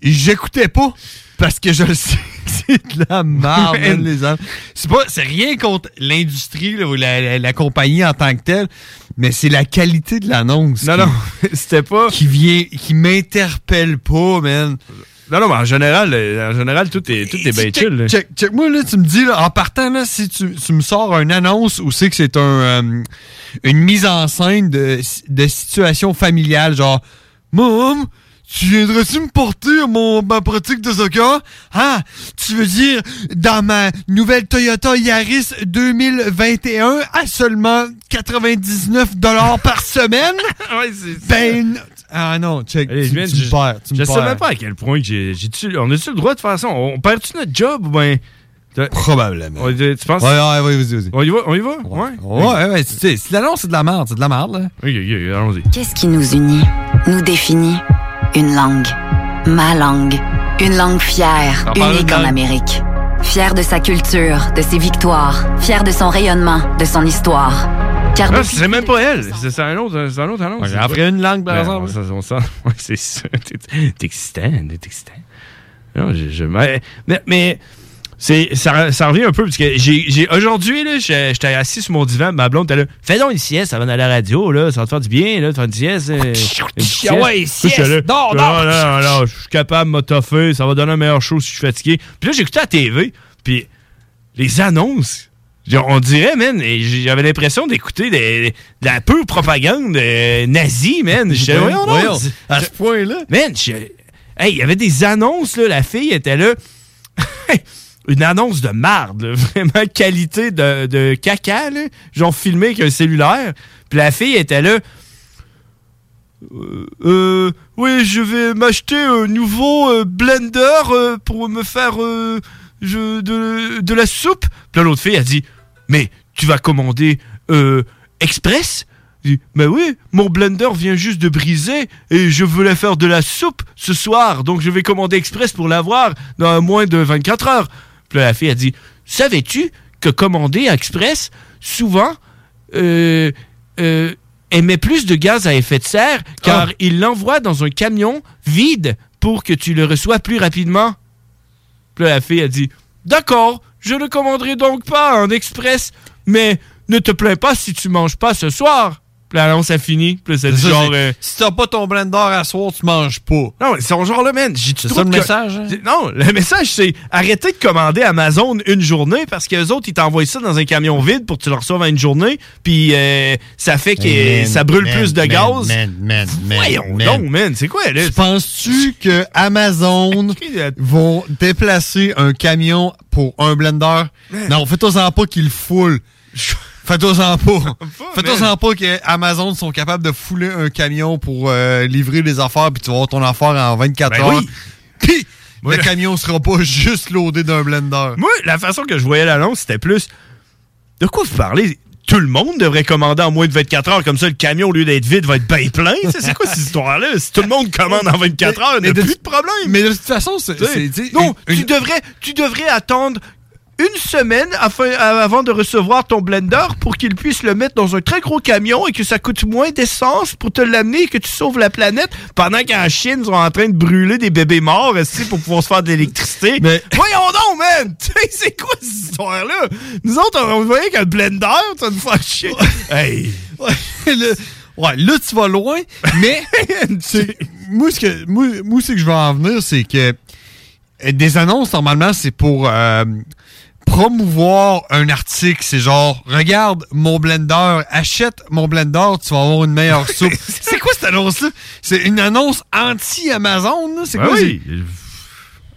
Speaker 6: j'écoutais pas parce que je le sais que c'est de la merde, man,
Speaker 4: Man.
Speaker 6: les hommes. C'est pas, c'est rien contre l'industrie là, ou la, la- la compagnie en tant que telle, mais c'est la qualité de l'annonce. Non, non,
Speaker 4: c'était pas.
Speaker 6: Qui vient, qui m'interpelle pas, man.
Speaker 4: Non, non, mais en général, euh, en général, tout est, tout est bien chill, là.
Speaker 6: Check, check, moi, là, tu me dis, là, en partant, là, si tu, tu me sors une annonce où c'est que c'est un, euh, une mise en scène de, de situation familiale, genre, Mom, tu viendrais-tu me porter à mon, ma pratique de soccer? Ah, tu veux dire, dans ma nouvelle Toyota Yaris 2021 à seulement 99 par semaine? ben, ah non, check,
Speaker 4: Hey,
Speaker 6: tu,
Speaker 4: man,
Speaker 6: tu me
Speaker 4: je-
Speaker 6: perds, tu me
Speaker 4: Je sais
Speaker 6: perds.
Speaker 4: même pas à quel point que j'ai, j'ai-tu- on a-tu le droit de faire ça? On, on perd-tu notre job ou ben.
Speaker 6: Probablement.
Speaker 4: tu penses?
Speaker 6: Ouais, ouais, ouais, vas-y, vas-y.
Speaker 4: On y va? On y va? Ouais.
Speaker 6: Ouais, ouais, tu sais, si l'annonce c'est de la merde, c'est de la merde, là.
Speaker 4: Ok, ok, allons-y.
Speaker 21: Qu'est-ce qui nous unit, nous définit Une langue. Ma langue. Une langue fière,
Speaker 28: On parle
Speaker 21: unique
Speaker 28: de
Speaker 21: en
Speaker 28: langue.
Speaker 21: Amérique. Fière de sa culture, de ses victoires, fière de son rayonnement, de son histoire. Car
Speaker 4: Non,
Speaker 21: depuis-
Speaker 4: Ah, c'est même pas elle. C'est c'est un autre, c'est un autre annonce.
Speaker 6: Ouais, après une langue, par
Speaker 4: Ben,
Speaker 6: exemple.
Speaker 4: on s'en- on s'en- ouais, c'est ça. T'es- T'es excitant, t'es excitant. Non, je, je- mais, mais- mais c'est, ça, ça revient un peu, parce que j'ai, j'ai- aujourd'hui, là, j'ai- j'étais assis sur mon divan, ma blonde était là, fais donc une sieste avant d'aller à la radio, là, ça va te faire du bien, là, de faire une sieste. euh, une petite
Speaker 6: Ah ouais,
Speaker 4: Puis
Speaker 6: sieste.
Speaker 4: j'étais là,
Speaker 6: Non,
Speaker 4: Ah,
Speaker 6: non.
Speaker 4: non, non, je suis capable de m'étoffer, ça va donner un meilleur show si je suis fatigué. Puis là, j'écoutais la TV, puis les annonces. Genre, On dirait, man, et j'avais l'impression d'écouter des- de la pure propagande euh, nazie, man. J'étais,
Speaker 6: Ben,
Speaker 4: voyons, donc,
Speaker 6: voyons,
Speaker 4: c'est-
Speaker 6: à ce point-là.
Speaker 4: Man, je- hey, il y avait des annonces, là, la fille était là. Une annonce de marde, là, vraiment qualité de, de caca, là. genre filmé avec un cellulaire. Puis la fille était là. Euh, euh, oui, je vais m'acheter un nouveau euh, blender euh, pour me faire euh, je- de, de la soupe. Puis là, l'autre fille a dit Mais tu vas commander euh, express Il dit, Mais oui, mon blender vient juste de briser et je voulais faire de la soupe ce soir, donc je vais commander express pour l'avoir dans moins de 24 heures. Puis là, la fille a dit Savais-tu que commander express, souvent, euh, euh, émet plus de gaz à effet de serre
Speaker 6: Ah.
Speaker 4: car il l'envoie dans un camion vide pour que tu le reçois plus rapidement. Puis là, la fille a dit D'accord, je ne commanderai donc pas un express, mais ne te plains pas si tu manges pas ce soir. Puis l'annonce a fini. Puis là, ça dit
Speaker 6: ça,
Speaker 4: genre. euh,
Speaker 6: c'est- Si t'as pas ton blender à soir, tu manges pas.
Speaker 4: Non, mais c'est son genre là, man. J'ai
Speaker 6: C'est ça le message, hein?
Speaker 4: Non, le message, c'est arrêtez de commander Amazon une journée parce qu'eux autres, ils t'envoient ça dans un camion vide pour que tu le reçoives à une journée. Puis euh, ça fait que
Speaker 32: Hey, man,
Speaker 4: ça brûle
Speaker 32: man,
Speaker 4: plus de
Speaker 32: man,
Speaker 4: gaz.
Speaker 32: man, man, man,
Speaker 4: Voyons
Speaker 32: man.
Speaker 4: donc, man. C'est quoi, là? euh,
Speaker 6: Tu penses-tu que Amazon vont déplacer un camion pour un blender? Non, fais-toi-en pas qu'il foule. Fais-toi-en pas. Fais-toi-en pas que Amazon sont capables de fouler un camion pour euh, livrer les affaires, puis tu vas avoir ton affaire en 24
Speaker 4: Ben
Speaker 6: heures.
Speaker 4: oui.
Speaker 6: Puis le camion sera pas juste loadé d'un blender.
Speaker 4: Moi, la façon que je voyais l'annonce, Ah c'était plus. De quoi vous parlez? Tout le monde devrait commander en moins de 24 heures. Comme ça, le camion, au lieu d'être vide, va être bien plein. Tu sais, C'est quoi cette histoire-là? Si tout le monde commande en 24 heures, il n'y
Speaker 6: Mais
Speaker 4: a
Speaker 6: de-
Speaker 4: plus de problème.
Speaker 6: Mais de toute façon, c'est.
Speaker 4: Tu sais,
Speaker 6: c'est- tu sais,
Speaker 4: non,
Speaker 6: une-
Speaker 4: tu, devrais, tu devrais attendre une semaine afin- a- avant de recevoir ton blender pour qu'il puisse le mettre dans un très gros camion et que ça coûte moins d'essence pour te l'amener et que tu sauves la planète pendant qu'en Chine, ils sont en train de brûler des bébés morts aussi pour pouvoir se faire de l'électricité. Voyons donc, man! Tu sais, C'est quoi cette histoire-là? Nous autres, on voyait qu'un blender, ça nous fait chier. hey!
Speaker 6: Ouais, le- ouais, là, tu vas loin, mais c'est- moi, ce que, moi, moi, ce que je veux en venir, c'est que euh, des annonces, normalement, c'est pour euh, promouvoir un article. C'est genre, regarde mon blender, achète mon blender, tu vas avoir une meilleure soupe. c'est quoi cette annonce-là? C'est une annonce anti-Amazon? là? C'est
Speaker 4: Ben
Speaker 6: quoi?
Speaker 4: oui.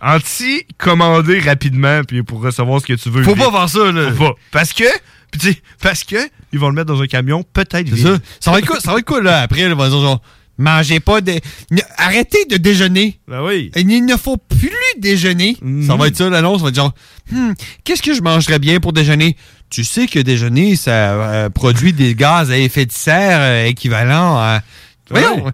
Speaker 4: Anti, commander rapidement puis pour recevoir ce que tu veux.
Speaker 6: Faut
Speaker 4: vite.
Speaker 6: pas faire ça, là.
Speaker 4: Faut pas. Parce que, puis tu sais, parce que, ils vont le mettre dans un camion, peut-être
Speaker 6: C'est ça. Ça va être quoi, ça va être quoi, là, après, là, on va dire genre, mangez pas de... ne- Arrêtez de déjeuner.
Speaker 4: Ben oui. Mm-hmm.
Speaker 6: Et il ne faut plus déjeuner. Ça va être ça, l'annonce. Ça va être genre, Hmm, qu'est-ce que je mangerais bien pour déjeuner? Tu sais que déjeuner, ça euh, produit des gaz à effet de serre euh, équivalent à...
Speaker 4: Ben
Speaker 6: Voyons.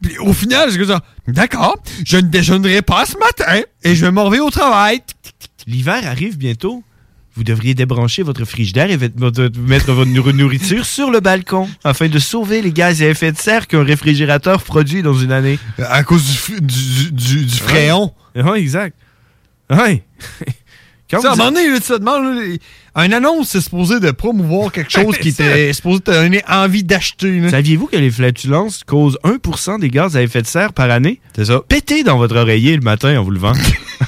Speaker 6: Puis au final, je genre, d'accord, je ne déjeunerai pas ce matin et je m'en vais au travail.
Speaker 4: L'hiver arrive bientôt. Vous devriez débrancher votre frigidaire et vêt- votre- mettre votre nour- nourriture sur le balcon afin de sauver les gaz à effet de serre qu'un réfrigérateur produit dans une année.
Speaker 6: À cause du, du, fréon.
Speaker 4: Oui, Ah, exact. Oui.
Speaker 6: Tu sais, à un moment donné, là, tu te demandes, là, les- une annonce, c'est supposé de promouvoir quelque chose qui
Speaker 4: C'est
Speaker 6: était
Speaker 4: ça.
Speaker 6: supposé te donner envie d'acheter. là.
Speaker 4: Saviez-vous que les flatulences causent 1% des gaz à effet de serre par année?
Speaker 6: C'est ça.
Speaker 4: Pétez dans votre oreiller le matin en vous levant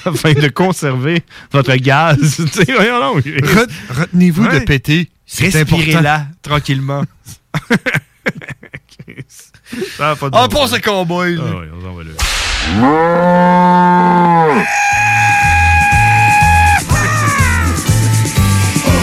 Speaker 4: afin de conserver votre gaz. Tu sais, voyons donc.
Speaker 6: Re- Retenez-vous
Speaker 4: Ouais.
Speaker 6: de péter. C'est important.
Speaker 4: Respirez-la tranquillement. Ça a pas de
Speaker 6: On
Speaker 4: bon
Speaker 6: passe
Speaker 4: sens.
Speaker 6: à Cowboy. là.
Speaker 4: Ah ouais, on s'en va là.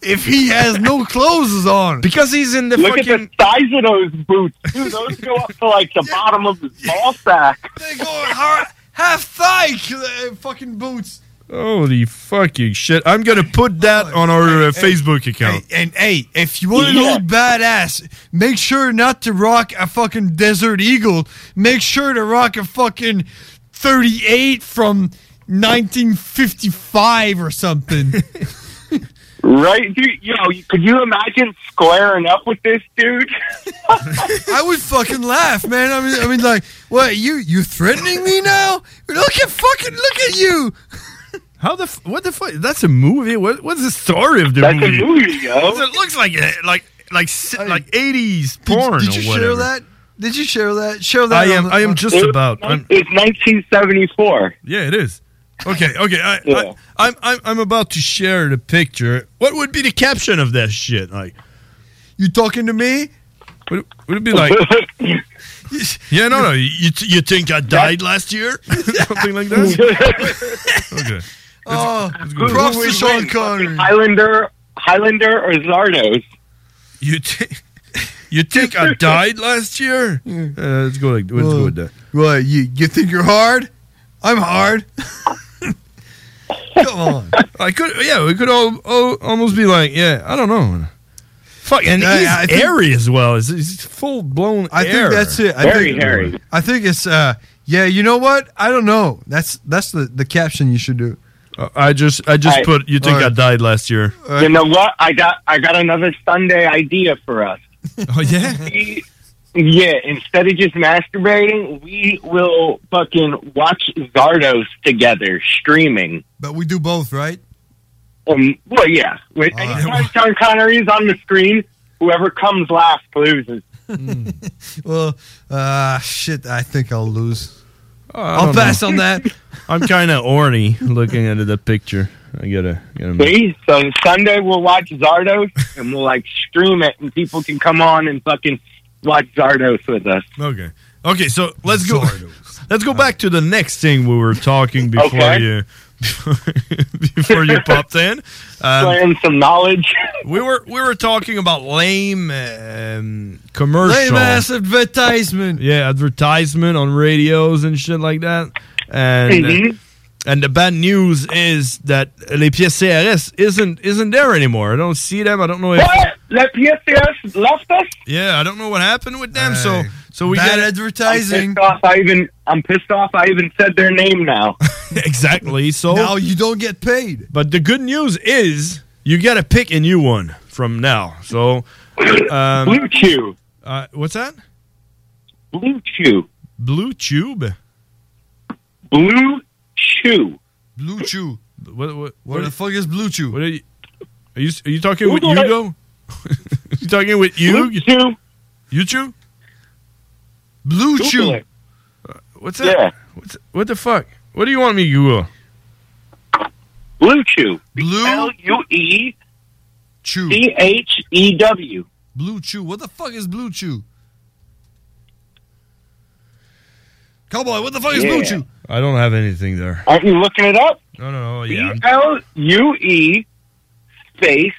Speaker 6: if he has no clothes on?
Speaker 4: Because he's in the
Speaker 25: Look at the size of those boots. Dude, those go up to like the bottom of his ball sack.
Speaker 6: They go har- half thigh uh, fucking boots.
Speaker 4: Holy fucking shit. I'm going to put that
Speaker 6: Oh,
Speaker 4: on our uh, Facebook account.
Speaker 6: And hey, if you want to
Speaker 4: Yeah.
Speaker 6: look badass, make sure not to rock a fucking Desert Eagle. Make sure to rock a fucking 38 from 1955 or something.
Speaker 25: Right, dude? Yo, you- could you imagine squaring up with this dude?
Speaker 6: I would fucking laugh, man. I mean, I mean, like, what you you threatening me now? Look at fucking look at you.
Speaker 4: How the f- what the fuck? That's a movie. What what's the story of the
Speaker 25: That's a
Speaker 4: movie?
Speaker 25: movie, yo.
Speaker 4: It looks like eh, like like si- like 80s porn
Speaker 6: Did you
Speaker 4: or whatever.
Speaker 6: share that? Did you share that? Share that. on
Speaker 4: I am
Speaker 6: the-
Speaker 4: I am
Speaker 6: on-
Speaker 4: just about I'm-
Speaker 25: It's 1974.
Speaker 4: Yeah, it is. Okay, okay. I,
Speaker 25: Yeah.
Speaker 4: I, I'm, I'm I'm about to share the picture. What would be the caption of that shit? Like,
Speaker 6: you talking to me?
Speaker 4: Would it, would it be like? yeah, no, no. You t- you think I died last year? Something like that. okay.
Speaker 6: Oh,
Speaker 4: good.
Speaker 6: props
Speaker 4: Who
Speaker 6: to
Speaker 4: would
Speaker 6: Sean
Speaker 4: win?
Speaker 6: Connery.
Speaker 25: Highlander, Highlander or Zardos?
Speaker 4: You think you think I died last year? Uh, let's go like let's go with that.
Speaker 6: What you you think you're hard? I'm hard. Come on.
Speaker 4: I could yeah, we could all, all almost be like yeah, I don't know. Fuck, and
Speaker 6: Yeah,
Speaker 4: he's
Speaker 6: I think-
Speaker 4: hairy as well. He's, full blown.
Speaker 6: I
Speaker 4: air.
Speaker 6: think that's it. I
Speaker 4: Very
Speaker 6: think,
Speaker 4: hairy.
Speaker 6: I think it's. uh Yeah, you know what? I don't know. That's that's the the caption you should do.
Speaker 4: Uh, I just I just
Speaker 6: Alright.
Speaker 4: put. You think I
Speaker 6: Alright.
Speaker 4: died last year?
Speaker 25: You know what? I got I got another Sunday idea for us.
Speaker 4: Oh yeah.
Speaker 25: Yeah, instead of just masturbating, we will fucking watch Zardos together streaming.
Speaker 6: But we do both, right?
Speaker 25: Um, well, yeah. Wait, anytime Sean Connery's on the screen, whoever comes last loses.
Speaker 4: Hmm.
Speaker 6: Well, uh shit. I think I'll lose.
Speaker 4: I
Speaker 6: I'll
Speaker 4: don't know.
Speaker 6: pass on that.
Speaker 4: I'm kind of orny looking at the picture. I gotta. gotta
Speaker 25: See? So on Sunday we'll watch Zardos and we'll like stream it, and people can come on and fucking watch Zardos with us.
Speaker 4: Okay. Okay, so let's go. Let's go back to the next thing we were talking before
Speaker 25: Okay.
Speaker 4: you before you um, popped in.
Speaker 25: Playing some knowledge.
Speaker 4: We were we were talking about lame um, commercials.
Speaker 6: Lame ass advertisement.
Speaker 4: Yeah, advertisement on radios and shit like that. And uh,
Speaker 6: Mhm.
Speaker 4: and the bad news is that Les Pièces CRS isn't isn't there anymore. I don't see them. I don't know if
Speaker 25: What? Les Pièces CRS left us.
Speaker 4: Yeah, I don't know what happened with them. so so we
Speaker 25: Bad
Speaker 4: got
Speaker 25: I'm pissed off. I even I'm pissed off. I even said their name now.
Speaker 4: exactly. So
Speaker 25: Now
Speaker 6: you don't get paid.
Speaker 4: But the good news is you got to pick a new one from now. So um,
Speaker 25: Blue Chew.
Speaker 4: Uh, what's that?
Speaker 25: Blue Chew.
Speaker 4: Blue Tube.
Speaker 25: Blue Chew.
Speaker 6: Blue Chew.
Speaker 4: What, what,
Speaker 6: the fuck is Blue Chew?
Speaker 4: What are you? Are you, are you talking with
Speaker 25: Google it.
Speaker 4: Hugo? you talking with you?
Speaker 25: Blue Chew.
Speaker 4: You Chew?
Speaker 6: Blue
Speaker 25: Google
Speaker 4: Chew.
Speaker 25: it.
Speaker 4: Uh, What's that? What's, what the fuck? What do you want me to Google?
Speaker 25: Blue Chew.
Speaker 6: Blue
Speaker 25: L U E
Speaker 6: Chew.
Speaker 25: C H E W.
Speaker 6: Blue Chew. What the fuck is Blue Chew? Cowboy, what the fuck is Blue
Speaker 25: Yeah.
Speaker 6: Chew?
Speaker 4: I don't have anything there.
Speaker 25: Aren't you looking it up?
Speaker 4: No, no, no.
Speaker 25: B
Speaker 4: Yeah.
Speaker 25: L U E space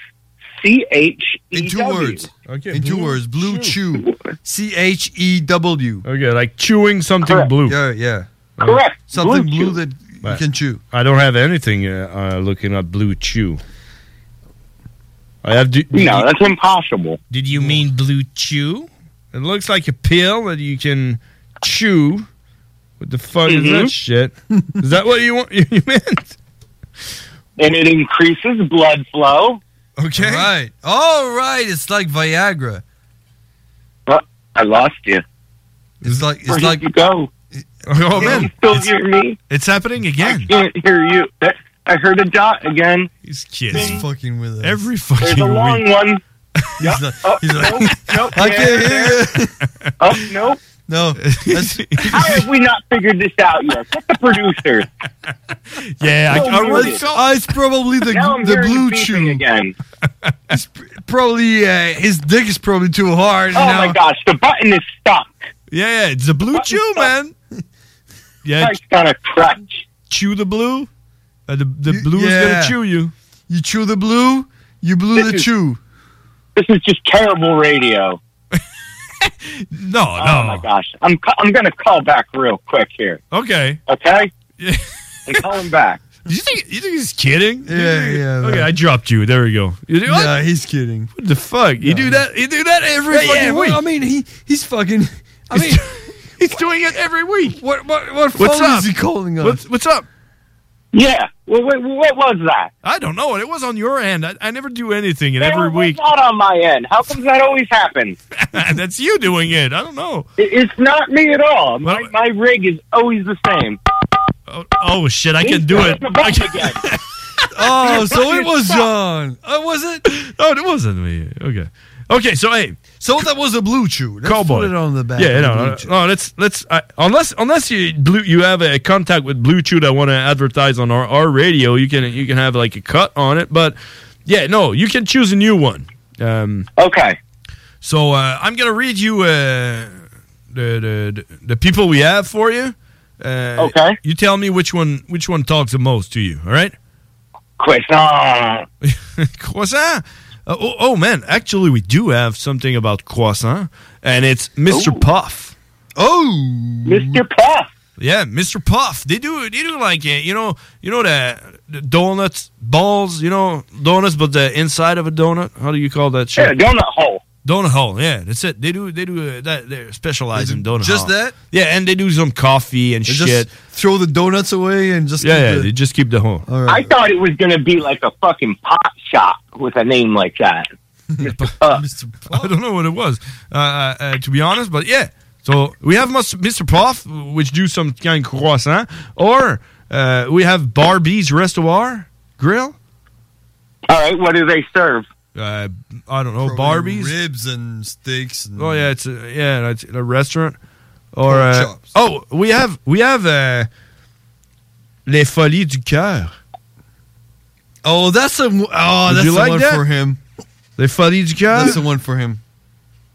Speaker 25: C H E W.
Speaker 6: In two words.
Speaker 4: Okay.
Speaker 6: In two words. Blue Chew. C H E W.
Speaker 4: Okay, like chewing something blue.
Speaker 6: Yeah, yeah.
Speaker 25: Correct.
Speaker 6: Something blue, that
Speaker 4: But
Speaker 6: you can chew.
Speaker 4: I don't have anything uh, uh, looking up Blue Chew. I have. Do,
Speaker 25: No, that's impossible.
Speaker 4: Did you mean Blue Chew? It looks like a pill that you can chew. What the fuck is
Speaker 25: Mhm.
Speaker 4: that shit? is that what you want? You meant?
Speaker 25: And it increases blood flow.
Speaker 4: Okay.
Speaker 6: All right. All right. It's like Viagra.
Speaker 25: Oh, I lost you.
Speaker 6: It's like it's
Speaker 25: Where did
Speaker 6: like
Speaker 25: you go?
Speaker 4: Oh
Speaker 25: Can you still hear me?
Speaker 4: It's happening
Speaker 25: I can't hear you. I heard a dot again.
Speaker 4: He's kidding.
Speaker 6: fucking with us.
Speaker 4: Every
Speaker 25: There's a
Speaker 4: fucking
Speaker 25: long
Speaker 4: week.
Speaker 25: one. Yep.
Speaker 6: like-
Speaker 25: oh,
Speaker 6: he's like-
Speaker 25: nope, nope,
Speaker 6: I can't hear you.
Speaker 25: Oh, nope.
Speaker 6: No. That's,
Speaker 25: How have we not figured this out yet? Get the producer.
Speaker 4: Yeah,
Speaker 25: So
Speaker 4: I, I
Speaker 25: muted.
Speaker 4: really.
Speaker 6: oh, it's probably the,
Speaker 25: Now I'm
Speaker 6: the
Speaker 25: hearing
Speaker 6: Blue
Speaker 25: you beeping
Speaker 6: Chew.
Speaker 25: again.
Speaker 6: Probably uh, his dick is probably too hard.
Speaker 25: Oh my gosh, the button is stuck.
Speaker 4: Yeah, yeah, it's a Blue Chew, man. Yeah,
Speaker 25: It's got a crutch.
Speaker 4: chew the blue. Uh, the the blue
Speaker 6: yeah.
Speaker 4: is gonna chew you.
Speaker 6: You chew the blue, you blew
Speaker 25: This
Speaker 6: the
Speaker 25: is-
Speaker 6: chew.
Speaker 25: This is just terrible radio.
Speaker 4: No, no.
Speaker 25: Oh my gosh, I'm ca- I'm gonna call back real quick here.
Speaker 4: Okay.
Speaker 25: Okay, I'm calling back.
Speaker 4: You think you think he's kidding?
Speaker 6: Yeah, yeah.
Speaker 4: Okay,
Speaker 6: man.
Speaker 4: I dropped you. There we go. You do what?
Speaker 6: Yeah, he's kidding.
Speaker 4: What the fuck? You do that? You do that every
Speaker 6: Yeah,
Speaker 4: fucking
Speaker 6: yeah,
Speaker 4: week?
Speaker 6: well, I mean, he he's fucking. I mean,
Speaker 4: He's doing it every week.
Speaker 6: what what what
Speaker 4: What's
Speaker 6: phone
Speaker 4: up?
Speaker 6: is he calling on?
Speaker 4: What's, what's up?
Speaker 25: Yeah. Well, wait, what was that?
Speaker 4: I don't know. It was on your end. I, I never do anything, and
Speaker 25: Well,
Speaker 4: every
Speaker 25: what's
Speaker 4: week
Speaker 25: Not on my end. How comes that always happens?
Speaker 4: that's you doing it. I don't know.
Speaker 25: It- It's not me at all. My, my rig is always the same.
Speaker 4: Oh, oh, shit! I can do it.
Speaker 25: The button again.
Speaker 6: oh, so
Speaker 25: Fucking
Speaker 6: it was
Speaker 25: suck.
Speaker 6: John. I wasn't.
Speaker 4: Oh, it wasn't me. Okay. Okay. So hey,
Speaker 6: So that was a blue chew. Let's
Speaker 4: cowboy.
Speaker 6: put it on the back.
Speaker 4: Yeah,
Speaker 6: of
Speaker 4: no,
Speaker 6: Blue
Speaker 4: no,
Speaker 6: Chew.
Speaker 4: no, Let's let's I unless unless you blue you have a contact with Blue Chew that want to advertise on our, our radio, you can you can have like a cut on it. But yeah, no, you can choose a new one. Um,
Speaker 25: Okay.
Speaker 4: so uh, I'm gonna read you uh, the, the the people we have for you. Uh,
Speaker 25: Okay.
Speaker 4: You tell me which one which one talks the most to you. All right.
Speaker 25: Croissant.
Speaker 4: croissant. Uh, oh, oh man, actually we do have something about croissant, and it's Mr. Puff.
Speaker 6: Oh,
Speaker 25: Mr. Puff.
Speaker 4: Yeah, Mr. Puff. They do they do like uh, you know you know the, the donuts balls. You know donuts, but the inside of a donut. How do you call that shit?
Speaker 25: Yeah, donut hole.
Speaker 4: Donut hole. Yeah, that's it. They do they do uh, that. They're specialized in donut.
Speaker 6: just
Speaker 4: hole.
Speaker 6: that?
Speaker 4: Yeah, and they do some coffee and
Speaker 6: They
Speaker 4: shit.
Speaker 6: just throw the donuts away and just
Speaker 4: yeah,
Speaker 6: keep
Speaker 4: yeah
Speaker 6: the-
Speaker 4: they just keep the hole.
Speaker 25: I thought it was going to be like a fucking pop shop with a name like that. Mr.
Speaker 6: Uh,
Speaker 25: Puff.
Speaker 4: I don't know what it was, uh, uh, uh, to be honest, but yeah. So we have Mus- Mr. Prof, which do some kind of croissant, or uh, we have Barbie's Restoir Grill.
Speaker 25: All right, what do they serve?
Speaker 4: Uh, I don't know, Barbie's.
Speaker 6: ribs and steaks. And
Speaker 4: Oh yeah, it's a, yeah, it's a restaurant. Or
Speaker 6: Pork
Speaker 4: uh,
Speaker 6: chops.
Speaker 4: oh, we have we have uh, les Folies du Cœur.
Speaker 6: Oh, that's a oh, that's
Speaker 4: you
Speaker 6: the
Speaker 4: like
Speaker 6: one
Speaker 4: that?
Speaker 6: for him.
Speaker 4: Les Folies du Cœur.
Speaker 6: That's the one for him.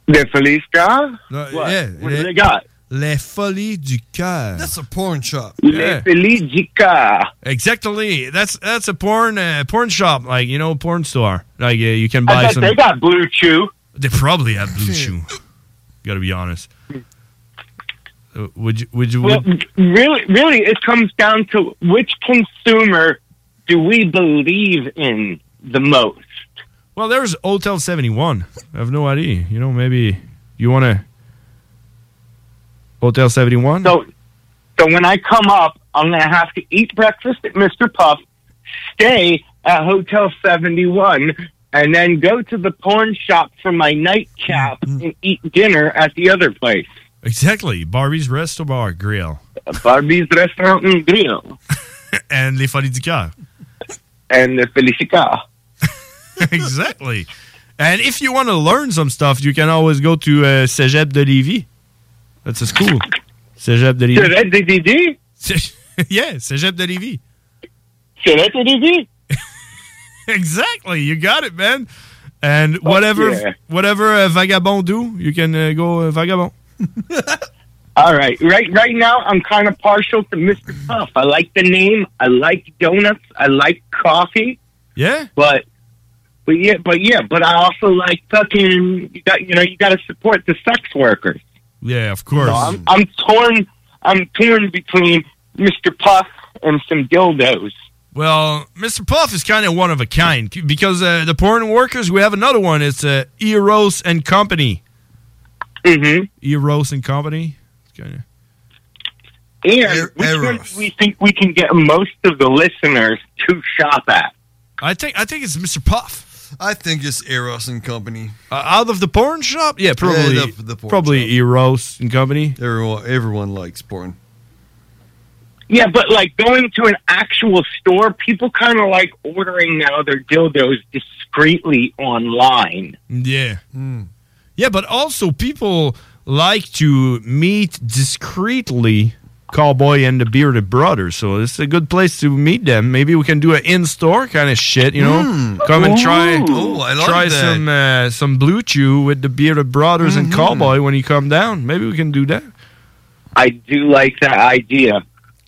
Speaker 25: The Feliz Guy?
Speaker 4: What? Yeah,
Speaker 25: What do they got?
Speaker 4: Les Folies du Cœur.
Speaker 6: That's a porn shop.
Speaker 25: Les Feliz du Cœur.
Speaker 4: Exactly. That's that's a porn uh, porn shop, like you know, porn store. Like uh, you can
Speaker 25: I
Speaker 4: buy
Speaker 25: bet
Speaker 4: some.
Speaker 25: they got Blue Chew.
Speaker 4: They probably have blue chew. Got to be honest. Uh, would you? Would you?
Speaker 25: Hmm. Well,
Speaker 4: Would,
Speaker 25: really, really, it comes down to which consumer do we believe in the most?
Speaker 4: well, there's Hotel Seventy One. I have no idea. You know, maybe you want to. Hotel Seventy One.
Speaker 25: So, so when I come up, I'm going to have to eat breakfast at Mr. Puff, stay at Hotel 71, and then go to the pawn shop for my nightcap
Speaker 4: Mm-hmm.
Speaker 25: and eat dinner at the other place.
Speaker 4: Exactly, Barbie's Resto Bar Grill
Speaker 25: Barbie's Restaurant and Grill
Speaker 4: and Les Folies du Cœur.
Speaker 25: and the Felicica.
Speaker 4: exactly. And if you want to learn some stuff, you can always go to uh, Cégep de Lévis. That's a school. Cégep de
Speaker 25: Should
Speaker 4: Lévis.
Speaker 25: that DDD?
Speaker 4: Cé- yeah, Cégep de Lévis.
Speaker 25: Should that DDD?
Speaker 4: exactly. You got it, man. And whatever
Speaker 25: yeah.
Speaker 4: whatever uh, vagabond do, you can uh, go uh, vagabond.
Speaker 25: All right, right, right now I'm kind of partial to Mr. Puff. I like the name. I like donuts. I like coffee.
Speaker 4: Yeah.
Speaker 25: But, but yeah, but yeah, but I also like fucking. You got, you know, you got to support the sex workers.
Speaker 4: Yeah, of course.
Speaker 25: So I'm, I'm torn. I'm torn between Mr. Puff and some dildos.
Speaker 4: Well, Mr. Puff is kind of one of a kind c- because uh, the porn workers, we have another one. It's uh, Eros and Company.
Speaker 25: Mm-hmm.
Speaker 4: Eros and Company. Kinda-
Speaker 25: And which one do we think we can get most of the listeners to shop at?
Speaker 4: I think I think it's Mr. Puff.
Speaker 6: I think it's Eros and Company.
Speaker 4: Uh, out of the porn shop? Yeah, probably.
Speaker 6: the- the porn
Speaker 4: probably Eros and Company.
Speaker 6: Everyone, everyone likes porn.
Speaker 25: Yeah, but like going to an actual store, people kind of like ordering now their dildos discreetly online.
Speaker 4: Yeah.
Speaker 6: Hmm.
Speaker 4: Yeah, but also people like to meet discreetly Cowboy and the Bearded Brothers. So it's a good place to meet them. Maybe we can do an in store kind of shit, you know?
Speaker 6: Mm.
Speaker 4: Come and try
Speaker 6: Ooh. Oh, I like
Speaker 4: try
Speaker 6: that.
Speaker 4: some uh, some Blue Chew with the Bearded Brothers
Speaker 6: Mm-hmm.
Speaker 4: and Cowboy when you come down. Maybe we can do that.
Speaker 25: I do like that idea.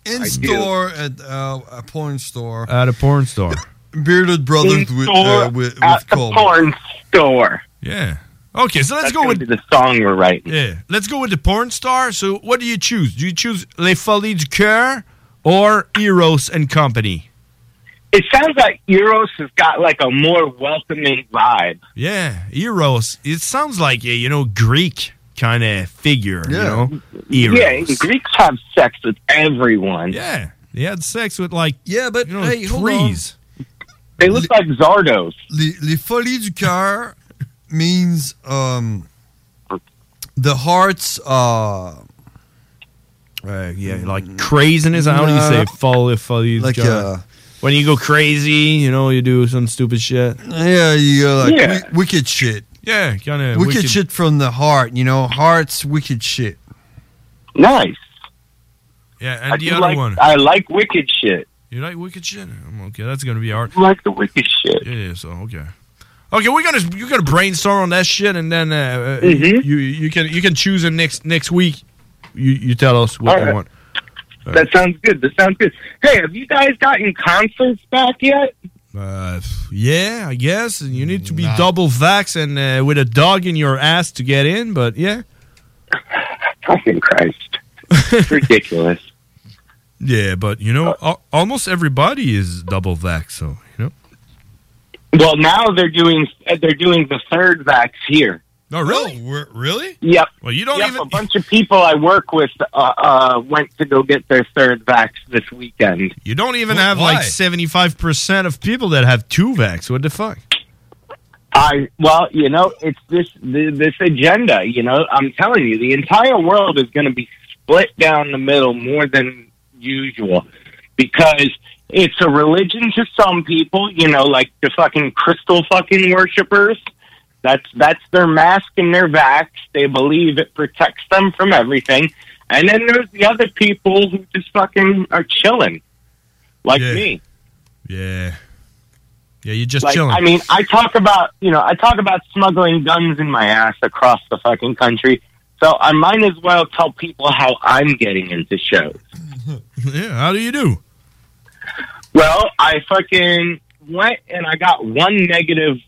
Speaker 6: In
Speaker 25: I do.
Speaker 6: store at uh, a porn store.
Speaker 4: At a porn store.
Speaker 6: Bearded brothers with
Speaker 25: store
Speaker 6: uh, with,
Speaker 25: at
Speaker 6: with
Speaker 25: the
Speaker 6: Cole.
Speaker 25: porn store.
Speaker 4: Yeah. Okay, so let's
Speaker 25: That's
Speaker 4: go
Speaker 25: gonna
Speaker 4: with
Speaker 25: be the song we're writing.
Speaker 4: Yeah. Let's go with the porn star. So, what do you choose? Do you choose Les Folies du Coeur or Eros and Company?
Speaker 25: It sounds like Eros has got like a more welcoming vibe.
Speaker 4: Yeah, Eros. It sounds like a, you know, Greek kind of figure, you know? Eros.
Speaker 25: Yeah, and Greeks have sex with everyone.
Speaker 4: Yeah. They had sex with, like,
Speaker 6: Yeah, but
Speaker 4: you know,
Speaker 6: hey, hold on.
Speaker 4: threes.
Speaker 25: They look like Zardos.
Speaker 6: Les, les folies du cœur means um, the heart's. Uh,
Speaker 4: Uh,
Speaker 6: Mm.
Speaker 4: yeah, like craziness. How do you say folly, folly du
Speaker 6: Like,
Speaker 4: coeur?
Speaker 6: uh,
Speaker 4: When you go crazy, you know, you do some stupid shit.
Speaker 6: Yeah, you go like
Speaker 4: Yeah.
Speaker 6: wi- wicked shit.
Speaker 4: Yeah, kind of
Speaker 6: wicked,
Speaker 4: wicked-
Speaker 6: shit from the heart, you know, heart's wicked shit.
Speaker 25: Nice.
Speaker 4: Yeah,
Speaker 25: I
Speaker 4: and the
Speaker 25: do
Speaker 4: other
Speaker 25: like,
Speaker 4: one.
Speaker 25: I like wicked shit.
Speaker 4: You like wicked shit? Um, Okay, that's gonna be hard.
Speaker 25: like the wicked shit.
Speaker 4: Yeah, yeah, so okay. Okay, we're gonna you're gonna brainstorm on that shit, and then uh, uh
Speaker 25: Mhm.
Speaker 4: you you can you can choose it next next week. You you tell us what
Speaker 25: All
Speaker 4: you
Speaker 25: right.
Speaker 4: want.
Speaker 25: That sounds good. That sounds good. Hey, have you guys gotten concerts back yet?
Speaker 4: Uh, pff, yeah, I guess and you need to be double vax and uh, with a dog in your ass to get in. But yeah,
Speaker 25: Fucking Christ. It's ridiculous.
Speaker 4: Yeah, but you
Speaker 25: Uh,
Speaker 4: know, al- almost everybody is double vax, so you know.
Speaker 25: Well, now they're doing they're doing the third vax here.
Speaker 4: No, Oh, really, really?
Speaker 25: Yep.
Speaker 4: Well, you don't
Speaker 25: yep, even. A bunch of people I work with uh, uh, went to go get their third vax this weekend.
Speaker 4: You don't even have like seventy five percent of people that have two vax. What the fuck?
Speaker 25: I well, you know, it's this th- this agenda. You know, I'm telling you, the entire world is going to be split down the middle more than usual because it's a religion to some people. You know, like the fucking crystal fucking worshippers. That's that's their mask and their vax. They believe it protects them from everything. And then there's the other people who just fucking are chilling, like
Speaker 4: Yeah.
Speaker 25: me.
Speaker 4: Yeah, yeah. You're just
Speaker 25: Like,
Speaker 4: chilling.
Speaker 25: I mean, I talk about you know, I talk about smuggling guns in my ass across the fucking country. So I might as well tell people how I'm getting into shows.
Speaker 4: yeah. How do you do?
Speaker 25: Well, I fucking went and I got one negative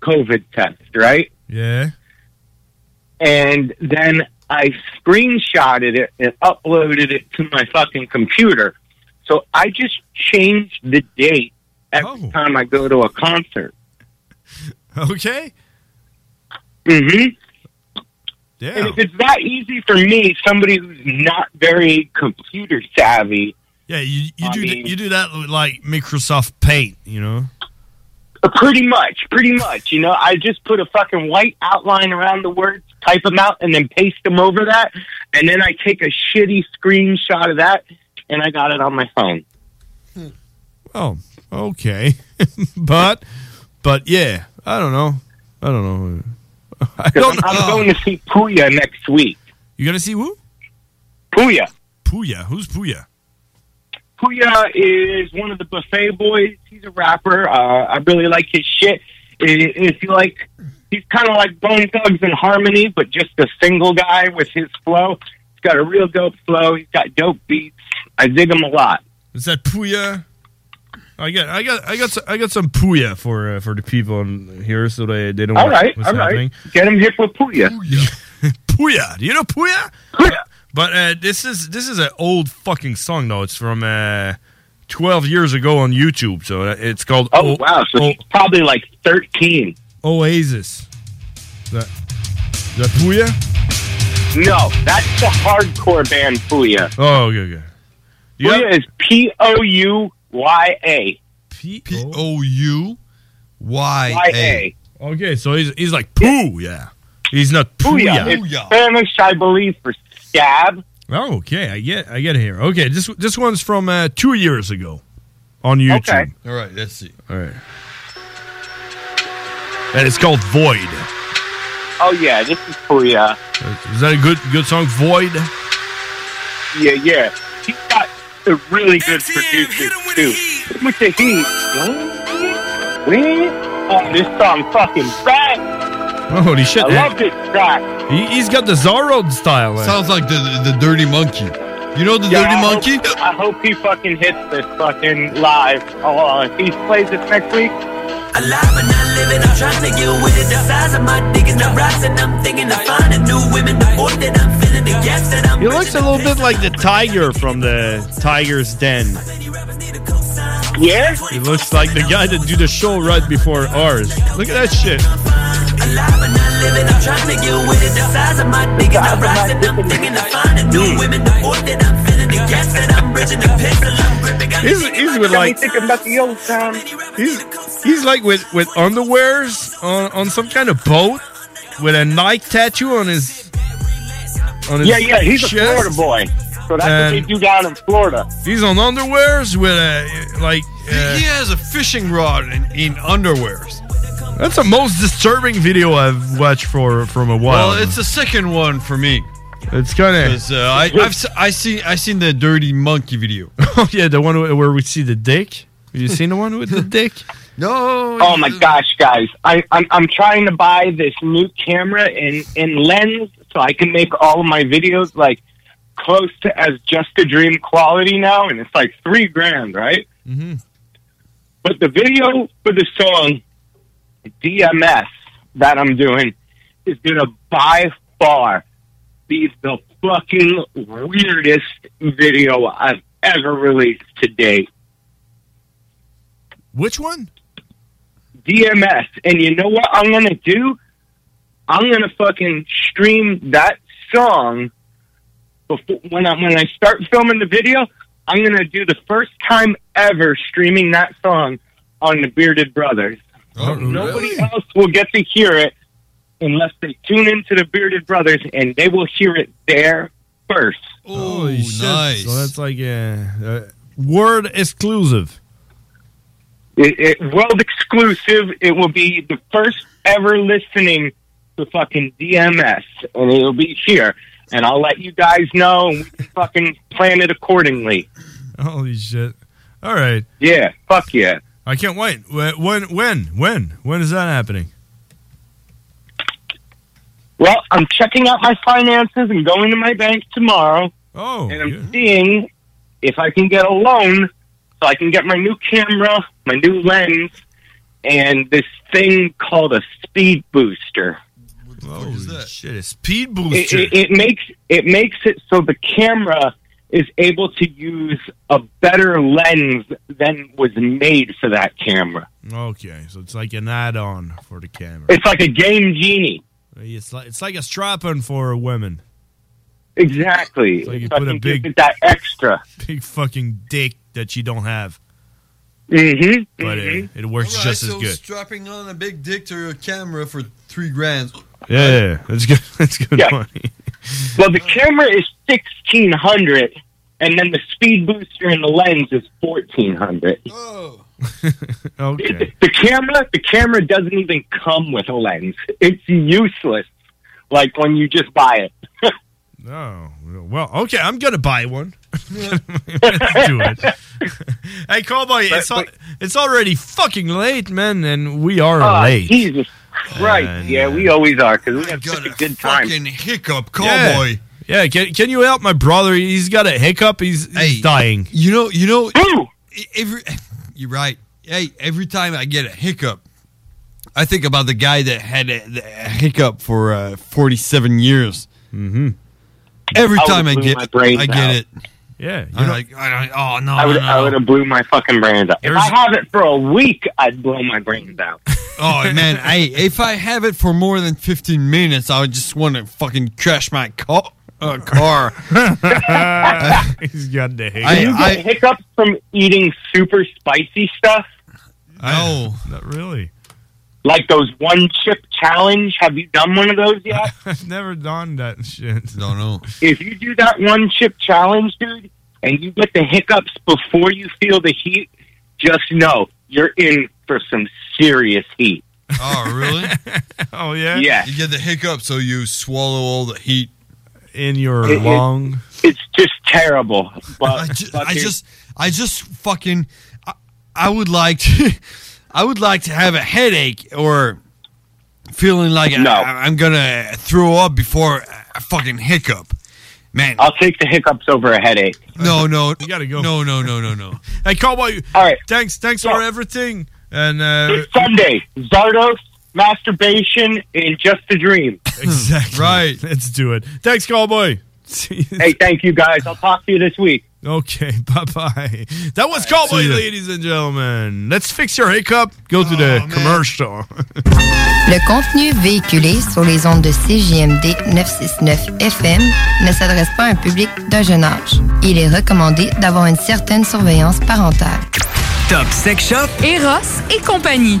Speaker 25: COVID test, right?
Speaker 4: Yeah.
Speaker 25: And then I screenshotted it and uploaded it to my fucking computer. So I just changed the date every time I go to a concert.
Speaker 4: Okay.
Speaker 25: Mm-hmm.
Speaker 4: Yeah.
Speaker 25: And if it's that easy for me, somebody who's not very computer savvy,
Speaker 4: Yeah, you you do th- you do that with, like Microsoft Paint, you know.
Speaker 25: uh, pretty much, pretty much, you know, I just put a fucking white outline around the words, type them out, and then paste them over that, and then I take a shitty screenshot of that, and I got it on my phone.
Speaker 4: Oh, okay. but but yeah, I don't know. I don't know. I
Speaker 25: Because I'm, I'm going to see Puya next week.
Speaker 4: You gonna see who?
Speaker 25: Puya.
Speaker 4: Puya. Who's Puya?
Speaker 25: Puya is one of the Buffet Boys. He's a rapper. Uh, I really like his shit. I- If you like, he's kind of like Bone Thugs and Harmony, but just a single guy with his flow. He's got a real dope flow. He's got dope beats. I dig him a lot.
Speaker 4: Is that Puya? I got I got I got some, I got some Puya for uh, for the people in here so they they don't
Speaker 25: All
Speaker 4: know
Speaker 25: right,
Speaker 4: what's
Speaker 25: all right.
Speaker 4: happening.
Speaker 25: Get him hip with Puya.
Speaker 4: Puya. Do you know Puya? Puya. But uh, this is this is an old fucking song though. It's from uh, twelve years ago on YouTube. So uh, it's called
Speaker 25: Oh, wow. So he's probably like thirteen.
Speaker 4: Oasis. Is that, is that Puya?
Speaker 25: No, that's the hardcore band Puya.
Speaker 4: Oh, okay, okay.
Speaker 25: Puya is P O U Y A.
Speaker 4: P
Speaker 25: O U
Speaker 4: Y
Speaker 25: A.
Speaker 4: Okay, so he's he's like poo, yeah. He's not poo,
Speaker 25: Puya. It's Spanish, I believe, for stab.
Speaker 4: Oh, okay, I get I get it here. Okay, this this one's from uh, two years ago on YouTube.
Speaker 25: Okay.
Speaker 6: All right, let's see.
Speaker 4: All right. And it's called Void.
Speaker 25: Oh yeah, this is Puya.
Speaker 4: Is that a good good song? Void.
Speaker 25: Yeah, yeah. He's got a really good producer too. Hit him with the heat. We on Oh, this song fucking bad.
Speaker 4: Holy shit!
Speaker 25: I love this track.
Speaker 4: He, he's got the Zarod style. eh?
Speaker 6: Sounds like the, the Dirty Monkey. You know the
Speaker 25: Yeah,
Speaker 6: Dirty
Speaker 25: I hope-
Speaker 6: Monkey?
Speaker 25: I hope he fucking hits this fucking live. Oh, uh, he plays this next week.
Speaker 32: Alive and not living, I'm trying to get with it. The size of my dick is not rising. I'm thinking of finding new women. The more that I'm feeling, the gas that I'm
Speaker 4: He looks a little bit like the tiger from the Tiger's Den.
Speaker 25: Yeah?
Speaker 4: He looks like the guy that do the show right before ours. Look at that shit.
Speaker 32: alive and not living, I'm trying to get with it. The size of my dick is not rising. I'm thinking of finding new women. The more that I'm feeling, the gas that I'm bridging. The pencil I'm gripping. I'm
Speaker 4: He's, he's with like he's, he's like with with underwears on on some kind of boat with a Nike tattoo on his on his
Speaker 25: Yeah, yeah, he's a
Speaker 4: chest.
Speaker 25: Florida boy. So that's
Speaker 4: And-
Speaker 25: what they do down in Florida.
Speaker 4: He's on underwears with a like uh,
Speaker 6: he has a fishing rod in, in underwears.
Speaker 4: that's the most disturbing video I've watched for from a while.
Speaker 6: Well, it's the second one for me.
Speaker 4: it's kind of
Speaker 6: Because uh, I, I've se- I seen I seen the Dirty Monkey video.
Speaker 4: oh yeah, the one where we see the dick. Have you seen the one with the dick?
Speaker 6: No.
Speaker 25: Oh my gosh, guys! I, I'm I'm trying to buy this new camera in in lens so I can make all of my videos like close to as just a dream quality now, and it's like three grand, right?
Speaker 4: Mm-hmm.
Speaker 25: But the video for the song DMS that I'm doing is gonna by far be the fucking weirdest video I've ever released to date.
Speaker 4: Which one?
Speaker 25: DMS. And you know what I'm gonna do? I'm gonna fucking stream that song before when I when I start filming the video. I'm gonna do the first time ever streaming that song on the Bearded Brothers. Nobody else will get to hear it unless they tune into the Bearded Brothers, and they will hear it there first.
Speaker 4: Oh, nice. So that's like a, a word exclusive.
Speaker 25: It, it, world exclusive. It will be the first ever listening to fucking DMS, and it'll be here. And I'll let you guys know, and we can fucking plan it accordingly.
Speaker 4: Holy shit! All right.
Speaker 25: Yeah. Fuck yeah.
Speaker 4: I can't wait. Wh- When? When? When? When is that happening?
Speaker 25: Well, I'm checking out my finances and going to my bank tomorrow.
Speaker 4: Oh,
Speaker 25: and I'm Mm-hmm. seeing if I can get a loan so I can get my new camera, my new lens, and this thing called a speed booster.
Speaker 4: Holy shit! A speed
Speaker 25: It,
Speaker 4: booster.
Speaker 25: it, it makes it makes it so the camera is able to use a better lens than was made for that camera.
Speaker 4: okay, so it's like an add-on for the camera.
Speaker 25: It's like a game genie.
Speaker 4: It's like it's like a strap-on for women.
Speaker 25: Exactly.
Speaker 4: It's like you
Speaker 25: It
Speaker 4: put a
Speaker 25: fucking gives
Speaker 4: big
Speaker 25: it that extra,
Speaker 4: big fucking dick that you don't have.
Speaker 25: Mm-hmm.
Speaker 4: But it, it works
Speaker 6: Alright,
Speaker 4: just as
Speaker 6: so
Speaker 4: good.
Speaker 6: strapping on a big dick to your camera for three grand.
Speaker 4: Yeah, yeah, yeah. that's good. That's good money.
Speaker 25: Well, the camera is sixteen hundred, and then the speed booster and the lens is fourteen hundred.
Speaker 6: Oh.
Speaker 4: Okay.
Speaker 25: The camera, the camera doesn't even come with a lens. It's useless. Like when you just buy it.
Speaker 4: No. Oh, Well, okay. I'm gonna buy one. I'm gonna do it. hey, cowboy, it's al- it's already fucking late, man, and we are
Speaker 25: Ah,
Speaker 4: late.
Speaker 25: Jesus Christ. yeah, we always are because we have such a good time.
Speaker 6: Fucking hiccup,
Speaker 4: Yeah.
Speaker 6: cowboy.
Speaker 4: Yeah, can, can you help my brother? He's got a hiccup. He's, he's dying.
Speaker 6: You know, you know. e, Every, you're right. Hey, every time I get a hiccup, I think about the guy that had a, the- a hiccup for uh, 47 years. Mm-hmm. Every
Speaker 25: I would've
Speaker 6: time I
Speaker 25: blew
Speaker 6: get,
Speaker 25: my brains
Speaker 6: I get
Speaker 25: out.
Speaker 6: it.
Speaker 4: Yeah,
Speaker 6: I'm like, I don't, oh no,
Speaker 25: I would,
Speaker 6: no, no.
Speaker 25: I would have blew my fucking brains out. If I have it for a week, I'd blow my brains out.
Speaker 6: Oh man, hey, if I have it for more than 15 minutes, I would just want to fucking crash my car. Uh, car.
Speaker 4: He's got the hiccup.
Speaker 25: Do you get hiccups from eating super spicy stuff?
Speaker 6: No,
Speaker 4: not really.
Speaker 25: Like those one chip challenge. Have you done one of those yet?
Speaker 4: I've never done that shit.
Speaker 6: Don't know.
Speaker 25: if you do that one chip challenge, dude, and you get the hiccups before you feel the heat, just know you're in for some serious heat.
Speaker 6: Oh, really?
Speaker 4: oh, yeah?
Speaker 25: Yeah.
Speaker 6: You get the hiccup, so you swallow all the heat.
Speaker 4: In your
Speaker 6: It- it-
Speaker 4: lung.
Speaker 25: It's just terrible. But
Speaker 6: I, ju- I just, I just fucking, I, I would like to, I would like to have a headache or feeling like I-
Speaker 25: No.
Speaker 6: I, am gonna throw up before a fucking hiccup. Man,
Speaker 25: I'll take the hiccups over a headache.
Speaker 6: No, no,
Speaker 4: you gotta go.
Speaker 6: No, no, no, no, no.
Speaker 4: Hey, cowboy.
Speaker 25: All right.
Speaker 4: Thanks, thanks for everything. And uh,
Speaker 25: It's Sunday, Zardos, masturbation, and just a dream.
Speaker 4: exactly. Right. Let's do it. Thanks, cowboy. hey,
Speaker 25: thank you guys. I'll talk to you this week.
Speaker 4: Okay, bye bye. That was cowboy,
Speaker 25: see ya.
Speaker 4: ladies and gentlemen. Let's fix your hiccup. Go to the commercial.
Speaker 14: Le contenu véhiculé sur les ondes de CJMD 969 FM ne s'adresse pas à un public d'un jeune âge. Il est recommandé d'avoir une certaine surveillance parentale.
Speaker 3: Top Sex Shop,
Speaker 12: Eros et compagnie.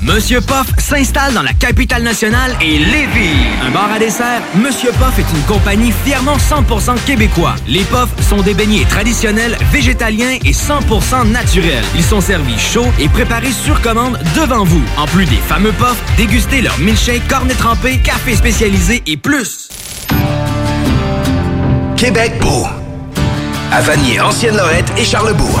Speaker 3: Monsieur Poff s'installe dans la capitale nationale et Lévis. Un bar à dessert, Monsieur Poff est une compagnie fièrement 100% québécois. Les Poffs sont des beignets traditionnels, végétaliens et 100% naturels. Ils sont servis chauds et préparés sur commande devant vous. En plus des fameux Poffs, dégustez leur milkshake, cornet trempé, café spécialisé et plus.
Speaker 17: Québec beau. À Vanier, Ancienne-Lorette et Charlebourg.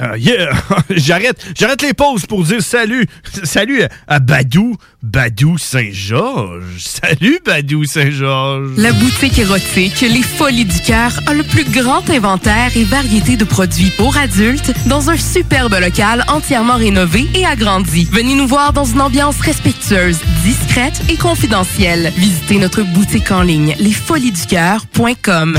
Speaker 4: Euh, yeah! j'arrête, j'arrête les pauses pour dire salut. Salut à Badou, Badou Saint-Georges. Salut Badou Saint-Georges.
Speaker 12: La boutique érotique Les Folies du Cœur a le plus grand inventaire et variété de produits pour adultes dans un superbe local entièrement rénové et agrandi. Venez nous voir dans une ambiance respectueuse, discrète et confidentielle. Visitez notre boutique en ligne lesfoliesducoeur.com.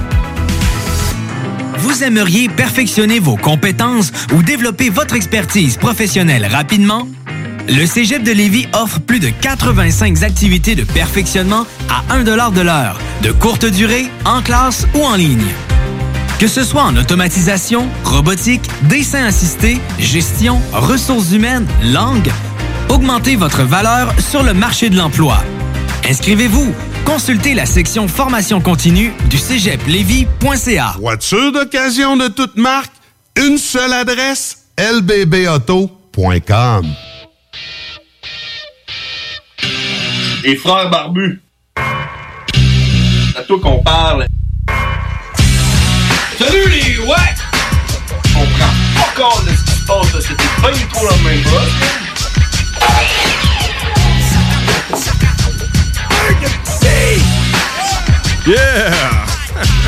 Speaker 3: Vous aimeriez perfectionner vos compétences ou développer votre expertise professionnelle rapidement? Le Cégep de Lévis offre plus de 85 activités de perfectionnement à 1 de l'heure, de courte durée, en classe ou en ligne. Que ce soit en automatisation, robotique, dessin assisté, gestion, ressources humaines, langue, augmentez votre valeur sur le marché de l'emploi. Inscrivez-vous. Consultez la section formation continue du cégeplevy.ca.
Speaker 10: Voiture d'occasion de toute marque, une seule adresse, lbbauto.com.
Speaker 25: Les frères barbus. C'est à toi qu'on parle. Salut les ouais! On prend pas compte de ce qui se passe, là. c'était pas du tout la même
Speaker 4: Yeah!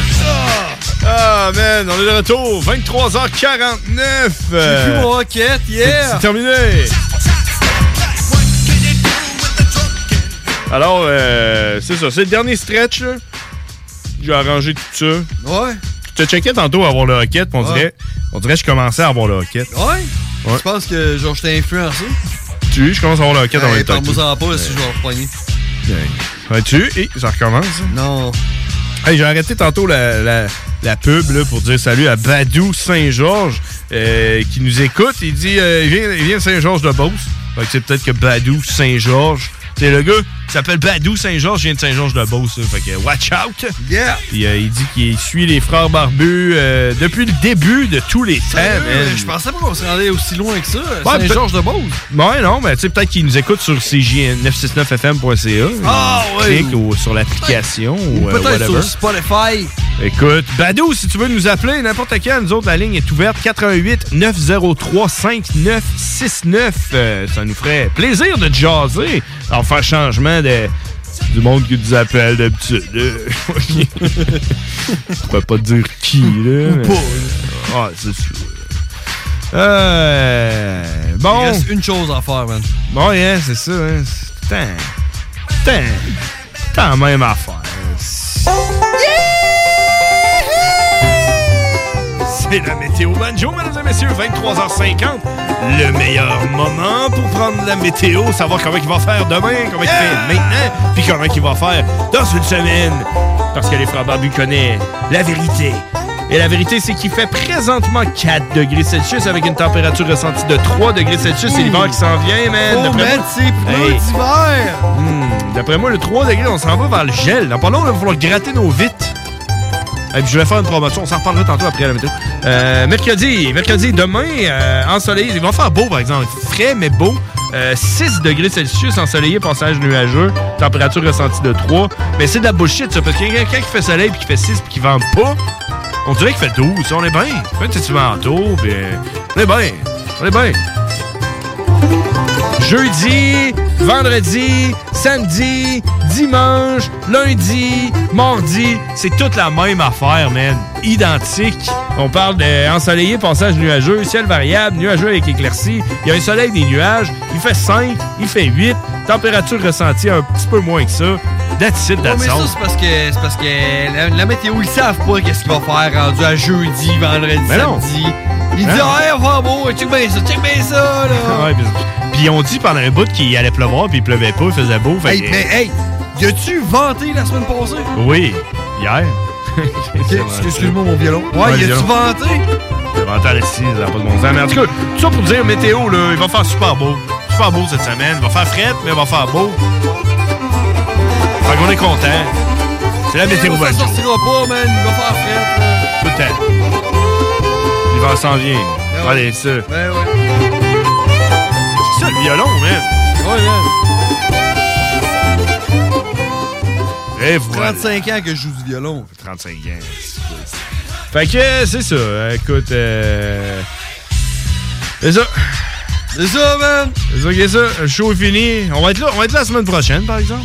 Speaker 4: Ah, man, on est de retour, 23h49!
Speaker 6: J'ai plus mon roquette,
Speaker 4: C'est-
Speaker 6: yeah!
Speaker 4: C'est terminé! Alors, euh, c'est ça, c'est le dernier stretch, là. J'ai arrangé tout ça.
Speaker 6: Ouais.
Speaker 4: Je te checkais tantôt à avoir le hockey, on dirait, on dirait que je commençais à avoir le hockey.
Speaker 6: Ah Ouais?
Speaker 4: Ouais.
Speaker 6: Je pense que genre je t'ai influencé. Euh,
Speaker 4: Tu, je commence à avoir le hockey en même temps. que
Speaker 6: Parle-moi
Speaker 4: toi.
Speaker 6: en pas là, si je vais repoigner.
Speaker 4: Ouais, tu et ça recommence.
Speaker 6: Non.
Speaker 4: Hey, j'ai arrêté tantôt la, la- la pub là, pour dire salut à Badou Saint-Georges euh, qui nous écoute. Il dit euh, il vient, il vient de Saint-Georges de Beauce. Fait que c'est peut-être que Badou Saint-Georges. C'est le gars qui s'appelle Badou Saint-Georges, il vient de Saint-Georges de Beauce. là. Fait que watch out!
Speaker 6: Yeah!
Speaker 4: Puis, euh, il dit qu'il suit les frères barbus euh, depuis le début de tous les temps.
Speaker 6: Euh,
Speaker 4: man.
Speaker 6: Je pensais pas qu'on se rendait aussi loin que ça.
Speaker 4: Ouais,
Speaker 6: C'est Georges de Beauce.
Speaker 4: Ouais, non, mais tu sais, peut-être qu'ils nous écoutent sur cjn969fm.ca.
Speaker 6: Ah,
Speaker 4: Ils
Speaker 6: ouais.
Speaker 4: cliquent ou euh, sur l'application ou, euh,
Speaker 6: Peut-être
Speaker 4: whatever.
Speaker 6: sur Spotify.
Speaker 4: Écoute, Badou, si tu veux nous appeler n'importe quand, nous autres, la ligne est ouverte 88 903 5969. Euh, ça nous ferait plaisir de te jaser. Alors, faire changement de, du monde qui nous appelle d'habitude. Euh, ok. Je peux pas te dire qui, là. mais-
Speaker 6: pas,
Speaker 4: Ah, c'est sûr. Euh, bon.
Speaker 6: Il reste une chose à faire, man.
Speaker 4: Bon, yeah, c'est ça. Hein. C'est tout le temps- tout le temps- tout le temps la même affaire. C'est la météo banjo, mesdames et messieurs, 23h50. Le meilleur moment pour prendre la météo, savoir comment il va faire demain, comment il fait maintenant, puis comment il va faire dans une semaine. Parce que les frères Barbu connaissent la vérité. Et la vérité, c'est qu'il fait présentement 4 degrés Celsius avec une température ressentie de 3 degrés Celsius. C'est l'hiver qui s'en vient, man.
Speaker 6: Oh,
Speaker 4: D'après
Speaker 6: man,
Speaker 4: moi-
Speaker 6: c'est pneus
Speaker 4: Hey.
Speaker 6: d'hiver!
Speaker 4: Hmm, D'après moi, le 3 degrés, on s'en va vers le gel. Dans pas long, il va falloir gratter nos vites. Et puis, je vais faire une promotion. On s'en reparlera tantôt après la météo. Euh, mercredi, mercredi, demain, euh, ensoleillé. Il va faire beau, par exemple. Frais, mais beau. Euh, 6 degrés Celsius, ensoleillé, passage nuageux, température ressentie de 3. Mais c'est de la bullshit, ça, parce qu'il y a quelqu'un qui fait soleil puis qui fait 6 puis qui vend pas. On dirait qu'il fait 12, on est bien. Fait que tu manteau, puis euh, on est bien. On est bien. Jeudi, vendredi, samedi, dimanche, lundi, mardi, c'est toute la même affaire, man. Identique. On parle d'ensoleillé, passage nuageux, ciel variable, nuageux avec éclaircies. Il y a un soleil, des nuages. Il fait 5, il fait 8. Température ressentie un petit peu moins que ça. That's it,
Speaker 6: Ouais,
Speaker 4: that's
Speaker 6: mais ça,
Speaker 4: all.
Speaker 6: c'est parce que, c'est parce que la, la météo, ils savent pas qu'est-ce qu'il va faire rendu à jeudi, vendredi,
Speaker 4: Mais non. Hein?
Speaker 6: samedi. Ils
Speaker 4: Mais
Speaker 6: disent,
Speaker 4: non.
Speaker 6: hey, on va beau, check bien ça, check bien ça, là.
Speaker 4: Ouais, puis- Puis on dit pendant un bout qu'il allait pleuvoir, puis il pleuvait pas, il faisait beau. fait
Speaker 6: Hey,
Speaker 4: que-
Speaker 6: mais hey, y a-tu vanté la semaine passée?
Speaker 4: Oui, hier.
Speaker 6: Excuse-moi mon violon.
Speaker 4: Ouais,
Speaker 6: Ouais,
Speaker 4: le
Speaker 6: y a-tu
Speaker 4: violon.
Speaker 6: vanté?
Speaker 4: Le mental est six, ça n'a pas de bon sens. Mais en tout cas, tout ça pour dire météo, là, il va faire super beau. Super beau cette semaine. Il va faire fret, mais il va faire beau. Fait qu'on est content. C'est la météo
Speaker 6: Ça
Speaker 4: bonne jour.
Speaker 6: sortira pas, man, il va faire fête, là.
Speaker 4: Peut-être. L'hiver s'en vient. Allez, ça.
Speaker 6: Ben ouais.
Speaker 4: C'est ça le violon, man.
Speaker 6: Ouais, man.
Speaker 4: Et Eh, voilà.
Speaker 6: 35 ans que je joue du violon.
Speaker 4: 35 ans. Fait que euh, c'est ça. Écoute, euh... C'est ça.
Speaker 6: C'est ça, man.
Speaker 4: C'est ça qui est ça. Le show est fini. On va être là, on va être là la semaine prochaine, par exemple.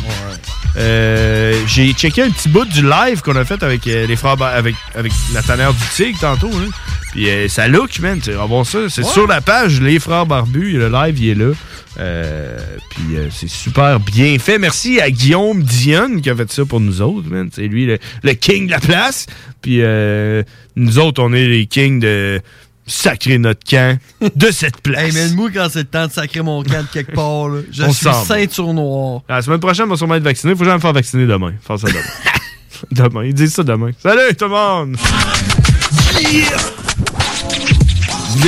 Speaker 4: Euh, J'ai checké un petit bout du live qu'on a fait avec euh, les frères Ba- avec, avec la tanière du tigre tantôt. hein. Puis euh, ça look, man. tu vas voir ça. C'est sur la page Les Frères Barbus. Le live, il est là. Euh, puis euh, c'est super bien fait. Merci à Guillaume Dionne qui a fait ça pour nous autres, man. C'est lui le, le king de la place. Puis euh, nous autres, on est les kings de sacrer notre camp de cette
Speaker 6: Hey,
Speaker 4: place.
Speaker 6: mais moi, quand c'est le temps de sacrer mon camp de quelque part, là, je
Speaker 4: On
Speaker 6: suis
Speaker 4: semble.
Speaker 6: ceinture noire.
Speaker 4: La semaine prochaine, on va sûrement être vacciné. Faut jamais me faire vacciner demain. Faire ça demain. demain. Ils disent ça demain. Salut tout le monde!
Speaker 37: Vous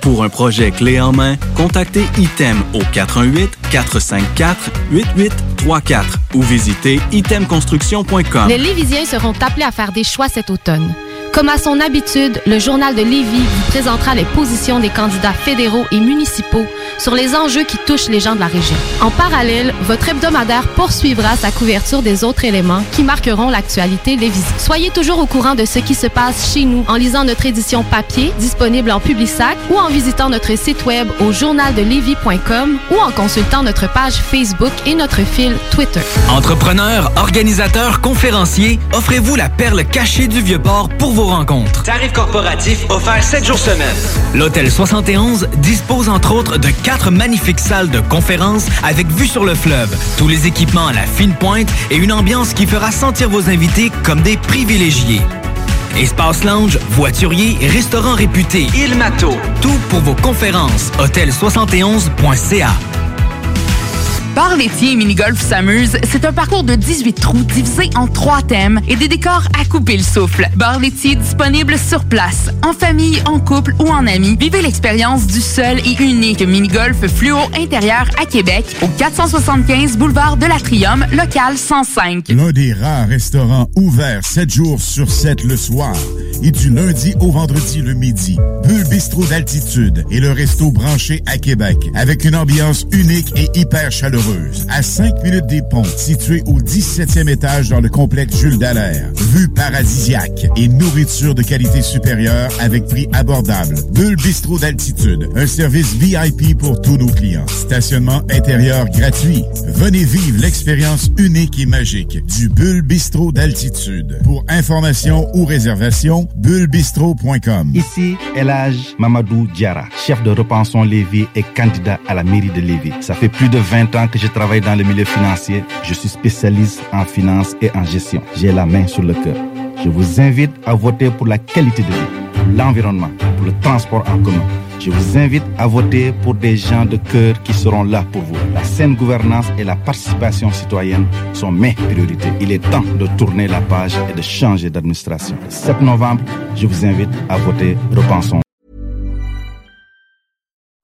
Speaker 23: Pour un projet clé en main, contactez ITEM au 418-454-8834 ou visitez itemconstruction.com.
Speaker 1: Les Lévisiens seront appelés à faire des choix cet automne. Comme à son habitude, le journal de Lévis vous présentera les positions des candidats fédéraux et municipaux sur les enjeux qui touchent les gens de la région. En parallèle, votre hebdomadaire poursuivra sa couverture des autres éléments qui marqueront l'actualité lévisienne. Soyez toujours au courant de ce qui se passe chez nous en lisant notre édition papier disponible en Publisac ou en visitant notre site web au journaldelevis.com ou en consultant notre page Facebook et notre fil Twitter.
Speaker 3: Entrepreneurs, organisateurs, conférenciers, offrez-vous la perle cachée du Vieux-Port pour vos rencontres.
Speaker 38: Tarif corporatif offert 7 jours semaine.
Speaker 3: L'Hôtel 71 dispose entre autres de quatre magnifiques salles de conférences avec vue sur le fleuve, tous les équipements à la fine pointe et une ambiance qui fera sentir vos invités comme des privilégiés. Espace lounge, voiturier, restaurant réputé, Il Mato, tout pour vos conférences. Hôtel71.ca.
Speaker 18: Bar laitier et mini-golf s'amuse, c'est un parcours de 18 trous divisé en trois thèmes et des décors à couper le souffle. Bar laitier disponible sur place, en famille, en couple ou en amis. Vivez l'expérience du seul et unique mini-golf fluo intérieur à Québec au 475 boulevard de l'Atrium, local 105.
Speaker 20: L'un des rares restaurants ouverts 7 jours sur 7 le soir et du lundi au vendredi le midi. Bulle Bistrot d'altitude et le resto branché à Québec avec une ambiance unique et hyper chaleureuse. À 5 minutes des ponts, situé au 17e étage dans le complexe Jules Dallaire. Vue paradisiaque et nourriture de qualité supérieure avec prix abordable. Bulle Bistrot d'altitude, un service VIP pour tous nos clients. Stationnement intérieur gratuit. Venez vivre l'expérience unique et magique du Bulle Bistrot d'altitude. Pour information ou réservation, bullebistrot.com.
Speaker 39: Ici, Elage Mamadou Diara, chef de Repensons Lévis et candidat à la mairie de Lévis. Ça fait plus de 20 ans que je travaille dans le milieu financier. Je suis spécialiste en finance et en gestion. J'ai la main sur le cœur. Je vous invite à voter pour la qualité de vie, pour l'environnement, pour le transport en commun. Je vous invite à voter pour des gens de cœur qui seront là pour vous. La saine gouvernance et la participation citoyenne sont mes priorités. Il est temps de tourner la page et de changer d'administration. Le 7 novembre, je vous invite à voter Repensons.